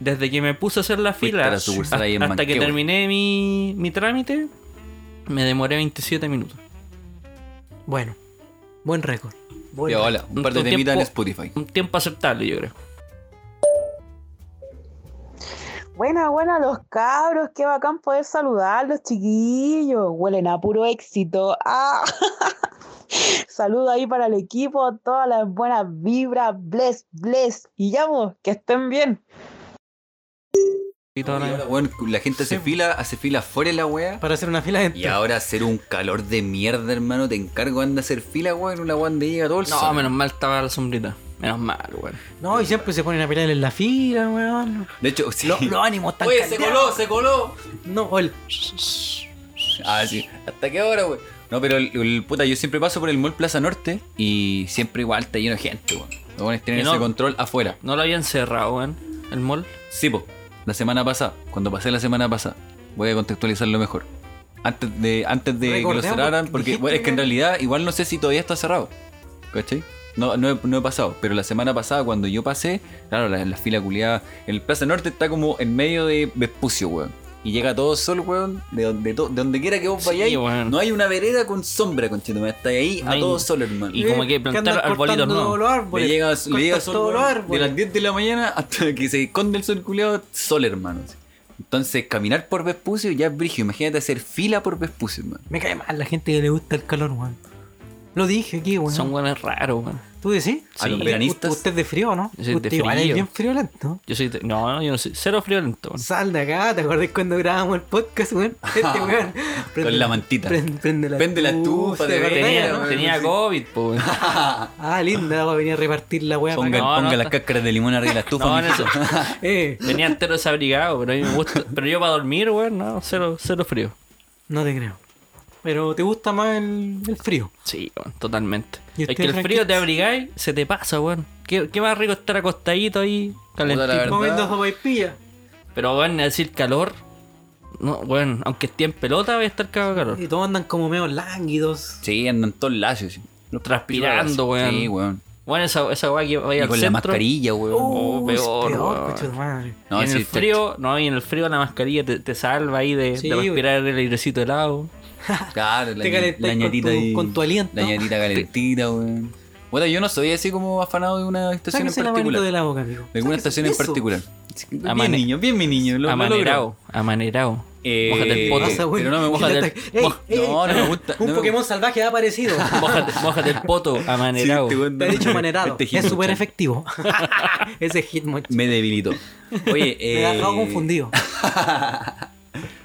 S5: Desde que me puse a hacer la
S3: Fuiste
S5: fila
S3: a la sucursal
S5: hasta,
S3: ahí en
S5: hasta que
S3: Manquehue.
S5: terminé mi, mi trámite, me demoré 27 minutos.
S4: Bueno, buen récord. Buen
S3: Ya, hola, un par de
S5: Un
S3: temitas en
S5: tiempo-
S3: Spotify.
S5: Un tiempo aceptable, yo creo.
S1: Buena, buena, los cabros. Qué bacán poder saludarlos, chiquillos. Huelen a puro éxito. Ah. Saludo ahí para el equipo, todas las buenas vibras. Bless, bless. Y ya, vos, que estén bien.
S5: Y todo
S3: Y
S5: la-
S3: ahora, weón, la gente hace fila, hace fila fuera de la wea.
S4: Para hacer una fila de
S3: Y ahora hacer un calor de mierda, hermano. Te encargo, anda a hacer fila, weón. Una weón de llega todo el
S5: No,
S3: sol.
S5: menos mal estaba la sombrita. Menos mal, weón.
S4: No, y siempre se ponen a pelear en la fila, weón.
S3: De hecho, sí.
S4: Los, los ánimos están
S3: Oye, se
S4: caldeados.
S3: coló, se coló.
S4: No, o el-
S3: Ah, sí. ¿Hasta qué hora, weón? No, pero el, el- puta, yo siempre paso por el Mall Plaza Norte y siempre igual está lleno de gente, weón. Los weones tienen
S5: Y no-
S3: ese control afuera.
S5: No lo habían cerrado, weón. El mall.
S3: Sí, po. La semana pasada, cuando pasé la semana pasada, voy a contextualizarlo mejor. Antes de, antes de que lo
S4: Recordemos
S3: cerraran,
S4: que
S3: porque
S4: dijiste
S3: bueno, es que en
S4: que-
S3: realidad igual no sé si todavía está cerrado. ¿Cachai? No, no, he, no he pasado, pero la semana pasada cuando yo pasé, claro, la, la fila culiada, el Plaza Norte está como en medio de Vespucio, weón. Y llega todo sol, weón. De donde, to- de donde quiera que vos
S5: Sí,
S3: vayáis.
S5: weón.
S3: No hay una vereda con sombra, conchito. Está ahí a
S5: No hay-
S3: todo sol, hermano.
S5: y como que Eh, que plantar andan arbolitos cortando nuevos. los árboles,
S3: Le llega, le llega
S5: cortas
S3: sol,
S5: todos
S3: weón,
S5: los
S3: De
S5: árboles.
S3: las 10 de la mañana hasta que se esconde el sol culeado, sol, hermano. Entonces, caminar por Vespucio ya es brígido. Imagínate hacer fila por Vespucio, hermano.
S4: Me cae mal la gente que le gusta el calor, weón. Lo dije aquí, weón.
S5: Son buenas raros, weón.
S4: ¿Tú decís?
S5: A los
S4: U-
S5: veranistas.
S4: Usted es de frío, ¿no?
S5: Yo soy de
S4: Usted igual es
S5: frío.
S4: bien friolento.
S5: Yo soy. de- No, no, yo no soy. Cero friolento. weón.
S4: Sal de acá, ¿te acordás cuando grabamos el podcast, weón? Este weón. prende-
S5: la mantita.
S4: Prende, prende la
S5: Prende la tufa, de
S4: ¿verdad?
S5: tenía-
S4: ¿no?
S5: tenía COVID, po. weón.
S4: Ah, linda, va a venir a repartir la weá.
S5: Ponga- ponga las
S3: cáscaras de limón arriba de la estufa,
S5: No, en
S3: mijo.
S5: eso.
S4: Eh.
S5: Venía entero desabrigado, pero a mí me gusta. Pero yo para dormir, weón, no, cero, cero frío.
S4: No te creo. Pero te gusta más el, el frío.
S5: Sí, weón, totalmente.
S4: ¿Y
S5: Es
S4: usted,
S5: que el
S4: Frankie?
S5: frío te abrigáis, se te pasa, weón. ¿Qué, qué más rico estar acostadito ahí, calentito.
S4: Comiendo sopaipilla.
S5: Pero, weón, a decir calor. No, weón, aunque esté en pelota, voy a estar cagado de calor.
S4: Y todos andan como medio lánguidos.
S3: Sí, andan todos lacios. sí.
S5: Transpirando, weón.
S3: Sí, weón.
S5: Bueno, esa, esa weá que vaya
S3: Y
S5: al
S3: con la
S5: centro.
S3: mascarilla, weón.
S5: Oh,
S3: Oh, es
S5: peor,
S3: peor,
S5: weón.
S3: coche tu madre.
S5: Y
S3: No,
S5: en
S3: sí,
S5: el
S3: te-
S5: frío, no, y en el frío la mascarilla te, te salva ahí de,
S4: Sí,
S5: de respirar el airecito helado.
S3: Claro,
S5: Te
S3: la,
S5: calentáis
S3: la
S5: con
S3: ñatita
S5: tu-
S3: ahí-
S5: con tu aliento.
S3: La ñatita calentita, weón. Bueno, yo no soy así como afanado de una estación
S4: Sáquese
S3: en
S4: la manito
S3: particular.
S4: de la boca, amigo.
S3: De alguna estación en
S4: eso.
S3: particular. Bien
S5: Amane-
S3: niño, bien mi niño. Lo, lo
S5: amanerado,
S3: logró.
S5: amanerado. Mójate el poto.
S3: Pasa, güey. pero no me moja
S5: Mójate
S3: el-
S5: el-
S4: Ey,
S5: moj-
S4: ey,
S5: no,
S4: ey,
S5: no me gusta.
S4: Un
S5: no me-
S4: Pokémon salvaje ha aparecido.
S5: mójate, mójate el poto,
S3: este
S5: amanerado.
S4: Te ha dicho manerado. es súper efectivo. Ese Hitmonchan.
S3: Me debilitó. Oye,
S4: Me ha
S3: eh,
S4: dejado confundido.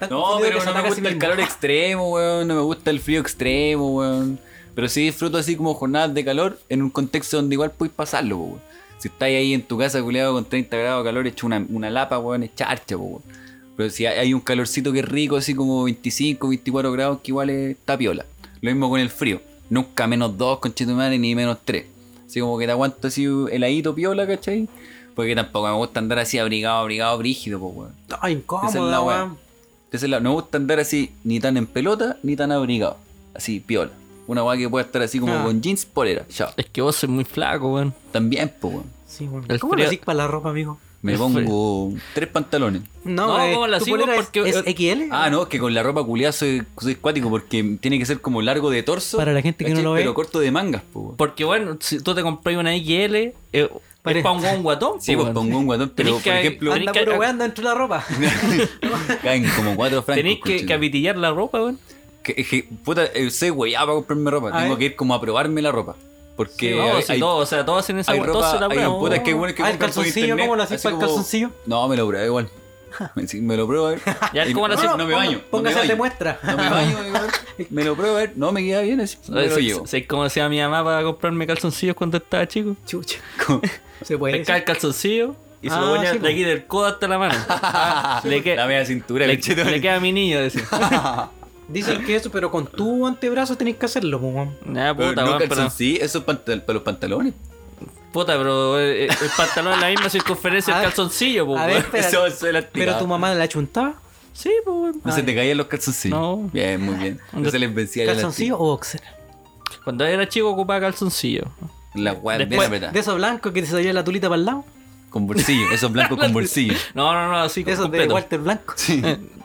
S3: No,
S4: que
S3: pero
S4: se
S3: no me
S4: ataca a sí
S3: gusta el
S4: mismo.
S3: calor extremo, weón. No me gusta el frío extremo, weón. Pero sí disfruto así como jornadas de calor en un contexto donde igual puedes pasarlo, po, weón. Si estáis ahí en tu casa culeado con 30 grados de calor, hecho una, una lapa, weón, es charcha, po, weón. Pero si hay- hay un calorcito que es rico, así como 25, 24 grados, que igual es tapiola. Lo mismo con el frío. Nunca menos 2, conchetumare, ni menos 3. Así como que te aguanto así heladito piola, ¿cachai? Porque tampoco me gusta andar así abrigado, abrigado, brígido, po, weón.
S4: Ay,
S3: Esa es la
S4: incómodo,
S3: weá.
S4: weón.
S3: Entonces la- no me gusta andar así, ni tan en pelota, ni tan abrigado. Así, piola. Una weá que pueda estar así como
S4: Ah.
S3: con jeans, polera. Chao.
S5: Es que vos sos muy flaco, weón.
S3: También, po, weón.
S4: Sí, weón.
S3: El
S4: ¿Cómo
S3: frío-
S4: lo hacís para la ropa, amigo?
S3: Me
S5: El
S3: pongo tres pantalones.
S4: No,
S5: No,
S4: eh,
S5: ¿cómo la
S4: tu
S5: hacimos?
S4: polera es-
S5: Porque-
S4: es XL.
S3: Ah, no, es que con la ropa culiada soy, soy cuático porque tiene que ser como largo de torso.
S4: Para la gente que no
S3: ¿cachai?
S4: lo ve.
S3: Pero corto de mangas, po, weón.
S5: Porque, bueno, si tú te compras una XL, eh, es para un buen guatón.
S3: Sí, pues pongo un guatón, pero por ejemplo,
S4: Anda puro weón dentro de la ropa.
S3: caen como cuatro francos.
S5: Tenés que
S3: conchito.
S5: capitillar la ropa, weón.
S3: Que, que- puta, eh, soy weyado para comprarme ropa.
S5: A
S3: Tengo
S5: ver.
S3: que ir como a probarme la ropa. Porque
S5: Sí, no, sí, todos, o sea, todos hacen esa
S3: hay
S5: weá,
S3: ropa,
S5: todos se la
S3: hay
S5: wean.
S3: puta, es que hay buenas que
S4: Ah, el
S3: compran por
S4: calzoncillo,
S3: internet,
S4: ¿cómo lo hacís
S3: así
S4: para el
S3: como-
S4: calzoncillo?
S3: No, me lo probé igual. Me, sí, me lo pruebo a ver.
S5: Ya,
S3: Y-
S5: ¿cómo lo
S3: no,
S5: hacís?
S3: no, no me
S5: Ponga-
S3: baño.
S5: póngase
S3: no me
S5: de
S3: baño.
S5: muestra.
S3: No me baño, igual. Me lo pruebo a ver. No, me queda bien. Así, me lo llevo.
S5: ¿Sabes cómo hacía mi mamá para comprarme calzoncillos cuando estaba chico?
S4: Chucha. Se puede.
S5: Pescaba el calzoncillo y se
S4: Ah,
S5: lo ponía
S4: sí,
S5: de aquí
S4: po.
S5: del codo hasta la mano. Ah, le queda,
S3: la media cintura,
S5: le,
S3: cachete.
S5: le queda a mi niño, decía.
S4: Dicen que eso, pero con tu antebrazo tenés que hacerlo, po, weón.
S5: Nah,
S3: Pero
S5: Ah, puta,
S3: no,
S5: weón, pero,
S3: calzoncillo, eso es pantal- para los pantalones.
S5: puta, pero eh, eh, el pantalón es la misma circunferencia del calzoncillo, po,
S4: Ah, A ver,
S5: weón.
S4: espérate.
S3: Eso es el
S4: Pero tu mamá la chuntaba.
S5: Sí, pues.
S4: Ah,
S3: No se te caían los calzoncillos.
S5: No.
S3: Bien, muy bien. No se les vencía ya la
S4: ¿Calzoncillo o boxer?
S5: Ah, Cuando era chico ocupaba calzoncillo.
S3: La weá bien
S5: Después-
S3: apretada.
S4: De esos blancos que te salía la tulita para el lado.
S3: Con bolsillo. Esos blancos con bolsillo.
S5: No, no, no, así
S4: De esos de
S5: Ah, completo.
S4: Walter Blanco.
S3: Sí.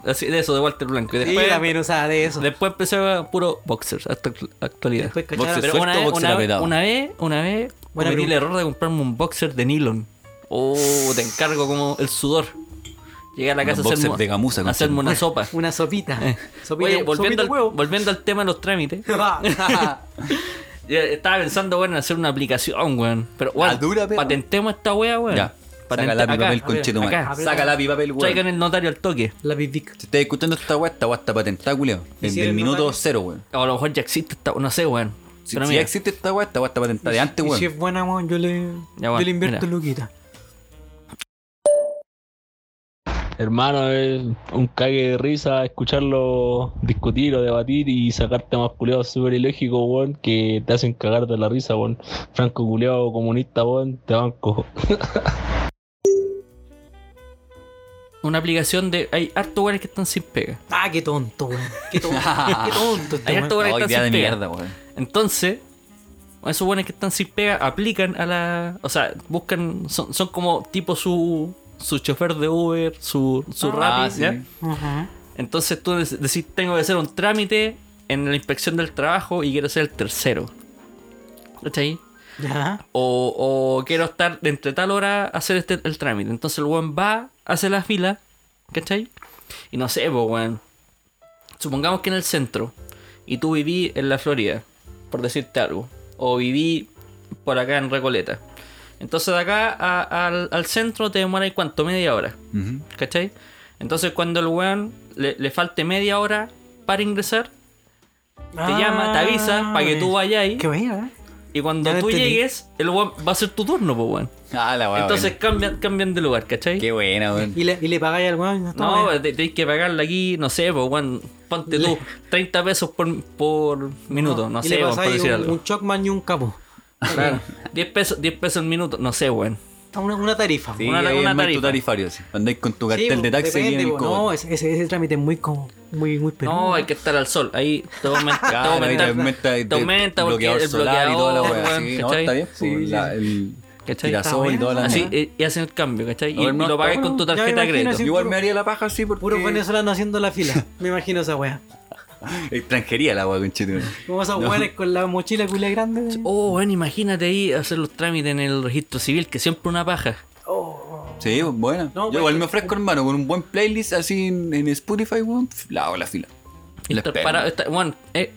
S5: Así, de eso, de Walter Blanco. Y
S4: Sí,
S5: después,
S4: también usaba de eso.
S5: después empecé a puro boxers hasta la actualidad.
S4: Después cachaba-
S5: Boxer
S4: Pero
S5: suelto,
S4: una vez-
S5: boxer
S4: una-
S5: apretado.
S4: una
S5: una vez, una vez,
S4: Buena
S5: cometí el
S4: pregunta.
S5: error de comprarme un boxer de nylon. Oh, te encargo como el sudor. Llegué a la
S3: Un
S5: casa a
S3: boxer
S5: hacerme,
S3: de gamuza,
S5: a hacerme una
S3: conchito.
S5: sopa.
S4: Una sopita. Sopita,
S5: Oye,
S4: sopita
S5: volviendo, al,
S4: de huevo.
S5: volviendo al tema de los trámites.
S3: Ah.
S5: Ya, Estaba pensando, weón, en hacer una aplicación, weón. Pero, weón, patentemos esta wea, weón.
S3: Ya. Saca
S5: Patente-
S3: lápiz,
S5: acá,
S3: papel, conchetumare.
S5: acá.
S3: Saca lápiz, papel, weón.
S5: Traigan el notario al toque.
S4: La bibica.
S3: Si estás escuchando esta weá, esta weá está patentada, culeo.
S5: ¿Y si
S3: Desde
S5: eres
S3: el minuto
S5: notario?
S3: cero, weón.
S5: O a lo mejor ya existe esta, no sé, weón.
S3: Si,
S5: Pero
S3: si ya
S5: mira.
S3: existe esta weá, esta weá está patentada de antes,
S4: Y
S3: weón.
S4: si es buena, weón, yo le,
S5: Ya, weón,
S4: yo le invierto
S5: mira.
S4: luquita.
S15: Hermano, es un cague de risa escucharlo discutir o debatir y sacarte más culeados súper ilógicos, weón, que te hacen cagar de la risa, weón. Franco culeado comunista, weón, te banco.
S5: Una aplicación de. Hay harto weones que están sin pega.
S4: Ah, qué tonto, weón. Qué tonto. qué tonto este
S5: Hay
S4: weón.
S5: harto weones que
S3: Oh, idea
S5: están sin
S3: de
S5: pega.
S3: mierda, weón.
S5: Entonces, esos weones que están sin pega aplican a la. O sea, buscan. Son, son como tipo su. su chofer de Uber, su, su Rappi,
S3: Ah, sí.
S5: ¿ya? Entonces tú dec- decís, tengo que hacer un trámite en la inspección del trabajo y quiero ser el tercero. ¿Cachai?
S4: Ya.
S5: O, o quiero estar entre tal hora a hacer este, el trámite. Entonces el weón va, hace la fila, ¿cachai? Y no sé, pues weón. Supongamos que en el centro y tú viví en la Florida, por decirte algo. O viví por acá en Recoleta. Entonces de acá a- al, al centro te demora cuánto, media hora.
S4: Mm.
S5: ¿Cachai? Entonces cuando el weón le, le falte media hora para ingresar, te
S4: Ah,
S5: llama, te avisa para que tú vayas ahí.
S4: Qué bueno,
S5: Y cuando
S4: Ya lo
S5: tú
S4: entendí.
S5: llegues, el weón va a ser tu turno, pues weón.
S3: Ah,
S5: Entonces cambian, cambian de lugar, ¿cachai? Qué
S3: buena, weón.
S4: Y le, y le pagáis al weón. No,
S5: No,
S4: toma,
S5: te- tenés que pagarle aquí, no sé, pues weón, ponte tú 30 pesos por, por minuto, no,
S4: y
S5: sé,
S4: le
S5: weón, por
S4: pasáis
S5: decir
S4: un,
S5: algo.
S4: un Chocman y un capo.
S5: Claro. 10 pesos, 10 pesos el minuto, no sé, weón.
S4: Una, una tarifa.
S3: Sí,
S5: Una-
S3: una,
S5: una
S3: tu
S5: tarifa.
S3: tarifario, sí. Andáis con tu cartel
S4: Sí,
S3: de taxi
S4: depende,
S3: bien
S4: po.
S3: incómodo.
S4: No, ese, ese, ese trámite es muy como muy muy peludo.
S5: No, hay que estar al sol. Ahí te va a aumentar.
S3: Claro, ahí te
S5: te
S3: aumenta
S5: aumenta,
S3: el-
S5: te aumenta porque
S3: bloqueador
S5: el
S3: solar y toda la
S5: bloqueador,
S3: weá,
S5: weón,
S3: sí, no,
S5: ¿cachai?
S3: está bien, sí, Sí, la- sí. el
S5: ¿Cachai?
S3: girasol y
S5: Está
S3: toda la
S5: Así,
S3: mierda.
S5: eh, y hacen el cambio, ¿cachai?
S3: No,
S5: Y, y
S3: hermano,
S5: lo
S3: está
S5: pagas
S3: bueno.
S5: con tu
S3: Ya me
S5: tarjeta de
S4: imagino
S5: crédito.
S4: así
S3: Igual me haría la paja así porque...
S4: Puros venezolanos haciendo la fila. Me imagino esa weá.
S3: Extranjería la weá, conchetumare.
S4: Como esos
S3: No.
S4: weones con la mochila culia grande.
S5: Oh, bueno, imagínate ahí hacer los trámites en el registro civil, que siempre una paja.
S3: Sí, bueno. Yo
S4: pues, eh,
S3: igual me ofrezco, hermano, con un buen playlist así en, en Spotify, weón. pf, La hago la fila. Y la espero.
S5: Para, está- bueno, eh,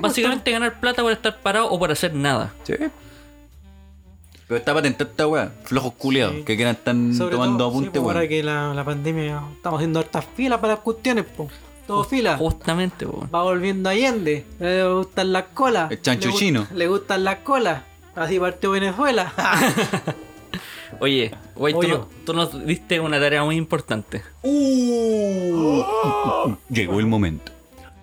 S5: básicamente ganar plata por estar parado o por hacer nada.
S3: pues, Sí. Pero está patentada esta weá. Flojos culiados
S4: Sí.
S3: que quieran están
S4: Sobre
S3: tomando
S4: todo, sí,
S3: apunte,
S4: po,
S3: weón.
S4: Ahora que la, la pandemia estamos haciendo hartas filas para las cuestiones, po. Todo fila.
S5: Justamente, po.
S4: Va volviendo Allende. Le gustan las colas.
S3: pues. El chancho
S4: Le gust-
S3: chino.
S4: Le gustan las colas. Así partió Venezuela.
S5: Oye, güey, tú,
S4: Oye.
S5: no- tú nos diste una tarea muy importante.
S3: Uh. Llegó el momento.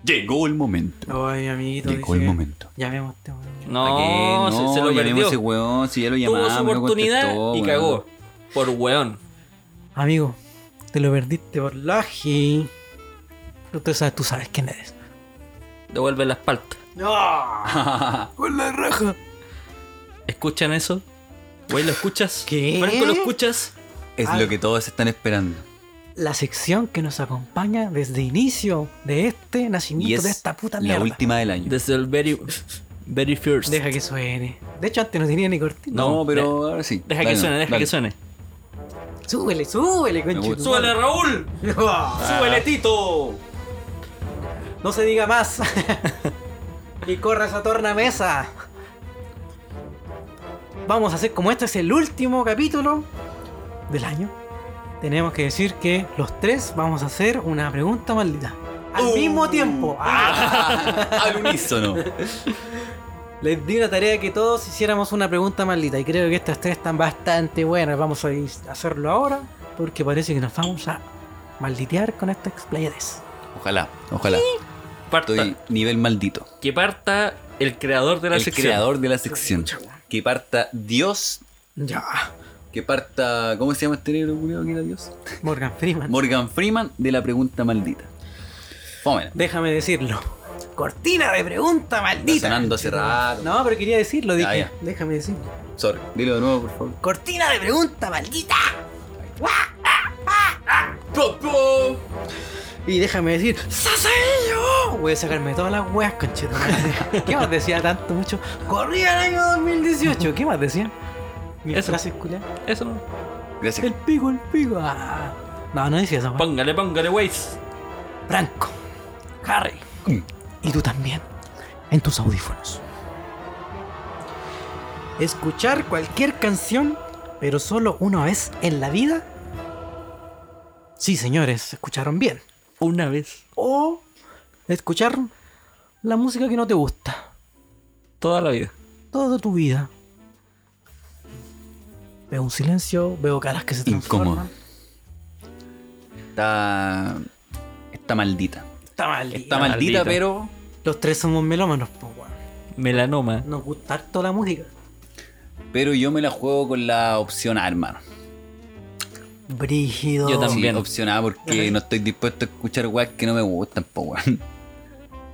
S3: Llegó el momento.
S4: Ay, amiguito.
S3: Llegó
S4: dice
S3: el
S4: que
S3: momento.
S4: Llamemos a este weón.
S5: No,
S3: ¿Para qué?
S5: se- se, lo
S3: llamemos
S5: perdió.
S3: a ese weón, si ya lo
S5: Tuvo
S3: llamamos.
S5: su
S3: no
S5: oportunidad
S3: contestó,
S5: y
S3: weón.
S5: cagó. Por weón.
S4: Amigo, te lo perdiste por Laji. Pero tú sabes, tú sabes quién eres.
S5: Devuelve la espalda.
S4: ¡Con la raja!
S5: ¿Escuchan eso? Güey, ¿lo escuchas?
S4: ¿Qué?
S5: Franco, ¿lo escuchas?
S3: Es
S4: Ah.
S3: lo que todos están esperando.
S4: La sección que nos acompaña desde inicio de este nacimiento
S3: Y es
S4: de esta puta
S3: la
S4: mierda.
S3: última del año.
S5: Desde el very, very first.
S4: Deja que suene. De hecho, antes no tenía ni cortina.
S3: No,
S5: No,
S3: pero
S5: de-
S3: ahora sí.
S5: Deja
S3: Dale,
S5: que suene, deja
S3: dale.
S5: que suene.
S4: Súbele, súbele, conchito.
S3: gusta.
S5: ¡Súbele, Raúl!
S4: ¡Súbele,
S5: Tito!
S4: No se diga más. y corra esa tornamesa. Vamos a hacer como este es el último capítulo del año. Tenemos que decir que los tres vamos a hacer una pregunta maldita. Al
S5: Uh.
S4: mismo tiempo.
S3: Al unísono.
S4: Les di una tarea que todos hiciéramos una pregunta maldita. Y creo que estas tres están bastante buenas. Vamos a is- hacerlo ahora. Porque parece que nos vamos a malditear con estas explayades.
S3: Ojalá, ojalá. Estoy nivel maldito.
S5: Que parta el creador de la
S3: el
S5: sección.
S3: creador de la sección. Que parta Dios.
S4: Ya.
S3: Que parta. ¿Cómo se llama este negro culiao que era Dios?
S4: Morgan Freeman.
S3: Morgan Freeman de la pregunta maldita. Fómela.
S4: Déjame decirlo. Cortina de pregunta
S3: Está
S4: maldita.
S3: sonando hace rato.
S4: No, pero quería decirlo, dije.
S3: ya.
S4: Déjame decirlo.
S3: Sorry, dilo de nuevo, por favor.
S4: Cortina de pregunta maldita. Y déjame decir, ¡Sasaello! Voy a sacarme todas las weas, conchito. ¿Qué más decía tanto mucho? Corría el año 2018. ¿Qué más decía? Mi
S5: Eso.
S4: frase culia.
S5: Eso.
S3: Gracias.
S4: El pico, el pico. Ah. No, no decía esa wea.
S5: Póngale, póngale, Waze.
S4: Franco, Harry, y tú también, en tus audífonos. Escuchar cualquier canción, pero solo una vez en la vida. Sí, señores, escucharon bien.
S5: Una vez.
S4: O escuchar la música que no te gusta
S5: Toda la vida.
S4: toda tu vida. Veo un silencio, veo caras que se transforman.
S3: Incómodo. Está. Está maldita.
S4: Está maldita.
S3: Está maldita,
S5: Maldita.
S3: pero.
S4: Los tres somos melómanos, po, weón.
S5: Melanoma.
S4: Nos gusta toda la música.
S3: Pero yo me la juego con la opción A, hermano.
S4: Brígido.
S3: Sí, opción A porque no estoy dispuesto a escuchar weas que no me gustan, po, weón.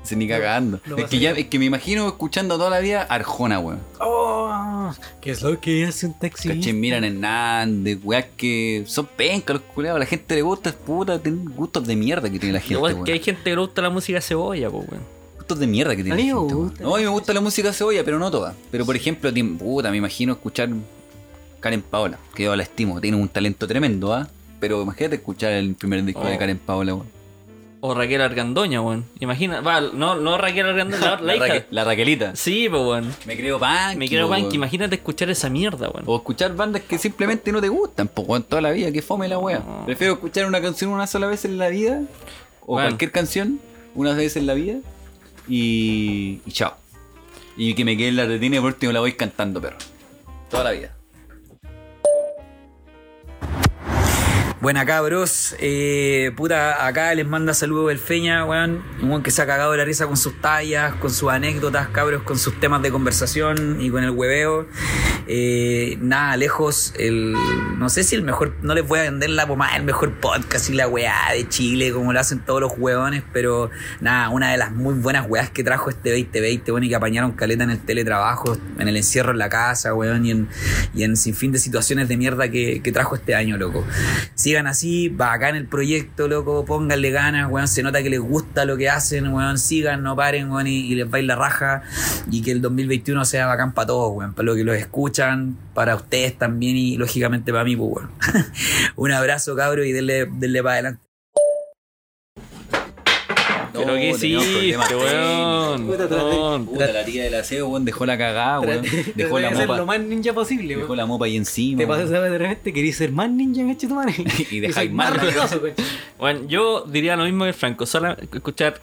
S3: Se ni cagando.
S4: lo
S3: es,
S4: vas
S3: que
S4: a
S3: ya, es que me imagino escuchando toda la vida Arjona, weón.
S4: Oh. mexicanos. ¿Qué es lo que hace un taxi?
S3: Caché, miran Hernández, weas que son pencas los culeados. A la gente le gusta, puta, tienen gustos de mierda que tiene la gente,
S5: Igual
S3: este weón.
S5: que hay gente que le gusta la música cebolla, pues, weón.
S3: Gustos de mierda que tiene
S5: A mí
S3: la
S5: me
S3: gente, weón.
S5: gusta.
S3: No, a mí me gusta la música cebolla, pero no toda. Pero por ejemplo, tim- puta, me imagino escuchar Karen Paola, que yo la estimo, tiene un talento tremendo, ¿ah? Pero imagínate escuchar el primer disco de
S5: Oh.
S3: Karen Paola, weón.
S5: O Raquel Argandoña, weón. Imagina, va, no, no Raquel Argandoña, la, la hija.
S3: Raque- la Raquelita.
S5: Sí, pues, weón.
S3: Me creo punk.
S5: Me creo punk,
S3: weón.
S5: imagínate escuchar esa mierda, weón.
S3: O escuchar bandas que simplemente no te gustan, pues, weón, toda la vida, que fome la wea. Prefiero escuchar una canción una sola vez en la vida, o
S5: Bueno.
S3: cualquier canción, una vez en la vida, y, y chao. Y que me quede en la retina y por último la voy cantando, perro. Toda la vida.
S16: Buena cabros, eh, puta, acá les manda saludos el Feña, weón, un weón que se ha cagado de la risa con sus tallas, con sus anécdotas, cabros, con sus temas de conversación y con el hueveo. Eh, nada, lejos, el, no sé si el mejor, no les voy a vender la pomada, el mejor podcast y la weá de Chile, como lo hacen todos los huevones, pero nada, una de las muy buenas weás que trajo este 2020, weón, y que apañaron caleta en el teletrabajo, en el encierro en la casa, weón, y en, y en sinfín de situaciones de mierda que, que trajo este año, loco. Sigan así, bacán el proyecto, loco, pónganle ganas, weón, se nota que les gusta lo que hacen, weón, sigan, no paren, weón, y, y les baila raja, y que el 2021 sea bacán para todos, weón, para los que los escuchan, para ustedes también, y lógicamente para mí, pues, weón. Un abrazo, cabro, y denle, denle para adelante.
S5: Pero qué hiciste, weón.
S3: Puta,
S5: traté-
S3: weón. Puta, la tía del aseo, weón, dejó la cagada, weón. Dejó
S4: Traté
S3: la
S4: de ser
S3: mopa.
S4: lo más ninja posible,
S3: Dejó la mopa ahí encima.
S4: Te
S3: weón.
S4: pasa de repente, querís ser más ninja, en tu madre.
S3: Y
S4: soy
S3: dejáis
S4: más
S3: mal.
S4: ruidoso, coche.
S5: Bueno, yo diría lo mismo que el Franco, solo escuchar,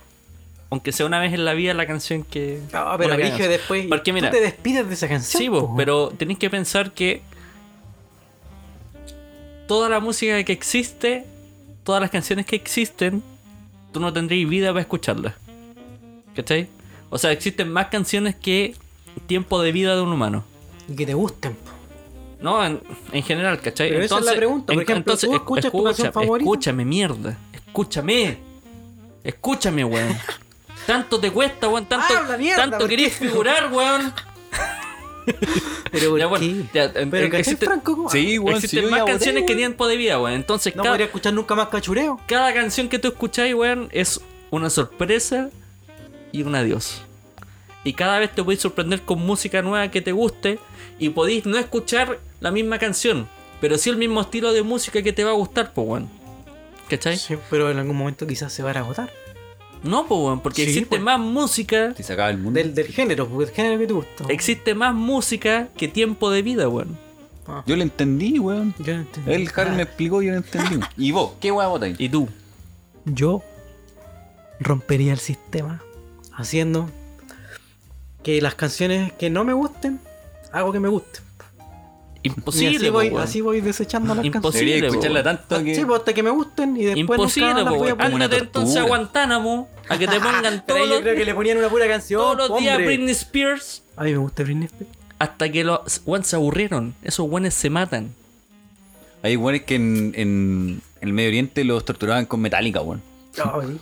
S5: aunque sea una vez en la vida, la canción que.
S4: Ah, pero
S5: con la que
S4: dije
S5: hagas.
S4: después.
S5: Porque mira,
S4: Tú te despides de esa canción.
S5: sí, vos,
S4: po.
S5: pero tenéis que pensar que toda la música que existe, todas las canciones que existen, tú no tendrías vida para escucharlas. ¿Cachai? O sea, existen más canciones que tiempo de vida de un humano.
S4: Y que te gusten. po.
S5: No, en, en general, ¿cachai?
S4: Pero esa es la pregunta, por
S5: en-
S4: ejemplo, ¿tú
S5: esc-
S4: escuchas tu canción
S5: escúchame,
S4: favorita?
S5: Escúchame, mierda. Escúchame. Escúchame, weón. tanto te cuesta, weón. Tanto,
S4: Ah, Habla, mierda,
S5: tanto
S4: ¿por qué?
S5: querés figurar, weón.
S4: Pero
S5: ya, bueno, ya, en-
S4: Pero
S5: en-
S4: ¿cachai,
S5: existe-
S4: Franco? ¿Cómo?
S5: Sí, weón.
S4: si
S5: Existen
S4: yo
S5: más
S4: ya voté,
S5: canciones que
S4: weón.
S5: tiempo de vida, weón. Entonces,
S4: No
S5: cada,
S4: podría escuchar nunca más cachureo.
S5: cada canción que tú escucháis, weón, es una sorpresa y un adiós. Y cada vez te podéis sorprender con música nueva que te guste y podéis no escuchar la misma canción, pero sí el mismo estilo de música que te va a gustar, po, weón. ¿Cachai?
S4: Sí, pero en algún momento quizás se va a agotar.
S5: No, po, weón, porque
S4: Sí,
S5: existe
S4: po.
S5: más música.
S3: Te sacaba el mundo.
S4: Del, del género, porque el género que te gusta.
S5: Existe más música que tiempo de vida, weón.
S3: Yo le entendí, weón.
S4: Yo no entendí.
S3: El Harry me explicó y yo no entendí. Ah. ¿Y vos? ¿Qué weá votáis?
S5: ¿Y tú?
S4: Yo rompería el sistema haciendo que las canciones que no me gusten, hago que me gusten.
S5: Imposible,
S4: Y así
S5: po,
S4: voy,
S5: weón.
S4: así voy desechando las
S5: Imposible,
S4: canciones.
S5: Debería escucharla po, weón.
S3: tanto que-
S4: Sí, pues, hasta que me gusten y después
S5: Imposible,
S4: nunca las
S5: po,
S4: voy a
S5: weón.
S4: poner.
S5: Ándate entonces a Guantánamo a que te pongan
S4: Pero
S5: todos
S4: yo
S5: los,
S4: creo que le ponían una pura canción.
S5: todos los días
S4: hombre.
S5: Britney Spears
S4: A mí me gusta Britney Spears.
S5: hasta que los weón se aburrieron. Esos weones se matan.
S3: Hay weones que en, en el Medio Oriente los torturaban con Metallica, weón.
S4: Ay.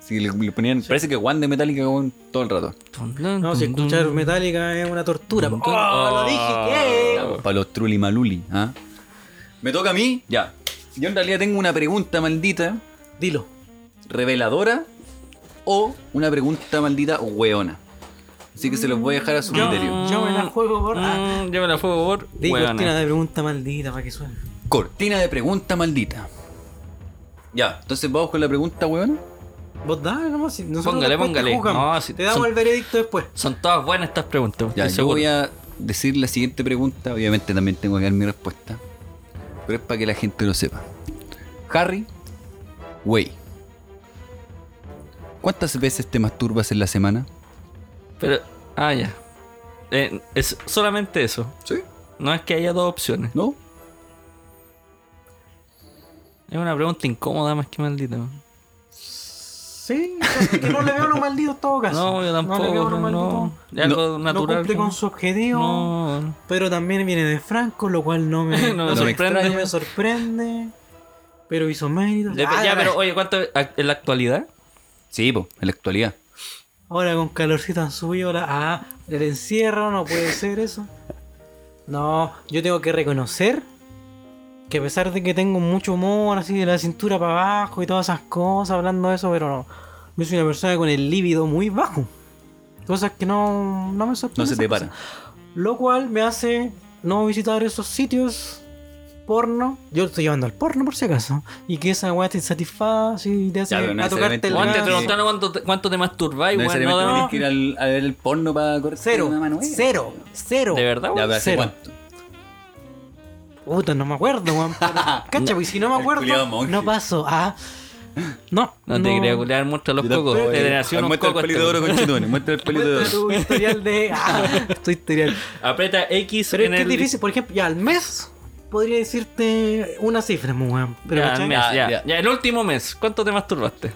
S3: Sí, le, le ponían. Parece que Juan de Metallica, weón, todo el rato.
S4: No, si escuchar Metallica es una tortura. po. ¡Oh,
S3: Ah.
S4: lo dije! ¿qué?
S3: Para los Truli Maluli, ¿ah? ¿Me toca a mí? Ya. Yo en realidad tengo una pregunta maldita.
S4: Dilo.
S3: ¿Reveladora o una pregunta maldita weona? Así que se los voy a dejar a su
S4: Yo-
S3: criterio.
S4: Yo me la juego por. ah.
S5: Mm, yo me la juego por
S4: Di
S3: Hueona.
S4: cortina de pregunta maldita para que suene.
S3: Cortina de pregunta maldita. Ya, entonces vamos con la pregunta weona.
S4: Vos dale nomás. si nosotros
S5: Póngale,
S4: después te
S5: póngale.
S4: juzgamos.
S5: No, si-
S4: te damos
S5: son-
S4: el veredicto después.
S5: Son todas buenas estas preguntas.
S3: Ya,
S5: estoy
S3: yo
S5: seguro.
S3: voy a decir la siguiente pregunta. Obviamente también tengo que dar mi respuesta. Pero es para que la gente lo sepa. Harry, wey. ¿Cuántas veces te masturbas en la semana?
S5: Pero, ah, ya. Eh, es solamente eso.
S3: Sí.
S5: No es que haya dos opciones.
S3: No.
S5: Es una pregunta incómoda más que maldita. man.
S4: Sí, así que no le veo lo maldito en todo caso.
S5: No, yo tampoco,
S4: No le veo lo
S5: no,
S4: maldito.
S5: no. Es algo natural,
S4: No cumple
S5: ¿no?
S4: con su objetivo.
S5: No, no.
S4: Pero también viene de Franco, lo cual no me,
S5: No me sorprende.
S4: extraña, me sorprende. Pero hizo méritos.
S5: Ya,
S4: Ah,
S5: ya,
S4: la-
S5: pero oye, ¿cuánto a- en la actualidad?
S3: Sí, po, en la actualidad.
S4: ah, Ahora con calorcito han subido la. Ah, el encierro, no puede ser eso. No, yo tengo que reconocer que a pesar de que tengo mucho humor así de la cintura para abajo y todas esas cosas hablando de eso, pero no. Yo soy una persona con el líbido muy bajo. Cosas que no, no me sorprenden.
S17: No se te para.
S4: Lo cual me hace no visitar esos sitios porno. Yo estoy llevando al porno por si acaso. Y que esa weá te satisface y te hace
S17: Ya, pero no
S4: a tocarte el
S17: necesariamente-
S5: Te
S4: brazo.
S5: preguntaron cuánto te, cuánto te masturbáis,
S17: No
S5: weón. No,
S17: necesariamente
S5: no.
S17: tienes que ir al, a ver el porno para correr.
S4: Cero, cero, cero.
S5: ¿De verdad,
S17: Ya,
S5: weón?
S17: pero ¿hace
S5: Cero.
S17: cuánto?
S4: Puta, no me acuerdo, weón. pero- Cacha, pues si no me
S5: culiao
S4: acuerdo,
S5: monje.
S4: no paso. Ah, no.
S5: No te creo, culiar, muestra los cocos. Te generación un
S17: eh, Muestra el
S5: coco este.
S17: pelito de oro con chitones. Muestra el pelito de oro.
S4: tu historial de. Ah, tu historial.
S5: Aprieta X
S4: Pero es
S5: en
S4: que
S5: el...
S4: es difícil, por ejemplo, ya al mes podría decirte una cifra, muy weón. Pero,
S5: ya,
S4: ¿cachai?
S5: mes, ya, ya, el último mes. ¿Cuánto te masturbaste?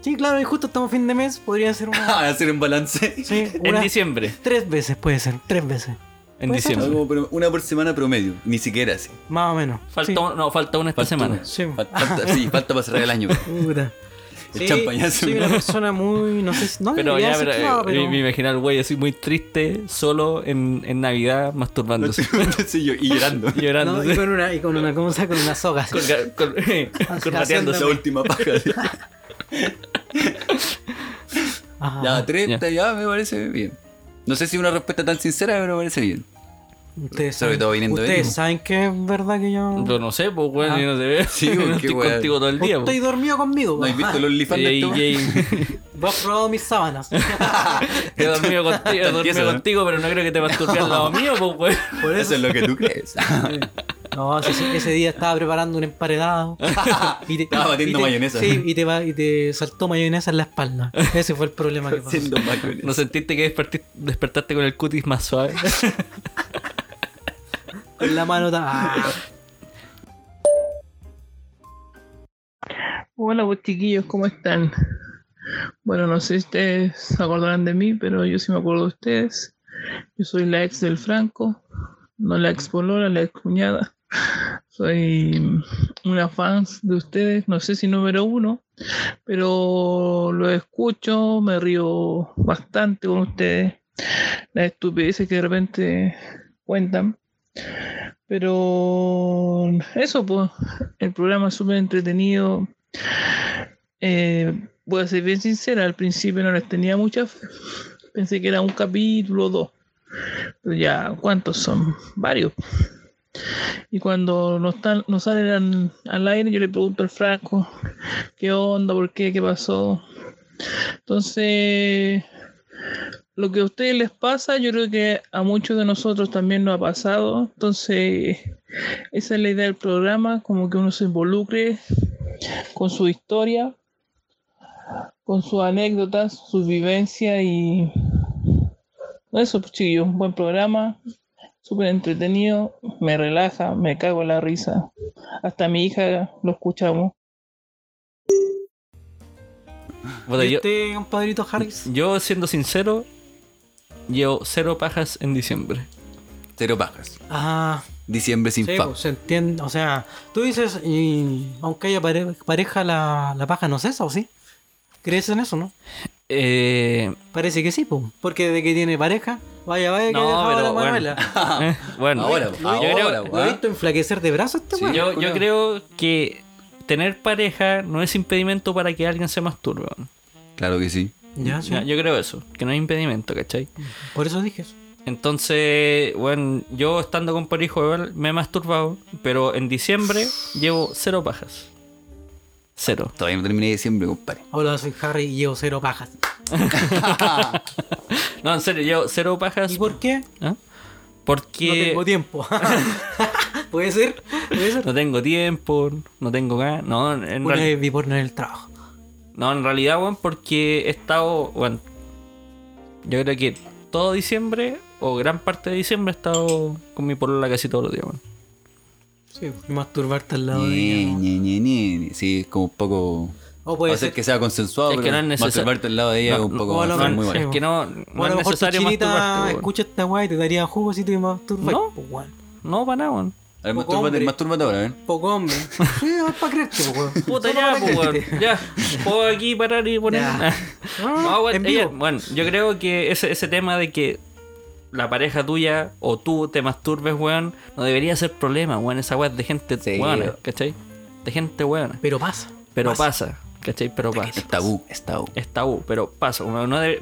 S4: Sí, claro, y justo estamos fin de mes, podría ser una.
S17: hacer un balance.
S4: Sí,
S5: En
S4: una-
S5: diciembre.
S4: Tres veces puede ser, tres veces.
S5: En
S4: Puede ser.
S5: diciembre.
S17: Algo por- Una por semana promedio. Ni siquiera así.
S4: Más o menos.
S5: Falta, un- no, falta una esta semana.
S4: Sí.
S17: Falta, falta- sí, falta para cerrar el año.
S4: Puta.
S17: El
S4: Sí,
S17: champañazo.
S4: Soy una persona muy. No sé si. No
S5: Pero
S4: debería
S5: ya,
S4: ser
S5: pero,
S4: esclava,
S5: eh,
S4: pero-
S5: me imagino al güey así muy triste, solo en, en Navidad, masturbándose.
S17: Sí, yo- y llorando.
S5: llorando.
S4: No, y con una, y con una, ¿cómo se llama? Con una soga. así.
S5: Colga- col- corbateándose.
S17: la última paja. ya, 30 ya. me parece bien. No sé si una respuesta tan sincera, pero me parece bien.
S4: Ustedes
S17: Sobre todo viniendo de
S4: Ustedes
S17: ti.
S4: saben que es verdad que yo.
S5: Yo no sé, pues, güey,
S4: Ah.
S5: yo no te veo.
S17: Sí,
S5: Yo
S17: güey,
S5: no
S17: qué
S5: estoy
S17: güey.
S5: contigo todo el día.
S4: Estoy
S5: pues.
S4: dormido conmigo.
S17: ¿No has visto los OnlyFans de
S5: Y-
S17: este
S5: y- y-
S4: Vos has probado mis sábanas.
S5: He dormido contigo, he
S17: Empieza,
S5: dormido
S17: ¿no?
S5: contigo, pero no creo que te masturbes al lado mío, pues, güey.
S4: Por
S17: Eso es lo que tú crees.
S4: No, sí, sí, ese día estaba preparando un emparedado. Y te-
S17: Estaba batiendo
S4: y te-
S17: mayonesa.
S4: Sí, y te, va- y te saltó mayonesa en la espalda. Ese fue el problema que pasó.
S17: Haciendo mayonesa.
S5: ¿No sentiste que desperti- despertaste con el cutis más suave?
S4: Con la mano tan. Ah,
S18: Hola, pues, chiquillos, ¿cómo están? Bueno, no sé si ustedes se acordarán de mí, pero yo sí me acuerdo de ustedes. Yo soy la ex del Franco, no la ex polola, la ex cuñada. Soy una fan de ustedes, no sé si número uno, pero lo escucho, me río bastante con ustedes. Las estupideces que de repente cuentan. Pero eso, pues, el programa es súper entretenido. Eh, voy a ser bien sincera, al principio no les tenía mucha fe. Pensé que era un capítulo o dos. Pero ya, ¿cuántos son? Varios. Y cuando no, están, no salen al, al aire, yo le pregunto al Franco, ¿qué onda? ¿Por qué? ¿Qué pasó? Entonces, lo que a ustedes les pasa, yo creo que a muchos de nosotros también nos ha pasado. Entonces, esa es la idea del programa, como que uno se involucre con su historia, con sus anécdotas, sus vivencias y eso, pues, chiquillos, un buen programa, súper entretenido, me relaja, me cago en la risa. Hasta mi hija lo escuchamos.
S5: Puta,
S4: ¿Y
S5: yo,
S4: este compadrito Harris?
S5: yo, siendo sincero, llevo cero pajas en diciembre.
S17: Cero pajas.
S4: Ah,
S17: Diciembre sin
S4: sí,
S17: fa.
S4: pues, se entiende. O sea, tú dices, y aunque haya pare- pareja, la, la paja no cesa, ¿o sí? ¿Crees en eso, no?
S5: Eh,
S4: Parece que sí, pues. Porque de que tiene pareja, vaya, vaya, que
S5: No,
S4: ha dejado
S5: pero
S4: la
S5: bueno.
S4: Manuela.
S5: eh, bueno,
S17: Ahora,
S5: yo
S17: ahora,
S5: creo-
S17: ahora, ¿ah?
S4: ¿Lo he visto enflaquecer de brazos este
S5: Sí,
S4: weón?
S5: yo, yo creo que tener pareja no es impedimento para que alguien se masturbe. weón.
S17: Claro que sí.
S4: Ya, sí.
S5: Ya, Yo creo eso, que no es impedimento, ¿cachai?
S4: Por eso dije eso.
S5: Entonces, bueno, yo estando con pareja igual me he masturbado, pero en diciembre llevo cero pajas. Cero.
S17: Todavía no terminé diciembre, compadre.
S4: Hola, soy Harry y llevo cero pajas.
S5: No, en serio, llevo cero pajas. ¿Y
S4: por qué?
S5: Porque
S4: No tengo tiempo. ¿Puede ser? ¿Puede ser?
S5: no tengo tiempo, no tengo ganas. No, en
S4: Una
S5: reali-
S4: vez vi porno en el trabajo.
S5: No, en realidad, weón, porque he estado, bueno, yo creo que todo diciembre o gran parte de diciembre he estado con mi polola casi todos los días, weón.
S4: Sí, y masturbarte al lado de
S17: Ñe,
S4: ella.
S17: Ñe, Ñe, Ñe, Ñe. Sí, es como un poco.
S4: O puede
S17: a ser
S4: ser-
S17: que sea consensuado,
S5: Es que
S17: pero
S5: no es necesario.
S17: masturbarte al lado de ella
S5: No,
S17: es un
S5: no,
S17: poco.
S5: no,
S17: es
S5: no,
S17: muy bueno.
S5: es que no,
S4: O a
S5: no es
S4: lo mejor tu
S5: necesario
S4: chinita
S5: masturbarte, weón.
S4: escucha esta weá y te daría jugo si te masturbas.
S5: No.
S4: pues, weón.
S5: No, para nada, weón.
S17: A ver,
S4: Poco
S17: mastúrbate,
S4: hombre.
S17: mastúrbate ahora, ¿eh?
S4: Poco hombre. Sí, vas para creerte, pues, weón.
S5: Puta
S4: Solo
S5: ya,
S4: pa'
S5: pues,
S4: creerte.
S5: weón. Ya, puedo aquí parar y poner.
S4: Ya.
S5: No, weón,
S4: en vivo.
S5: ella- bueno, yo creo que ese, ese tema de que la pareja tuya o tú te masturbes, weón, no debería ser problema, weón. Esa weá es de gente weona, ¿cachai? De gente weona.
S4: Pero pasa.
S5: Este Pero pasa. ¿Cachai? Pero pasa. Es
S3: tabú, es tabú.
S5: Es tabú, pero pasa.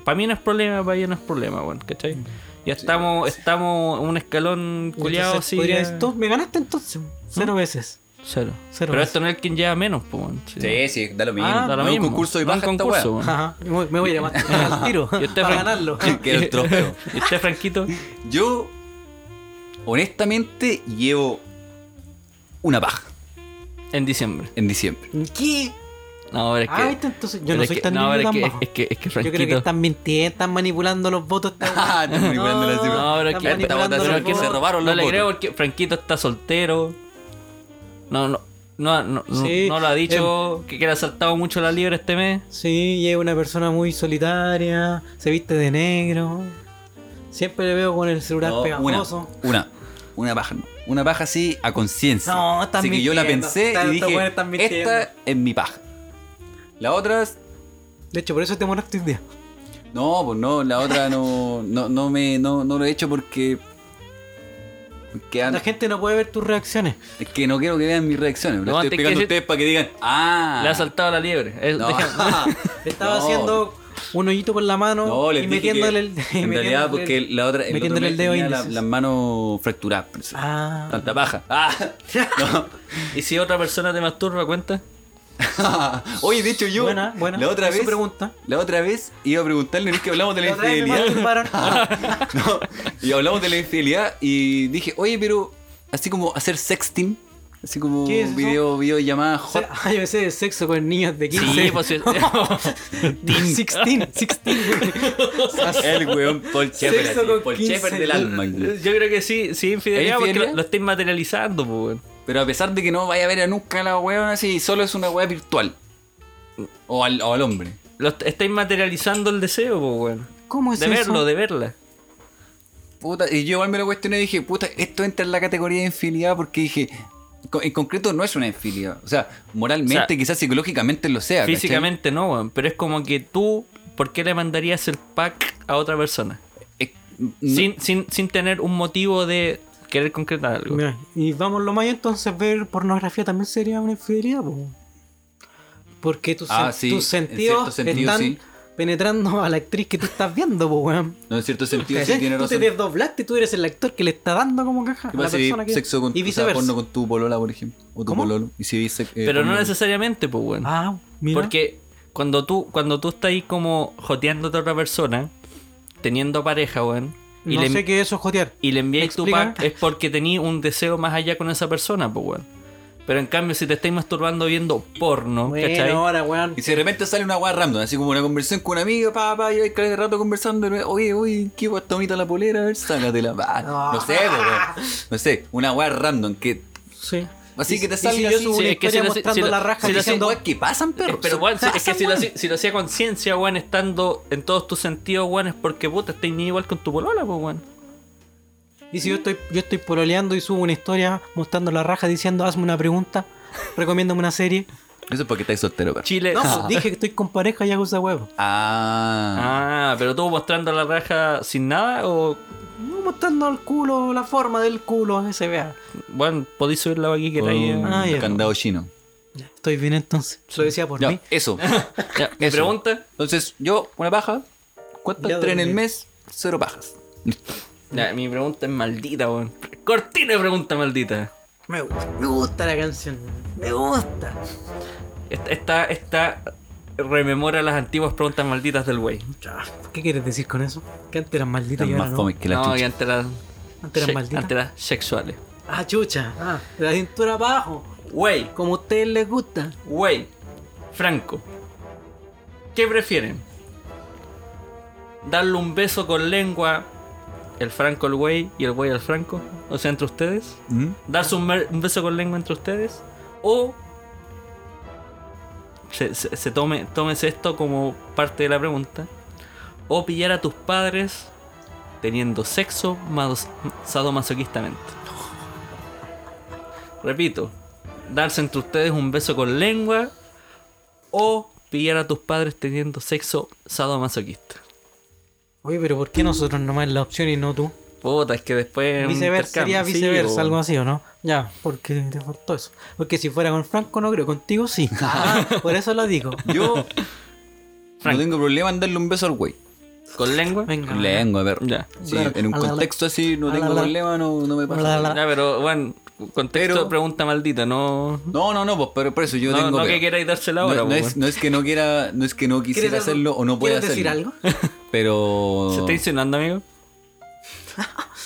S5: para mí no es problema, para ella no es problema, weón, ¿cachai?
S4: Mm.
S5: Ya estamos, estamos un escalón culiado
S4: Entonces,
S5: así.
S4: podría
S5: ya- ¿Mm?
S4: decir, "Tú, me ganaste entonces. Cero veces.
S5: Cero.
S4: Cero
S5: Pero
S4: veces.
S5: esto no es quien lleva menos, pues. weón.
S3: Sí, sí, da lo mismo.
S5: Ah, da lo
S3: No es un
S5: mismo.
S3: concurso de
S5: No es
S3: paja
S5: un
S3: esta
S5: concurso,
S3: weá.
S5: weón.
S4: Ajá. Me me voy a ir a matar al tiro.
S5: Y usted,
S4: para
S5: Frank-
S4: ganarlo.
S3: Quiero el trofeo.
S5: ¿Y usted, Franquito?
S3: Yo, honestamente, llevo una paja.
S5: En diciembre.
S3: En diciembre.
S4: ¿Qué?
S5: No, pero es que.
S4: Ah, viste, entonces yo
S5: pero
S4: no
S5: es
S4: soy
S5: que-
S4: tan
S5: no,
S4: niño
S5: pero
S4: tan
S5: es que-
S4: bajo.
S5: es que- es que
S4: Yo creo que
S5: Franquito-
S4: están mintiendo, están manipulando los votos. Están
S3: manipulando las cifras.
S5: No, pero
S4: están
S5: que
S4: manipulando los
S5: pero que
S4: votos.
S5: se robaron No le creo porque Franquito está soltero. No, no. No, no, no-
S4: Sí,
S5: no lo ha dicho que, que le ha saltado mucho la liebre este mes.
S4: Sí, y es una persona muy solitaria, se viste de negro. Siempre le veo con el celular
S3: No, una,
S4: pegajoso.
S3: una, una paja. no. Una paja así a conciencia.
S4: No, estás
S3: Así que yo la
S4: mintiendo.
S3: pensé
S4: Estás-
S3: y
S4: estos
S3: dije,
S4: weones están mintiendo.
S3: esta es mi paja. La otra es-
S4: De hecho, por eso este te moraste un día.
S3: No, pues no, la otra no, no, no me, no, no lo he hecho porque... porque an-
S4: La gente no puede ver tus reacciones.
S3: es que no quiero que vean mis reacciones. Lo
S5: No,
S3: estoy
S5: te
S3: explicando a
S5: quiero-
S3: ustedes para que digan, ah,
S5: Le ha saltado la liebre. Es-
S3: No.
S5: deja-
S4: Estaba
S3: No.
S4: haciendo un hoyito con la mano
S3: No, les
S4: y
S3: dije que
S4: metiéndole el. y
S3: En
S4: metiéndole
S3: realidad, porque
S4: el-
S3: la otra. El otro
S4: metiéndole
S3: mes
S4: el dedo
S3: tenía la-
S4: índice.
S3: las manos fracturadas. por eso.
S4: Ah.
S3: Tanta paja. Ah. No.
S5: ¿Y si otra persona te masturba, cuenta?
S3: Oye, de hecho, yo.
S4: Buena, buena.
S3: La otra
S4: Es su
S3: vez.
S4: pregunta.
S3: La otra vez iba a preguntarle, ¿no es que hablamos de la
S4: La otra vez me
S3: infidelidad?
S4: masturbaron.
S3: Y hablamos de la infidelidad y dije, oye, pero. Así como hacer sexting. Así como
S4: ¿Qué es eso?
S3: video, video llamada hot.
S4: Ah, yo sé de sexo con niños de 15.
S5: Sí, pues sí.
S4: 16, 16.
S3: El weón Paul Shepard.
S4: Sexo
S3: así,
S4: con
S3: Paul
S4: 15.
S3: Shepard del alma. güey.
S5: Yo creo que sí, sí, infidelidad,
S3: ¿Es
S5: porque lo,
S3: infidelidad?
S5: lo estáis materializando, pues, weón.
S3: Pero a pesar de que no vaya a ver a nunca a la weón así, solo es una weá virtual. O al, o al hombre.
S5: Lo est- estáis materializando el deseo, pues, weón.
S4: ¿Cómo es
S5: de
S4: eso?
S5: verlo, de verla.
S3: Puta, y yo igual me lo cuestioné y dije, puta, esto entra en la categoría de infidelidad porque dije, co- en concreto no es una infidelidad. O sea, moralmente,
S5: O sea,
S3: quizás psicológicamente lo sea. ¿cachai?
S5: Físicamente no, weón. Pero es como que tú, ¿por qué le mandarías el pack a otra persona? sin, sin, sin tener un motivo de querer concretar algo.
S4: Mira, y vamos lo más allá, entonces ver pornografía también sería una infidelidad, po. Porque tus,
S3: Ah,
S4: sen-
S3: sí,
S4: tus
S3: en cierto
S4: sentidos
S3: sentido,
S4: están
S3: sí.
S4: penetrando a la actriz que tú estás viendo, po, weón.
S3: No, en cierto sentido, sí
S4: ¿Cachai?
S3: tiene
S4: tú
S3: razón.
S4: te desdoblaste, tú eres el actor que le está dando como caja
S3: ¿Qué
S4: a la
S3: pasa si
S4: persona que...
S3: sexo con,
S4: y
S3: o sea,
S4: viceversa.
S3: porno con tu polola, por ejemplo? O tu pololo. Y si dice, eh,
S5: Pero no
S3: porno-
S5: necesariamente, pues, weón.
S4: Ah, mira.
S5: Porque cuando tú, cuando tú estás ahí como joteándote a otra persona, teniendo pareja, weón, y,
S4: no
S5: le,
S4: sé qué eso es jotear.
S5: y le enviáis tu
S4: explica?
S5: pack, es porque tení un deseo más allá con esa persona, pues, weón. Pero en cambio, si te estáis masturbando viendo porno,
S4: Bueno,
S5: ¿cachai?
S4: ahora, weón.
S3: Y si de repente sale una weá random, así como una conversación con un amigo, pa, pa, y hay cada rato conversando, y, oye, oye, qué guay, tomita la polera, a ver, sácatela, pa.
S4: Ah.
S3: No, sé, po, weón. No sé, una weá random que.
S4: Sí.
S3: Así que te
S4: sale
S3: sale
S4: si yo subo
S5: Sí,
S4: una
S5: es que si
S4: historia
S5: lo- si
S4: mostrando
S5: lo-
S4: la raja
S5: si lo-
S4: diciendo...
S3: weá que pasan, perro.
S5: Pero, weón, si- es que si lo,
S4: weón.
S5: hacía- si lo hacía conciencia, weón, estando en todos tus sentidos, weón, es porque puta, estáis ni igual con tu polola, pues, weón.
S4: Y si yo estoy, yo estoy pololeando y subo una historia mostrando la raja diciendo, hazme una pregunta, recomiéndame una serie.
S3: Eso es porque estáis soltero, perro.
S5: Chile.
S4: No, pues, dije que estoy con pareja y hago esa huevo.
S3: Ah.
S5: Ah, pero tú mostrando la raja sin nada o.
S4: No, mostrando el culo, la forma del culo, que se vea.
S5: Bueno, podéis subir la aquí que
S3: Un
S4: Ah, ya.
S3: candado chino.
S4: Estoy bien entonces. Se lo decía por
S3: Ya,
S4: mí.
S3: eso.
S5: Ya, mi
S3: Eso.
S5: pregunta.
S3: Entonces, yo, una paja. ¿Cuántas?
S4: Ya
S3: Tres en el
S4: dormí.
S3: mes, cero pajas.
S5: ya, mi pregunta es maldita, weón. Cortina de pregunta maldita.
S4: Me gusta, me gusta la canción. Me gusta.
S5: Esta, esta, esta rememora las antiguas preguntas malditas del güey.
S4: Ya, ¿Qué quieres decir con eso? Que antes eran malditas
S3: Están
S4: y ahora
S3: más
S4: no.
S3: fome que la
S5: no,
S3: chucha.
S5: que antes eran.
S4: Antes
S5: se-
S4: eran malditas.
S5: antes eran sexuales.
S4: Ah, chucha. Ah, de la cintura para abajo.
S5: Güey,
S4: Como a ustedes les gusta.
S5: güey. Franco. ¿Qué prefieren? ¿Darle un beso con lengua el Franco al güey y el güey al Franco? O sea, entre ustedes.
S3: ¿Mm?
S5: darse un, mer- un beso con lengua entre ustedes o se, se- se tome tómese esto como parte de la pregunta o pillar a tus padres teniendo sexo mados- sadomasoquistamente repito darse entre ustedes un beso con lengua o pillar a tus padres teniendo sexo sadomasoquista
S4: Oye, pero ¿por qué nosotros nomás la opción y no tú?
S5: Puta, es que después. un
S4: Viceversa sería
S5: intercambio. Sí,
S4: viceversa,
S5: po.
S4: algo así, ¿o no? Ya, porque te faltó eso. Porque si fuera con Franco, no creo, contigo sí. Ah, por eso lo digo.
S3: Yo no tengo problema en darle un beso al güey.
S5: ¿Con lengua?
S3: Con lengua, perro. Sí, en un contexto así no tengo problema, no, no me pasa.
S5: Ya, pero, bueno, contexto
S3: Pero-
S5: pregunta maldita, no.
S3: No, no, no, pues pero por eso yo
S5: No,
S3: tengo.
S5: no
S3: pega.
S5: que queráis dársela ahora,
S3: No, no
S5: po,
S3: es,
S5: weón.
S3: no es que no quiera, no es que no quisiera
S4: ¿Quieres algo-
S3: hacerlo o no pueda
S4: ¿Quieres
S3: hacerlo.
S4: decir algo?
S3: Pero.
S5: ¿Se está insinuando, amigo?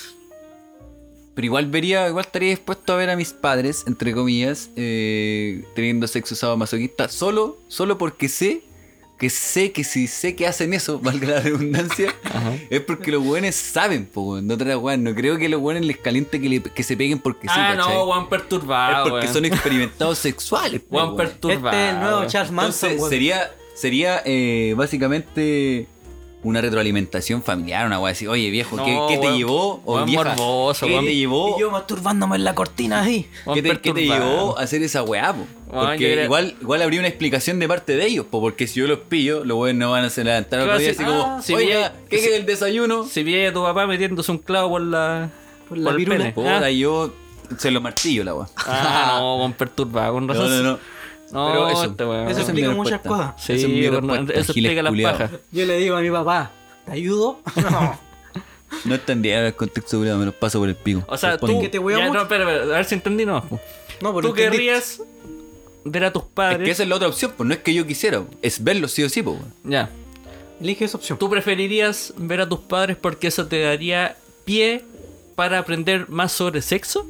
S3: Pero igual vería, igual estaría dispuesto a ver a mis padres, entre comillas, eh, teniendo sexo sábado masoquista, solo, solo porque sé que sé que si sé que hacen eso, valga la redundancia, es porque los weones saben, po, weón, no otra weón. No creo que los weones les caliente que, le- que se peguen porque sí,
S5: ah,
S3: ¿cachai?
S5: no, Juan perturbado.
S3: es porque
S5: Ah, weón.
S3: son experimentados sexuales. po,
S5: Weón
S3: weón.
S5: perturbado. Este es el nuevo Charles Manson,
S3: Entonces,
S5: weón.
S3: sería, sería eh, básicamente una retroalimentación familiar, una weá así. Oye, viejo, ¿qué,
S4: No,
S3: qué te
S4: weón.
S3: llevó? O
S4: Weón
S3: vieja,
S4: morboso,
S3: ¿qué
S4: weón.
S3: te llevó?
S4: Y yo masturbándome en la cortina ahí.
S3: ¿Qué te, qué te llevó a hacer esa weá, po?
S4: Weón,
S3: Porque
S4: yo creo-
S3: igual, igual habría una explicación de parte de ellos, po, porque si yo los pillo, los weones no van a se levantar otro día así
S5: Ah,
S3: como, oye, ¿qué queda el desayuno?
S5: Si vi a tu papá metiénddes un clavo por la. Por el pene.
S3: Puta,
S5: Ah.
S3: yo se lo martillo la weá.
S5: Ah, no, con perturbado, con razón.
S3: No, no, no.
S5: No,
S3: Pero eso,
S5: este weón.
S3: esa es mi
S4: explica muchas
S3: respuesta.
S4: cosas.
S5: Sí,
S3: Esa es mi
S5: weón,
S3: respuesta,
S5: eso
S3: giles
S5: explica las
S3: culiao.
S5: pajas.
S4: Yo le digo a mi papá, ¿te ayudo? No.
S3: No entendía el contexto, culiao, me los paso por el pico.
S5: O sea,
S3: Respondo.
S5: tú. ya, no, espera, espera, a ver si entendí, no.
S4: No,
S5: Tú querrías ver a tus padres.
S3: Es que esa es la otra opción, pues no es que yo quisiera, po. es verlos sí o sí, pues.
S5: Ya.
S4: Elige esa opción.
S5: ¿Tú preferirías ver a tus padres porque eso te daría pie para aprender más sobre sexo?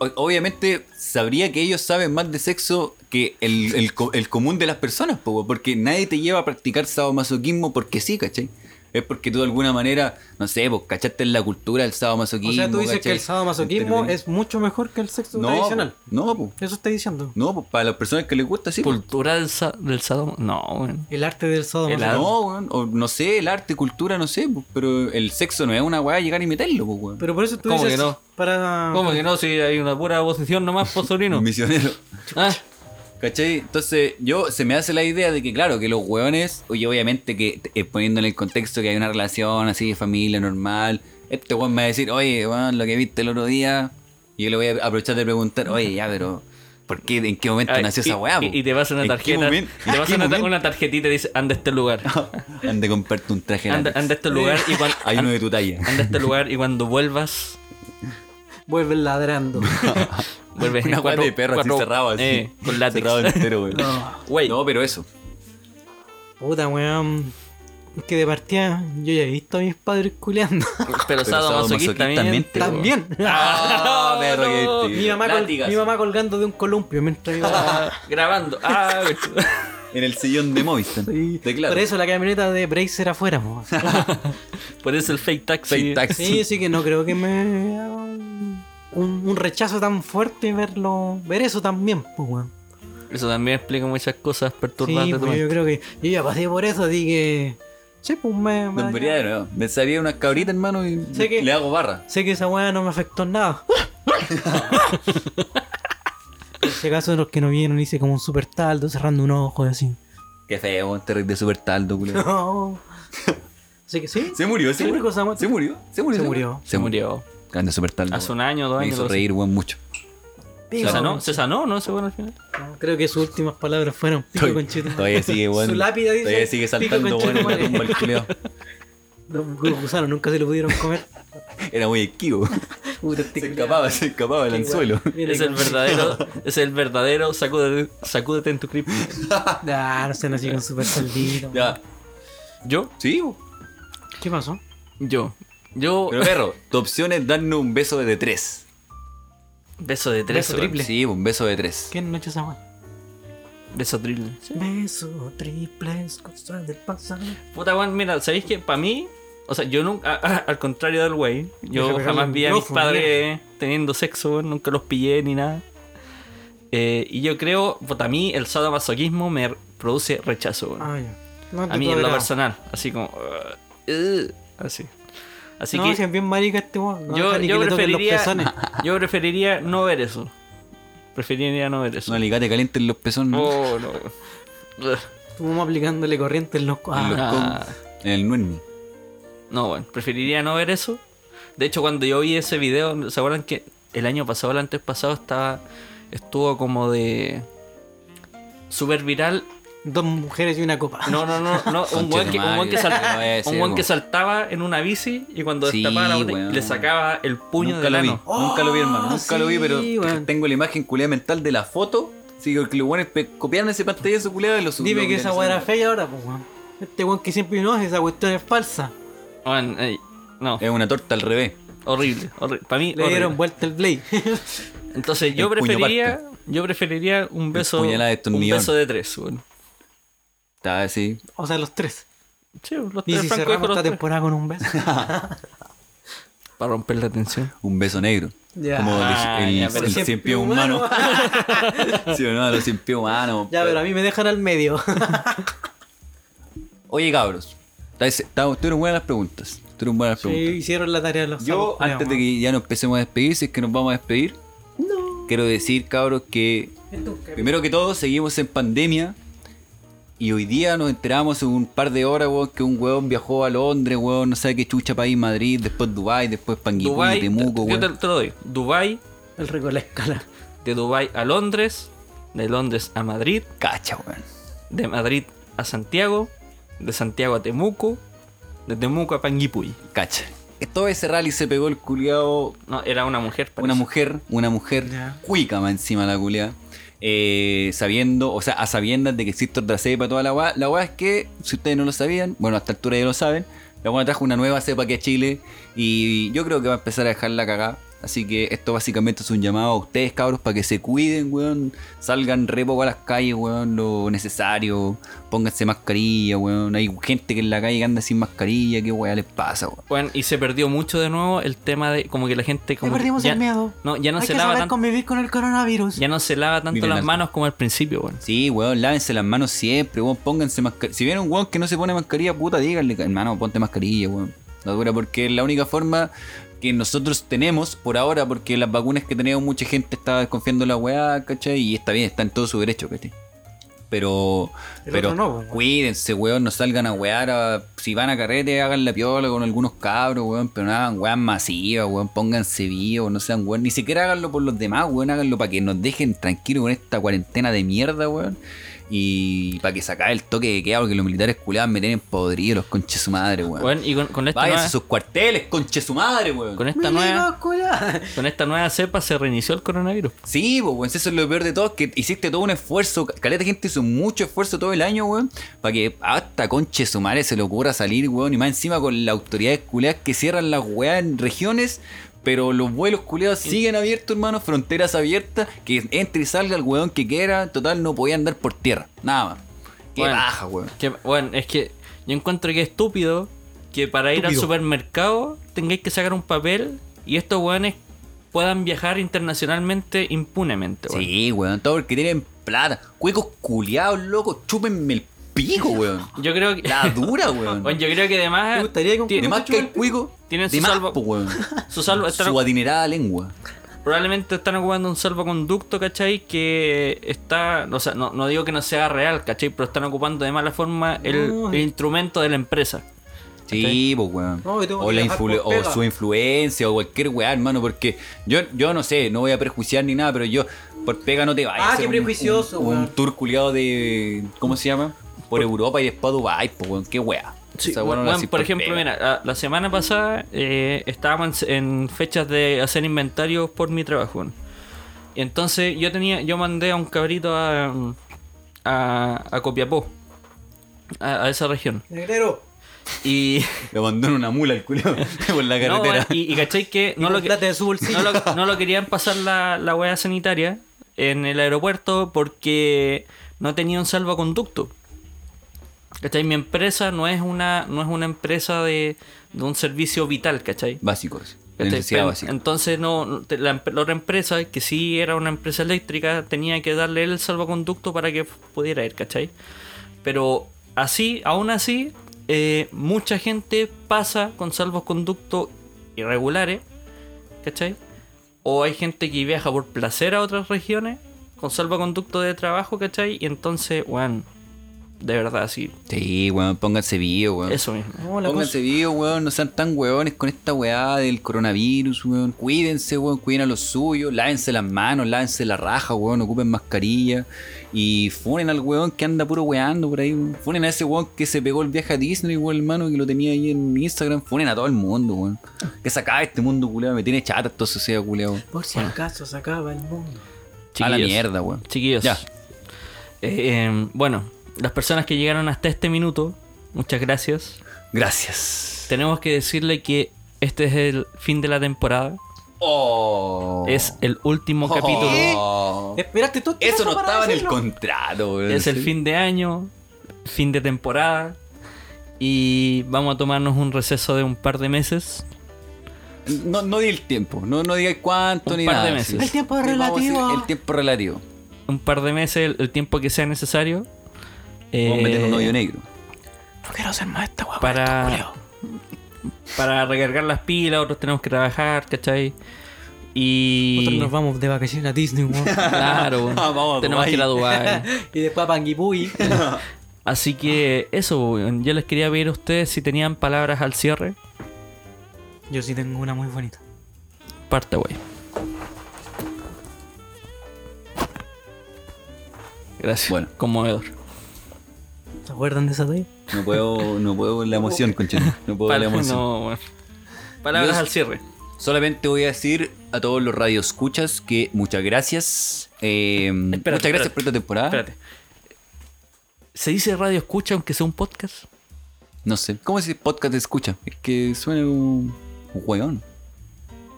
S3: O- Obviamente sabría que ellos saben más de sexo que el, el co- el común de las personas, po, porque nadie te lleva a practicar sadomasoquismo porque sí, ¿cachai? Es porque tú de alguna manera, no sé, pues cachaste en la cultura del
S4: O
S3: sadomasoquismo.
S4: sea, tú dices que
S3: ¿cachai?
S4: el sadomasoquismo
S3: Entretenido.
S4: es mucho mejor que el sexo
S3: No,
S4: tradicional.
S3: No, po.
S4: Eso estoy diciendo.
S3: no, po, para las personas que les gusta, sí. po.
S5: Cultura del, sa- del sadoma. No, weón.
S4: El arte del
S3: El
S4: sadomasoquismo.
S3: arte. No, weón, o no sé, el arte, cultura, no sé, po, pero el sexo no es una weá llegar y meterlo, po, weón.
S4: Pero por eso tú
S5: ¿Cómo
S4: dices
S5: que no?
S4: para
S5: ¿Cómo que no? Si hay una pura oposición nomás, por sobrino.
S3: Misionero.
S5: Ah,
S3: ¿Cachai? Entonces, yo se me hace la idea de que, claro, que los hueones, y obviamente que eh, poniendo en el contexto que hay una relación así de familia normal, este hueón me va a decir, oye, hueón, lo que viste el otro día, y yo le voy a aprovechar de preguntar, oye, ya, pero, ¿por qué? ¿En qué momento
S5: ah,
S3: nació
S5: y-
S3: esa hueá?
S5: Y, y te vas a una tarjeta. Te vas a una, ta- una tarjetita y dices, anda a este lugar.
S3: Han de comprarte un traje.
S5: Anda,
S3: látex.
S5: anda a este lugar y cuando.
S3: Hay uno de tu talla.
S5: Anda a este lugar y cuando vuelvas,
S4: vuelve ladrando.
S5: vuelves en
S3: Una hueá
S5: cuatro-
S3: de perro
S5: cuatro-
S3: así cerrado, así.
S5: eh, con látex.
S3: Cerrado este. entero, weón.
S4: No.
S3: No, pero eso.
S4: Puta, weón. Es que de partida yo ya he visto a mis padres culeando.
S5: Pero sadomasoquista miente, weón.
S4: También.
S5: Ah, perro, que-
S4: mi, mamá col-
S5: Látigas.
S4: mi mamá colgando de un columpio mientras mi papá-
S5: Grabando. Ah,
S3: En el sillón de Movistar. De claro.
S4: Por eso la camioneta de Bracer afuera. po.
S5: Por eso el fake taxi.
S3: Fake taxi.
S4: Sí, sí que no creo que me haga un, un rechazo tan fuerte verlo, ver eso también, pues, weón.
S5: Eso también explica muchas cosas perturbadas
S4: Sí,
S5: de tu
S4: pues, yo
S5: mente.
S4: creo que yo ya pasé por eso, así que sí, pues me, me-
S3: No, pero ya, no. Me salía unas cabritas, hermano, y
S4: Sé que-
S3: le hago barra.
S4: sé que esa weá no me afectó en nada. en ese caso los que no vieron hice como un super taldo cerrando un ojo y así.
S3: Qué feo, un terrible super taldo, culo.
S4: No. Así que sí.
S3: Se murió, se
S4: Sí,
S3: murió.
S4: cosa más-
S3: Se murió, se murió.
S4: Se murió.
S3: Se murió. Grande super taldo.
S5: Hace un año, dos
S3: Me
S5: años,
S3: hizo
S5: dos-
S3: reír, weón, mucho.
S5: ¿Se sanó? ¿Se sanó no? ¿Se bueno al final?
S4: Creo que sus últimas palabras fueron pico
S3: Estoy-
S4: con chito.
S3: Todavía sigue, weón.
S4: Su lápida dice.
S3: Todavía sigue
S4: "Pico
S3: saltando,
S4: con
S3: weón, en la
S4: chetumare".
S3: tumba el culiao.
S4: Los gusanos nunca se lo pudieron comer.
S3: Era muy esquivo. se escapaba, se escapaba del
S4: Qué
S3: anzuelo.
S4: weón. Mira
S5: Es el
S4: con-
S5: verdadero, es el verdadero, sacúdete, sacúdete en tu cripto.
S4: Ah, no sean así con super saldito.
S3: Ya.
S5: ¿Yo?
S3: Sí, weón.
S4: ¿Qué pasó?
S5: Yo. Yo.
S3: Pero perro, tu opción es darnos un beso de tres.
S5: Beso de tres.
S4: Beso
S5: weón.
S4: triple.
S3: Sí, un beso de tres.
S4: ¿Quién no ha hecho esa weá?
S5: Beso triple.
S4: Beso, triples, cosas del pasado.
S5: Puta, weón, mira, ¿sabéis que para mí, o sea, yo nunca, a- a- al contrario del güey,
S4: Deja
S5: yo
S4: pegarle
S5: jamás
S4: el
S5: vi a mis
S4: micrófono,
S5: padres teniendo sexo, weón, nunca los pillé ni nada. Eh, y yo creo, puta, a mí el sadomasoquismo me produce rechazo, weón.
S4: Ah, ya. No te
S5: a mí en lo
S4: toleraba.
S5: personal, así como, uh, uh, así. Así
S4: no,
S5: que
S4: si es bien marica este weón. No
S5: yo,
S4: deja ni
S5: yo
S4: que le toquen los
S5: preferiría,
S4: pezones.
S5: yo preferiría no ver eso. Preferiría no ver eso.
S3: Un alicate caliente en los pezones. ¿no?
S5: Oh, no. Ugh. Ah.
S4: Estuvimos aplicándole corriente en los.
S3: En los
S4: Ah,
S3: con- En el nuerni.
S5: No, bueno, preferiría no ver eso. De hecho, cuando yo vi ese video, ¿se acuerdan que el año pasado, el antes pasado, estaba, estuvo como de. súper viral.
S4: Dos mujeres y una copa.
S5: No, no, no, no.
S3: Conche
S5: un buen
S3: tu
S5: que, un
S3: madre,
S5: weón que
S3: no
S5: sal-
S3: voy a decir,
S5: un weón que
S3: weón.
S5: saltaba en una bici y cuando
S3: Sí,
S5: destapaba la botella,
S3: weón.
S5: le sacaba el puño
S3: Nunca
S5: del
S3: lo vi,
S5: ano.
S3: nunca lo vi, hermano. Nunca lo vi,
S5: sí,
S3: pero tengo la imagen culiada mental de la foto. Sí, que los buenos pe- copiaron ese pantallazo culiado y lo subieron.
S4: Dime que esa
S3: en
S4: weá era
S3: ese-
S4: fea ahora, pues weón. Este weón que siempre no esa cuestión es falsa.
S5: Weón, ey, no.
S3: Es una torta al revés.
S5: Horrible, horrible. Para mí,
S4: Le dieron vuelta el play.
S5: Entonces yo
S3: El puño
S5: preferiría, yo preferiría un beso,
S3: puñalada de
S5: un
S3: estornillón.
S5: beso de tres, weón.
S3: Estaba así.
S4: O sea, los tres.
S5: Sí, los
S4: Y
S5: tres
S4: si
S5: Franco dijo
S4: cerramos
S5: los
S4: esta
S5: tres.
S4: temporada con un beso.
S5: Para romper la tensión.
S3: Un beso negro.
S4: Ya.
S3: Como el,
S4: Ah,
S3: el-
S4: ya,
S3: el
S4: pero
S3: cien
S4: cien
S3: pies
S4: pies
S3: humano.
S4: humano.
S3: sí, no, los cien pies humanos.
S4: ya, pero a mí me dejan al medio.
S3: Oye, cabros. estáis- estáis- Estuvieron buenas las preguntas. Estuvieron buenas las
S4: Sí,
S3: preguntas.
S4: hicieron la tarea de los
S3: Yo,
S4: sapos,
S3: antes de que ya nos empecemos a despedir, si es que nos vamos a despedir, quiero decir, cabros, que primero que todo, seguimos en pandemia. Y hoy día nos enteramos en un par de horas, weón, que un weón viajó a Londres, weón, no sé qué chucha país, Madrid, después Dubái, después Panguipulli,
S5: Dubai,
S3: Temuco,
S5: yo
S3: weón.
S5: te, te lo doy. Dubai,
S4: el rico la escala.
S5: De Dubai a Londres, de Londres a Madrid,
S3: cacha, weón.
S5: De Madrid a Santiago, de Santiago a Temuco, de Temuco a Panguipulli.
S3: Cacha. Todo ese rally se pegó el culiao.
S5: No, era una mujer.
S3: Una mujer, una mujer cuica más encima de la culia. sabiendo, o sea, a sabiendas de que existe otra cepa, toda la weá. La weá es que, si ustedes no lo sabían, bueno, a esta altura ya lo saben, la weá trajo una nueva cepa aquí a Chile y yo creo que va a empezar a dejarla cagada. Así que esto básicamente es un llamado a ustedes, cabros, para que se cuiden, weón. Salgan re poco a las calles, weón, lo necesario. Pónganse mascarilla, weón. Hay gente que en la calle que anda sin mascarilla, qué weá les pasa, weón.
S5: Bueno, y se perdió mucho de nuevo el tema de como que la gente como que
S4: perdimos
S5: ya-
S4: el miedo.
S5: No, ya no
S4: Hay
S5: se
S4: que
S5: lava
S4: saber
S5: tanto.
S4: convivir con el coronavirus.
S5: Ya no se lava tanto
S3: Viven
S5: las
S3: al-
S5: manos como al principio, weón.
S3: Sí, weón, lávense las manos siempre, weón, pónganse mascarilla. Si viene un weón que no se pone mascarilla, puta, díganle, hermano, ponte mascarilla, weón. La dura, porque es la única forma que nosotros tenemos por ahora, porque las vacunas que tenemos, mucha gente está desconfiando de la weá, ¿cachai? Y está bien, está en todo su derecho, ¿cachai? Pero,
S4: El
S3: pero
S4: otro no, weón.
S3: cuídense, weón, no salgan a wear. a- si van a carrete, hagan la piola con algunos cabros, weón, pero no hagan weas masivas, weón, pónganse vivos, no sean weón. Ni siquiera háganlo por los demás, weón, háganlo para que nos dejen tranquilos con esta cuarentena de mierda, weón. Y para que saca el toque de queda, porque los militares culiados me tienen podrido, los conches su madre, weón.
S5: Weón, y con, con esta
S3: Váyanse
S5: nueva,
S3: a sus cuarteles, conche su madre, weón.
S5: con esta nueva con esta nueva cepa se reinició el coronavirus.
S3: Sí, pues, weón, eso es lo peor de todo, que hiciste todo un esfuerzo, caleta de gente hizo mucho esfuerzo todo el año, weón, para que hasta conche su madre se le ocurra salir, weón, y más encima con las autoridades culeadas que cierran las weas en regiones, pero los vuelos culeados siguen abiertos, hermano, fronteras abiertas, que entre y salga el weón que quiera, total no podía andar por tierra, nada más. Qué
S5: Bueno,
S3: baja, weón.
S5: Que, bueno, es que yo encuentro que es estúpido que para ir al
S3: Estúpido.
S5: supermercado tengáis que sacar un papel y estos weones puedan viajar internacionalmente impunemente, weón.
S3: Sí, weón, todo porque tienen plata, cuecos culeados, loco, chúpenme el pico, weón.
S5: Yo creo que.
S3: La dura, weón.
S5: Bueno, yo creo que además.
S3: De más que el cuico,
S5: Tienen
S3: de
S5: su
S3: más,
S5: salva.
S3: po, weón.
S5: Su salva. están-
S3: Su adinerada lengua.
S5: probablemente están ocupando un salvoconducto, ¿cachai? Que está. O sea, no, no digo que no sea real, ¿cachai? Pero están ocupando de mala forma el,
S3: No.
S5: el instrumento de la empresa.
S3: Sí, pues, weón.
S5: No, y tengo
S3: o,
S5: que
S3: la
S5: viajar
S3: influ-
S5: por
S3: o
S5: pega.
S3: su influencia o cualquier weá, hermano, porque yo, yo no sé, no voy a prejuiciar ni nada, pero yo por pega no te vayas.
S4: Ah,
S3: a hacer
S4: qué
S3: un-
S4: prejuicioso,
S3: un, un
S4: weón.
S3: tour culiado de. ¿Cómo se llama? Por Europa y después Dubái, pues, weón. Qué weá.
S5: Sí,
S3: Esa weá
S5: bueno,
S3: no la hacís
S5: por
S3: por
S5: ejemplo,
S3: pega.
S5: mira, ah, la, la semana pasada eh, estábamos en, en fechas de hacer inventarios por mi trabajo. weón. Y entonces yo tenía, yo mandé a un cabrito a, mm, a, a Copiapó, a, a esa región.
S4: Negrero.
S5: Y
S3: lo mandó en una mula el culo por la carretera.
S5: No, y, y cachai que no lo, que- no lo- no lo querían pasar la, la hueá sanitaria en el aeropuerto porque no tenían salvoconducto. ¿Cachai? Mi empresa no es una, no es una empresa de, de un servicio vital, ¿cachai?
S3: Básicos. de
S5: ¿Cachai?
S3: Necesidad
S5: Pero
S3: básica.
S5: Entonces no, no, te- la, empe- la otra empresa, que sí era una empresa eléctrica, tenía que darle el salvoconducto para que pudiera ir, ¿cachai? Pero así, aún así, eh, mucha gente pasa con salvoconductos irregulares, ¿cachai? O hay gente que viaja por placer a otras regiones con salvoconducto de trabajo, ¿cachai? Y entonces, weón, De verdad, sí.
S3: Sí, weón, pónganse vivo, weón.
S5: Eso mismo. No, la
S3: pónganse vivo, weón. No sean tan weones con esta weá del coronavirus, weón. Cuídense, weón. Cuiden a los suyos. Lávense las manos, lávense la raja, weón. Ocupen mascarilla. Y funen al weón que anda puro weando por ahí, weón. Funen a ese weón que se pegó el viaje a Disney, weón, hermano, que lo tenía ahí en Instagram. Funen a todo el mundo, weón. Que se acabe este mundo, culeado. Me tiene chata esta sociedad, culeado.
S4: Por si acaso se acaba el mundo.
S3: A la
S5: Chiquillos.
S3: mierda, weón.
S5: Chiquillos. Eh, eh, bueno, las personas que llegaron hasta este minuto, muchas gracias.
S3: Gracias.
S5: Tenemos que decirle que este es el fin de la temporada. Es el último
S3: Oh.
S5: capítulo.
S4: Esperaste todo
S3: Eso no
S4: para
S3: estaba en el
S4: decirlo.
S3: contrato, weón.
S5: Es el
S3: Sí.
S5: fin de año, fin de temporada. Y vamos a tomarnos un receso de un par de meses.
S3: No, no di el tiempo, no, no diga cuánto
S5: Un
S3: ni
S5: par
S3: nada.
S5: de
S3: sí.
S5: meses. El tiempo
S3: Sí, vamos a decir
S5: relativo.
S3: El tiempo relativo.
S5: Un par de meses, el, el tiempo que sea necesario.
S3: Vamos a meter un hoyo negro.
S5: No quiero hacer más esta Para, para recargar las pilas, otros tenemos que trabajar, ¿cachai? Y.
S4: Nosotros nos vamos de vacaciones a Disney World.
S5: Claro, bueno.
S4: Vamos a
S5: Tenemos que ir a
S4: Dubái. y después a Panguipulli.
S5: Así que eso, weón. yo les quería pedir a ustedes si tenían palabras al cierre.
S4: Yo sí tengo una muy bonita.
S5: Parte, güey. Gracias.
S3: Bueno.
S5: Conmovedor.
S4: ¿Se acuerdan de esa de ahí?
S3: No puedo, no puedo con la emoción, conchón. No puedo con la
S5: Pal-
S3: emoción.
S5: no, bueno. Palabras
S3: Yo
S5: al cierre.
S3: Solamente voy a decir a todos los radioescuchas que muchas gracias. Eh, muchas gracias
S5: espérate.
S3: por esta temporada.
S5: Espérate. ¿Se dice radio escucha aunque sea un podcast?
S3: No sé. ¿Cómo se dice podcast escucha? Es que suena como un hueón.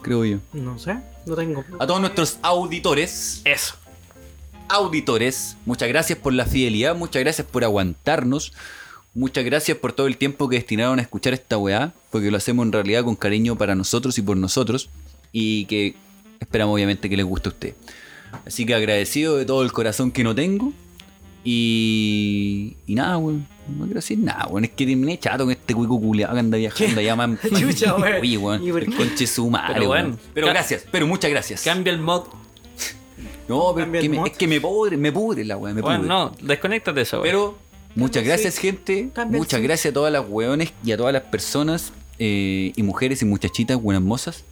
S3: Creo yo.
S4: No sé, no tengo.
S3: A todos nuestros auditores.
S5: Eso.
S3: Auditores, muchas gracias por la fidelidad, muchas gracias por aguantarnos, muchas gracias por todo el tiempo que destinaron a escuchar esta weá, porque lo hacemos en realidad con cariño para nosotros y por nosotros, y que esperamos obviamente que les guste a usted. Así que agradecido de todo el corazón que no tengo, y, y nada, weón. No quiero decir nada, weón. Es que terminé chato con este cuico culeado que anda viajando allá más.
S4: Chucha, weón.
S3: Uy, weón.
S4: ¿Y por qué?
S3: El conche su madre,
S5: Ah, Pero,
S3: weón.
S5: weón,
S3: Pero
S5: ca-
S3: gracias, pero muchas gracias.
S5: Cambia el mod.
S3: No, pero es que, me, es que me pudre, me pudre la weá, me
S5: Bueno,
S3: pudre.
S5: no, desconéctate eso. güey.
S3: Pero muchas gracias, gente.
S5: Cambia el
S3: Muchas
S5: switch.
S3: gracias a todas las weones y a todas las personas eh, y mujeres y muchachitas, buenas mozas,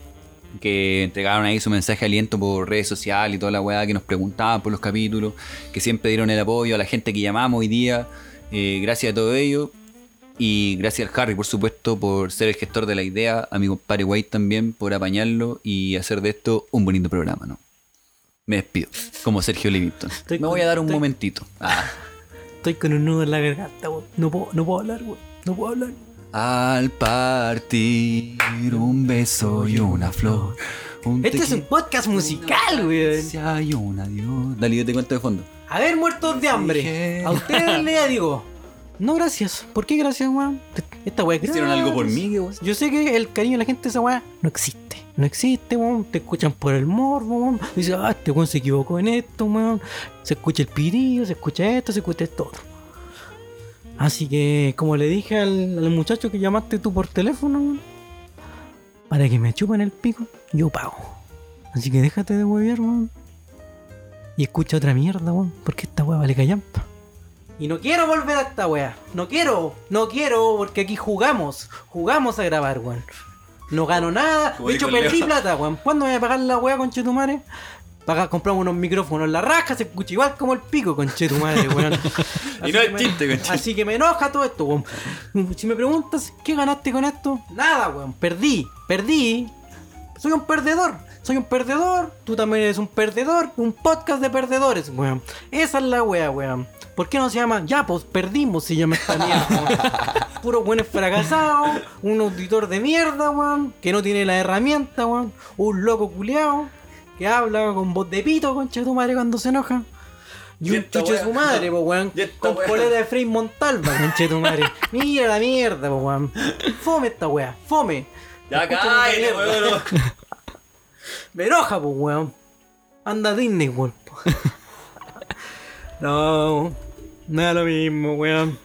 S3: que entregaron ahí su mensaje de aliento por redes sociales y toda la weá que nos preguntaban por los capítulos, que siempre dieron el apoyo a la gente que llamamos hoy día. Eh, gracias a todo ello. Y gracias al Harry, por supuesto, por ser el gestor de la idea, a mi compadre White también, por apañarlo y hacer de esto un bonito programa, ¿no? Me despido, como Sergio Livingston. Me voy a dar un momentito. Ah.
S4: Estoy con un nudo en la garganta, weón. No puedo, no puedo hablar, weón. No puedo hablar.
S3: Al partir un beso y una flor. Un
S4: Este es un podcast musical, weón.
S3: Si hay un adiós. Dale, yo te cuento de fondo.
S4: A ver, muertos de hambre. A ustedes les digo. No, gracias. ¿Por qué gracias, weón? Esta weá
S3: Hicieron algo por mí, weón.
S4: Yo sé que el cariño de la gente de esa weá no existe. No existe, weón. Te escuchan por el morbo, weón. Dicen, ah, este weón se equivocó en esto, weón. Se escucha el pirillo, se escucha esto, se escucha esto otro. Así que, como le dije al, al muchacho que llamaste tú por teléfono, weón, para que me chupen el pico, yo pago. Así que déjate de huevear, weón. Y escucha otra mierda, weón. Porque esta weá vale callampa. Y no quiero volver a esta weá. No quiero, no quiero, porque aquí jugamos. Jugamos a grabar, weón. No gano nada.
S3: Como
S4: de hecho,
S3: dijo el
S4: perdí
S3: Leo.
S4: plata, weón. ¿Cuándo me voy a pagar la weá, conchetumare? Paga, compramos unos micrófonos en la raja, se escucha igual como el pico, conchetumare, weón.
S3: Y no es
S4: me-
S3: chiste, conchetumare.
S4: Así que me enoja todo esto, weón. Si me preguntas, ¿qué ganaste con esto? Nada, weón. Perdí, perdí. Soy un perdedor. Soy un perdedor. Tú también eres un perdedor. Un podcast de perdedores, weón. Esa es la wea, weón. ¿Por qué no se llama? Ya, pues perdimos, se llama esta mierda, weón. Puros buenos fracasados. Un auditor de mierda, weón. Que no tiene la herramienta, weón. Un loco culeado. Que habla con voz de pito, concha de tu madre, cuando se enoja. Y un chucho de su madre, po, weón. Con polera de Frei Montalva, concha de tu madre. Mira la mierda, po, weón. Fome esta wea, fome.
S3: Ya
S4: Escucha
S3: cállate,
S4: esta mierda.
S3: weón.
S4: Me enoja, po, weón. Anda a Disney, weón. No, no es lo mismo, weón.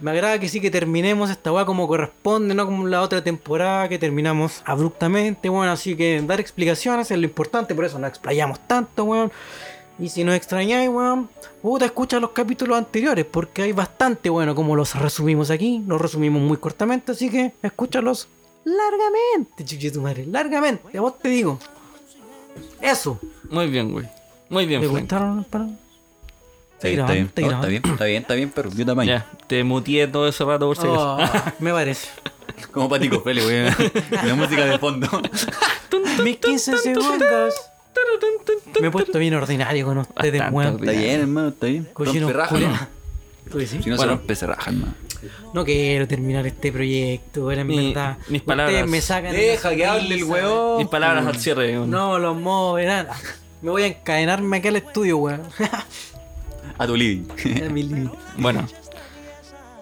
S4: Me agrada que sí que terminemos esta weá como corresponde, no como la otra temporada que terminamos abruptamente, weón. Así que dar explicaciones es lo importante, por eso nos explayamos tanto, weón. Y si nos extrañáis, weón, puta, escucha los capítulos anteriores, porque hay bastante, bueno, como los resumimos aquí, los resumimos muy cortamente, así que escúchalos largamente, chiche tu madre, largamente, a vos te digo. Eso.
S5: Muy bien, güey. Muy bien,
S4: ¿Te
S5: Frank.
S4: gustaron los palos?
S17: Está bien, está bien,
S4: Está
S17: No,
S4: grabando.
S17: está bien, está bien, está bien, pero yo tamaño.
S5: Ya, te mutié todo ese rato por si acaso.
S4: Oh, me parece.
S17: Como Patico Pele, güey. La música de fondo.
S4: Mis 15 segundos. Me he puesto bien ordinario con ustedes, weón.
S17: Está bien, hermano, está bien.
S4: Cochino
S17: Rompe raja,
S4: culo.
S17: hermano.
S4: ¿Tú
S5: Pues
S4: decís?
S17: Si no se
S4: Bueno.
S17: rompe, se raja, hermano.
S4: No quiero terminar este proyecto, era en
S5: Mi-
S4: verdad.
S5: mis
S4: Ustedes
S5: palabras.
S4: me sacan de
S5: Deja
S4: la
S5: que hable el
S4: sonrisa,
S5: huevón.
S4: weón.
S5: Mis palabras al cierre, weón.
S4: No los muevo de nada. Me voy a encadenarme acá al estudio, weón.
S17: A tu living.
S4: Es mi límite.
S5: Bueno.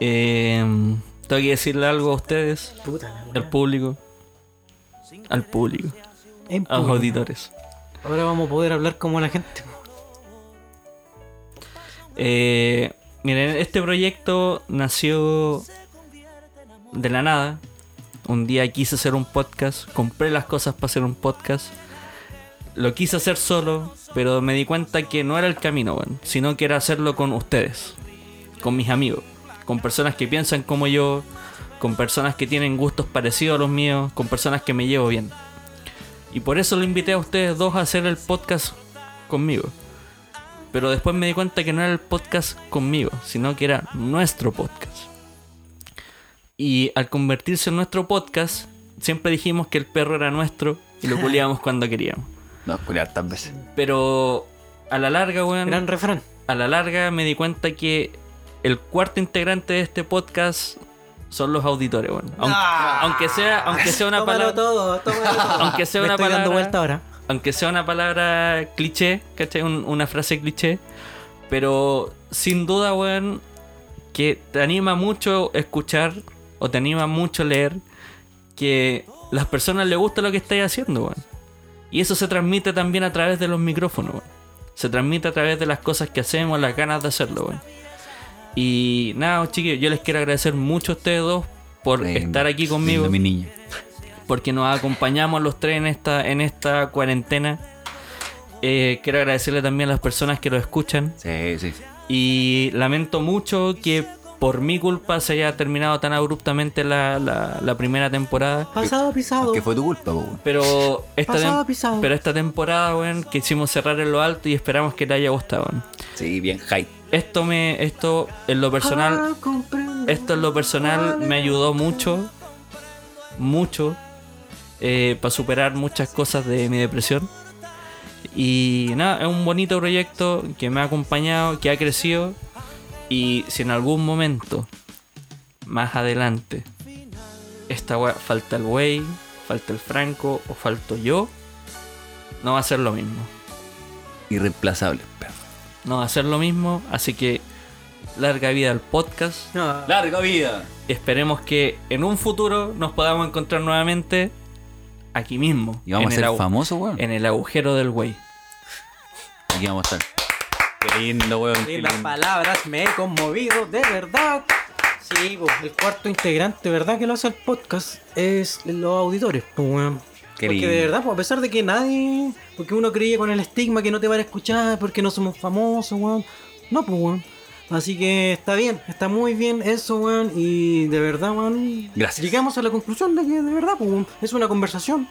S5: Eh, tengo que decirle algo a ustedes.
S4: Puta la
S5: al público. Al público.
S4: En
S5: A los
S4: público.
S5: auditores.
S4: Ahora vamos a poder hablar como la gente.
S5: Eh, miren, este proyecto nació de la nada. Un día quise hacer un podcast, compré las cosas para hacer un podcast. Lo quise hacer solo, pero me di cuenta que no era el camino, weón, sino que era hacerlo con ustedes, con mis amigos, con personas que piensan como yo, con personas que tienen gustos parecidos a los míos, con personas que me llevo bien. Y por eso lo invité a ustedes dos a hacer el podcast conmigo. Pero después me di cuenta que no era el podcast conmigo, sino que era nuestro podcast. Y al convertirse en nuestro podcast, siempre dijimos que el perro era nuestro y lo culiábamos cuando queríamos.
S17: No, culiar tantas veces.
S5: Pero a la larga, weón.
S4: Gran refrán.
S5: A la larga me di cuenta que el cuarto integrante de este podcast son los auditores, weón. Aunque, aunque sea, aunque sea una
S4: Tómalo
S5: palabra.
S4: todo, tómalo todo.
S5: Aunque sea
S4: Me
S5: una
S4: estoy dando
S5: palabra.
S4: vuelta ahora.
S5: Aunque sea una palabra cliché, ¿cachai? Un- una frase cliché. Pero sin duda, weón, que te anima mucho escuchar o te anima mucho leer que las personas les gusta lo que estáis haciendo, weón. Y eso se transmite también a través de los micrófonos, weón. Se transmite a través de las cosas que hacemos, las ganas de hacerlo, weón. Y nada, chiquillos, yo les quiero agradecer mucho a ustedes dos por
S17: Lindo,
S5: estar aquí conmigo.
S17: lindo, mi niño.
S5: Porque nos acompañamos los tres en esta, en esta cuarentena. Eh, quiero agradecerle también a las personas que lo escuchan.
S17: Sí, sí.
S5: Y lamento mucho que por mi culpa se haya terminado tan abruptamente la, la- la primera temporada.
S4: Pasado pisado.
S17: Que fue tu culpa, po, güey.
S5: Pero esta,
S4: Pasado
S5: tem-
S4: pisado.
S5: pero esta temporada, weón, quisimos cerrar en lo alto y esperamos que te haya gustado. weón.
S17: Sí, bien hype.
S5: Esto me. Esto en lo personal. Esto en lo personal me ayudó mucho. Mucho. para superar muchas cosas de mi depresión. Y nada, es un bonito proyecto que me ha acompañado, que ha crecido. Y si en algún momento, más adelante, esta wea- falta el wey, falta el Franco o falto yo, no va a ser lo mismo
S17: Irreemplazable.
S5: no va a ser lo mismo. Así que larga vida al podcast.
S17: Larga vida.
S5: Esperemos que en un futuro nos podamos encontrar nuevamente aquí mismo.
S17: Y vamos
S5: en
S17: a
S5: el
S17: ser
S5: agu-
S17: famosos, weón.
S5: En el agujero del güey.
S17: Aquí vamos a estar. Qué lindo, weón.
S4: Y
S17: qué
S4: las
S17: lindo.
S4: palabras me he conmovido, de verdad. Sí, pues, el cuarto integrante, ¿verdad? Que lo hace el podcast es los auditores, pues, weón.
S17: Qué
S4: Porque de
S17: lindo.
S4: verdad, pues, a pesar de que nadie. Porque uno creía con el estigma que no te van a escuchar porque no somos famosos, weón. No, pues, weón. Así que está bien, está muy bien eso, weón. Y de verdad, weón.
S17: Gracias.
S4: Llegamos a la conclusión de que de verdad, pues, weón, es una conversación.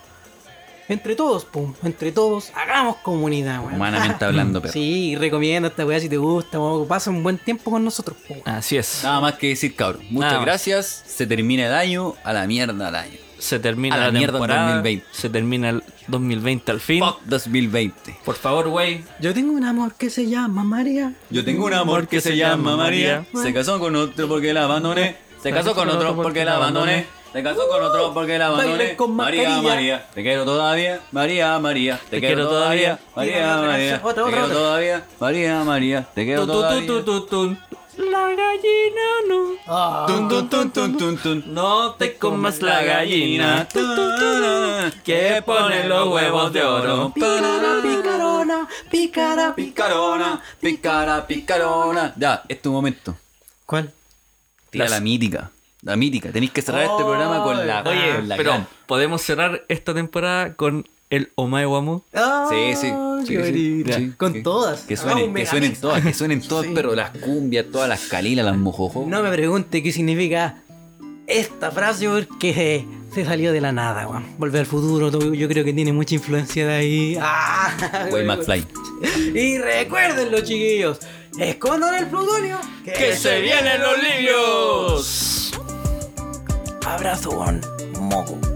S4: Entre todos, pum, entre todos, hagamos comunidad, weón.
S17: Humanamente hablando, perro.
S4: Sí, recomiendo esta weá si te gusta, weón, pasa un buen tiempo con nosotros, po.
S5: Así es.
S17: Nada más que decir, cabrón. Muchas
S5: Nada más.
S17: gracias. Se termina el año. A la mierda el año.
S5: Se termina
S17: A la
S5: la,
S17: mierda el
S5: temporada.
S17: 2020.
S5: Se termina el 2020 al fin.
S17: 2020.
S5: Por favor, güey.
S4: Yo tengo un amor que se llama María.
S17: Yo tengo un amor que se llama María. Se casó con otro porque la abandoné. Se casó con otro porque la abandoné. Se casó con otro porque la abandoné.
S4: Bailen con
S17: María,
S4: mascarilla.
S17: María. Te quiero todavía. María, María. Te quiero todavía. María,
S4: Otra, otra
S17: María.
S4: canción. Otra,
S17: Te
S4: otra,
S17: quiero
S4: otra.
S17: todavía. María, María. Te quiero todavía.
S5: La gallina no.
S17: Tun, tun, tun, tun, tun, tun.
S5: No te comas la gallina. Tun, tun, tun, tun, Que pone los huevos de oro.
S4: Ah, Picarona, picara,
S17: Picarona, picara, picarona. Ya, es tu momento.
S4: ¿Cuál?
S17: Tira la mítica. La
S3: este
S17: mítica. Tenéis que cerrar este programa con la.
S5: Oye,
S17: con la
S5: pero
S17: gran.
S5: podemos cerrar esta temporada con el Omae Wamo?
S3: Sí, sí. sí,
S5: qué
S3: sí,
S5: bonito.
S3: sí.
S4: Con
S3: Sí.
S4: todas.
S3: Que
S4: Hagamos
S3: suenen,
S4: un
S3: que suenen
S4: megamix.
S3: todas, que suenen todas, pero las cumbias, todas las calilas, las mojojo.
S4: No me pregunte qué significa esta frase porque se, se salió de la nada, weón. Volver al futuro, todo, yo creo que tiene mucha influencia de ahí. ¡Ah!
S3: Güey, McFly.
S4: Y recuerden los chiquillos, escondan el plutonio. Que,
S3: se vienen los libios.
S4: Abrazo, weón. Moco.